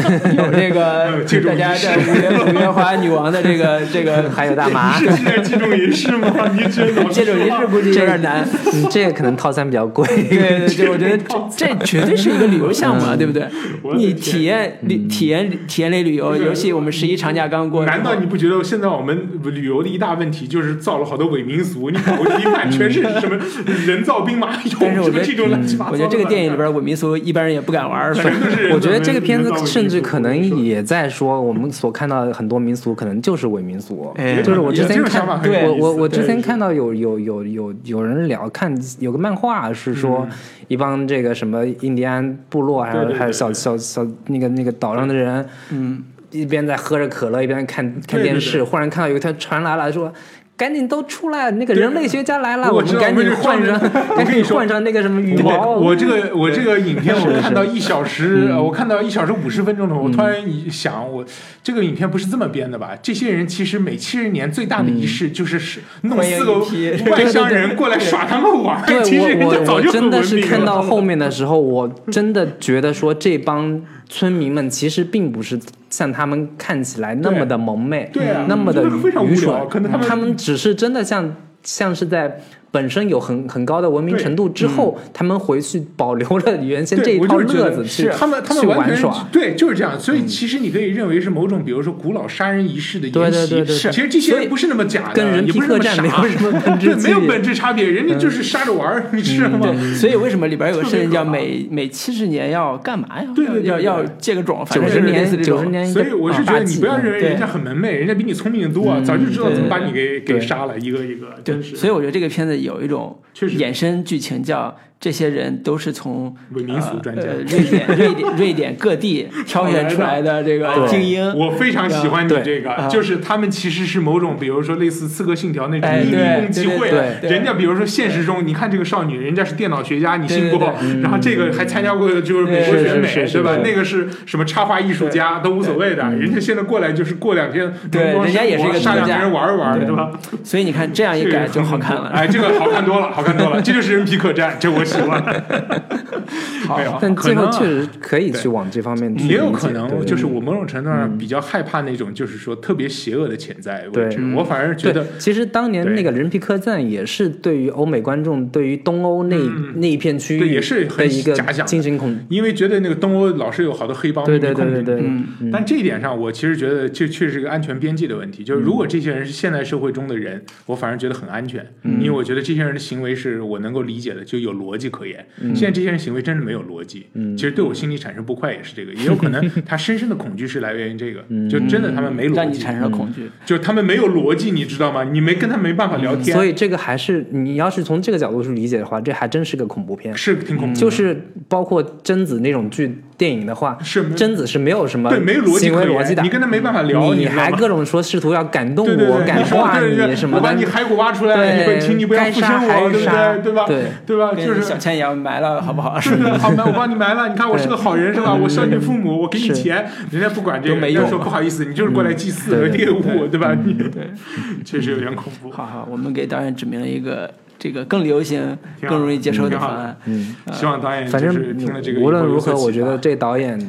S3: 还有
S1: 个
S3: 嗯 这种
S1: 大家
S3: 仪式
S1: 在五月五月花女王的这 个这个
S2: 还有大
S3: 仪
S2: 麻，
S3: 式现在这种仪式吗？你 这种
S1: 这种仪式估计有点难。
S2: 嗯，这个可能套餐比较贵。
S1: 对对对，我觉得这这绝对是一个旅游项目啊，对不对
S3: 嗯我？的
S1: 你
S3: 天
S1: 体验旅
S3: 嗯
S1: 体验体验类旅游，尤其我们十一长假刚过，
S3: 难道你不觉得现在我们旅游的一大问题就是造了好多伪民俗？你跑过去一看，全是什 么人造兵马俑，
S1: 但是我
S3: 什
S1: 觉
S3: 么
S1: 得
S3: 这种乱七八糟的。
S1: 我觉得这个电影里，边伪民俗一般人也不敢玩 儿，
S3: 反正都是人造
S2: 我觉得这个片子
S3: 人造伪
S2: 甚至
S3: 民俗
S2: 可能
S3: 我跟你说
S2: 也在说，我们所看到的很多民俗可能就是伪民
S3: 哦
S2: 俗。
S1: 哎
S2: 就是我之
S3: 也这
S2: 前
S3: 种想法
S2: 看，
S3: 很有
S2: 我
S3: 意思
S2: 我我之
S3: 对
S2: 前
S3: 是
S2: 看到有有有有有人聊看有个漫画是说一帮这个什么印第安部落，还
S3: 嗯对
S2: 有
S3: 对对
S2: 还有小
S3: 对
S2: 小小那个那个岛上的人，
S1: 嗯，
S2: 一边在喝着可乐，一边看看
S3: 对
S2: 电
S3: 对
S2: 视，
S3: 对
S2: 忽然看到有一条船来了，说。赶紧都出来！那个
S3: 对
S2: 人类学家来了，
S3: 我
S2: 我
S3: 知
S2: 们
S3: 道
S2: 赶
S3: 我们
S2: 紧
S3: 是
S2: 换上，
S3: 我
S2: 赶
S3: 跟你
S2: 紧
S3: 说
S2: 换上那个什么羽毛。
S3: 我我这个我这个影片我看到一小时，
S2: 嗯
S3: 呃我看到一小时五十分钟的时候，我突然一想，我这个影片不是这么编的吧？这些人其实每七十年最大的仪
S2: 嗯
S3: 式就是是弄
S1: 欢迎
S3: 四个
S1: 一批
S3: 外乡人过来耍他们玩
S2: 对
S3: 儿， 其实人
S2: 我
S3: 家
S2: 我
S3: 早
S2: 我
S3: 就很
S2: 真的
S3: 文
S2: 是
S3: 明
S2: 看
S3: 了
S2: 到后面的时候，我真的觉得说这帮村民们其实并不是像他们看起来那么的蒙昧，嗯
S3: 对啊
S2: 那么的
S3: 真的非常无
S2: 愚蠢嗯
S3: 聊，可能他们
S2: 他们只是真的像像是在。本身有很很高的文明
S3: 对嗯
S2: 程度之后，他们回去保留了原先这
S3: 对，
S2: 一
S3: 我
S2: 套
S3: 就是觉
S2: 乐
S3: 得
S2: 子去，
S3: 他们他
S2: 去
S3: 们完
S2: 玩
S3: 全
S2: 耍。嗯
S3: 对，就是这样。所以其实你可以认为是某种，比如说古老杀人仪式的
S2: 对
S3: 沿
S2: 对
S3: 袭。
S2: 对对对
S3: 其实这些人不是那么假的，
S2: 跟人
S3: 也
S2: 皮
S3: 不是那
S2: 客
S3: 么
S2: 栈
S3: 傻
S2: 没有什么本质
S3: 对，没有
S2: 区别嗯
S3: 本质差别，人家就是杀着玩儿，你知道吗？
S1: 对，所以为什么里边有个设定叫
S3: 嗯特别可怕
S1: 每每七十年要干嘛呀？
S3: 对对对
S1: 要
S3: 对
S1: 要要借个种，反
S2: 九
S1: 正
S2: 十
S1: 是类似这
S2: 年，九十
S1: 种。
S2: 年一
S3: 所
S2: 个大忌，嗯
S3: 以我是觉得你不要认为
S1: 对
S3: 人家很门楣，人家比你聪明的多啊，早就知道怎么把你给
S2: 对
S3: 给杀了，一个一个，
S1: 对，
S3: 真是。
S1: 所以我觉得这个片子有一种
S3: 确实
S1: 衍生剧情，叫这些人都是从
S3: 伪民俗专家
S1: 呃呃瑞典、瑞典、瑞典各 地挑选出来的这个
S2: 对
S1: 精英。
S3: 我非常喜欢你
S2: 对
S3: 这个
S1: 啊，
S3: 就是他们其实是某种，比如说类似《刺客信条》那种
S1: 哎
S3: 秘密
S1: 对
S3: 共济会
S1: 对
S3: 啊
S1: 对，对
S3: 人家比如说现实中，你看这个少女，人家是电脑学家，你信不
S1: 对？嗯
S3: 然后这个还参加过就是美国
S2: 对
S3: 选美
S2: 是是，是
S3: 对吧？
S2: 对
S3: 那个是什么插画艺术家都无所谓的，人家现在过来就是过两天
S1: 嗯对
S3: 荣光
S1: 人家也是一个
S3: 杀两
S1: 作
S3: 个
S1: 家
S3: 人玩一玩，对吧？
S1: 所以你看这样一
S3: 这个
S1: 改
S3: 很
S1: 就好
S3: 恐
S1: 看
S3: 怖
S1: 了。
S3: 哎，这个好看多了，好看多了，这就是人皮客栈，这我喜 欢。
S1: 好
S3: 没有
S2: 但最后
S3: 可能啊
S2: 确实可以
S3: 对
S2: 去往这方面去
S3: 也有
S2: 嗯理
S3: 可
S2: 解对
S3: 能，
S2: 对
S3: 就是我某种程度上比较害怕那种，就是说特别邪恶的潜在位置
S2: 对。嗯
S3: 我反而觉
S2: 对，
S3: 得，
S2: 其实当年
S3: 对
S2: 那个人皮客栈也是对于欧美观众，对于东欧那、
S3: 嗯
S2: 那一片区域
S3: 对也是
S2: 的
S3: 很
S2: 一个
S3: 假想的
S2: 精神恐，
S3: 因为觉得那个东欧老是有好多黑帮
S2: 对
S3: 秘
S2: 对
S3: 密
S2: 对
S3: 控制
S2: 对
S3: 你
S2: 对，
S1: 嗯
S2: 嗯
S3: 但这一点上，我其实觉得这确实是个安全边际的问题。就是
S2: 嗯
S3: 如果这些人是现
S2: 嗯
S3: 代社会中的人，我反而觉得很安全，因为我觉得这些人的行为是我能够理解的，就有逻逻辑可言。
S2: 嗯
S3: 现在这些人行为真的没有逻辑，其实对我心里产生不快也是这个，也有可
S2: 嗯
S3: 能他深深的恐惧是来源于这个，就真的他们没
S4: 嗯让
S3: 逻
S4: 你
S3: 辑，
S4: 产生了恐惧。
S3: 就他们没有逻辑，你知道吗？你没跟他没办法聊天，
S2: 所以这个还是你要是从这个角度去理解的话，这还真是个恐怖片。
S3: 是挺恐怖的。
S2: 就是包括贞子那种剧电影的话，
S3: 是没
S2: 贞子是没有什么
S3: 嗯对，没有逻辑
S2: 行
S3: 可
S2: 为
S3: 言，
S2: 逻辑的，
S3: 你跟他没办法聊，你
S2: 你
S3: 知道吗
S2: 还各种说试图要感动
S3: 对对
S2: 我、
S3: 对，
S2: 感
S3: 你说
S2: 化
S3: 对对对
S2: 什么
S3: 我把
S2: 的
S3: 你，骸骨挖出来，
S2: 对
S3: 你不请你不要
S2: 该
S3: 附
S2: 杀
S3: 身
S2: 还
S3: 我，对不
S2: 杀
S3: 对？对吧？
S2: 对
S3: 对吧？
S4: 跟
S3: 嗯就是
S4: 小千阳埋了，好不好？
S3: 是的，好埋，我帮你埋了。你看我是个好人是 吧？我孝敬父母，我给你
S2: 嗯是
S3: 钱，人家不管这个，
S4: 都没
S3: 人家
S4: 用
S3: 说不好意思，你就是过来祭
S2: 嗯
S3: 祀
S2: 对
S3: 和
S2: 对嗯
S3: 猎物，对吧？你对， 确实有点恐怖。
S4: 好好，我们给导演指明了一个这个更流行、
S3: 挺好
S4: 更容易接受的
S3: 挺好
S4: 方案。
S2: 嗯，
S3: 希望导演
S2: 反
S3: 就是
S2: 正
S3: 听了这个以后有
S2: 无
S3: 所启发，
S2: 论如何，我觉得这导演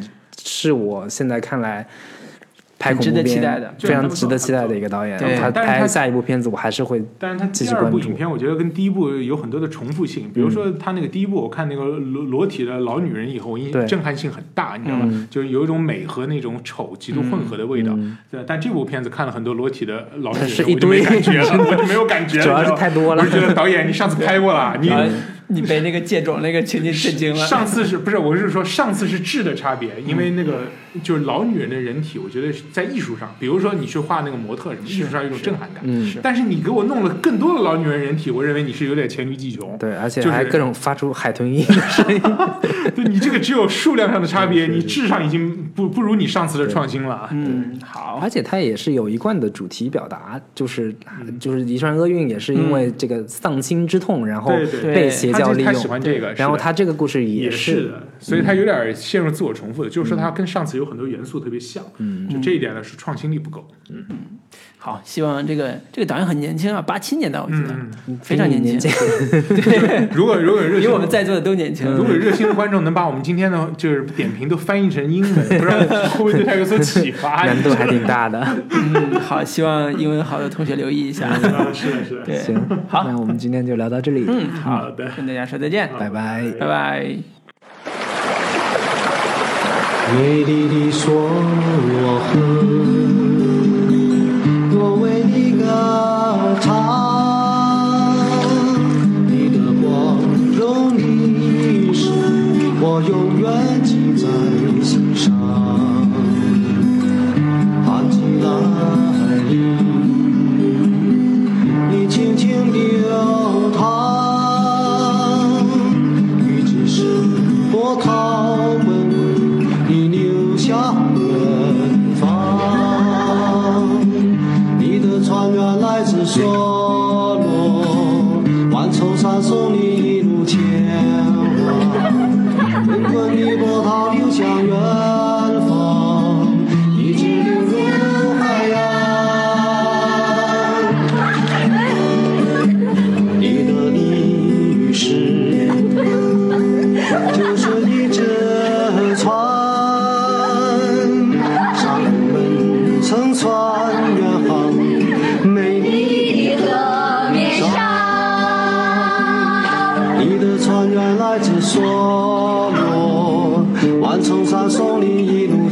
S2: 是我现在看来拍恐
S4: 值
S2: 怖
S4: 得期
S2: 片
S4: 待的
S2: 非常值得期待的一个导演。
S4: 对
S2: 他
S3: 但是他
S2: 拍下一部片子，我还是会
S3: 但是它
S2: 继
S3: 第
S2: 续
S3: 二部
S2: 关注嗯
S3: 影片，我觉得跟第一部有很多的重复性。比如说，它那个第一部，我看那个裸裸体的老女人以后，我印
S2: 对嗯
S3: 震撼性很大，你知道吗？就是有一种美和那种丑极度混合的味道。对，但这部片子看了很多裸体的老女人，
S2: 是一
S3: 我就没
S2: 堆
S3: 感觉了，我就没有感觉了。
S2: 主要是
S3: 你知道吗
S2: 太多了
S3: 我就觉得导演，你上次拍过了，你
S4: 然后你被那个借种那个情景震惊了。
S3: 上次是不是？我是说上次是质的差别，因为那个
S2: 嗯
S3: 就是老女人的人体，我觉得是在艺术上，比如说你去画那个模特什么，艺术上有一种震撼感。
S2: 嗯，
S3: 但是你给我弄了更多的老女人人体，我认为你是有点黔驴技穷。
S2: 对，而且
S3: 就是
S2: 还各种发出海 豚音的声音。
S3: 对你这个只有数量上的差别，你质上已经不不如你上次的创新了啊。
S4: 嗯，好，
S2: 而且它也是有一贯的主题表达，就是
S3: 嗯
S2: 就是遗传厄运也是因为这个丧亲之痛，然后
S3: 对对
S4: 对
S2: 被邪
S3: 他
S2: 教
S3: 就
S2: 利
S3: 他喜
S2: 用。
S3: 欢这个，
S2: 然后
S3: 是的
S2: 他这个故事
S3: 也
S2: 是嗯
S3: 的，所以他有点陷入自我重复的，就是说他跟上次有很多元素特别像，嗯，就这一点呢是创新力不够，
S4: 好，希望这个这个导演很年轻啊，八七年的，我记得、
S3: 嗯，
S4: 非常
S2: 比你
S4: 年
S2: 年
S4: 轻，
S3: 如果如果有热
S4: 比
S3: 情，
S4: 我们在座的都年轻。
S3: 如果有热心的观众能把我们今天的就是点评都翻译成英文，不知道会不会对他有所启发？
S2: 难度还挺大 的。
S4: 嗯，好，希望英文好的同学留意一下。
S3: 啊是的，是的，
S4: 对，
S2: 行，
S4: 好
S2: 那我们今天就聊到这里，
S4: 嗯，好，
S3: 好的。
S4: 跟大家说再见，
S2: 拜拜。
S4: 拜拜。
S5: 美丽的说我恨，我为你歌唱。你的光荣历史，我永远记在心上。安吉来临，你轻轻地流淌，雨季时波涛滚。你流向远方，你的船员来自梭罗，万重山送你一路前往，滚滚的波涛流向远方，一直流入海洋。你的历史。就是一只船，上我们乘船远航，美丽的河面上，你的船员来自梭罗，万重山送你一路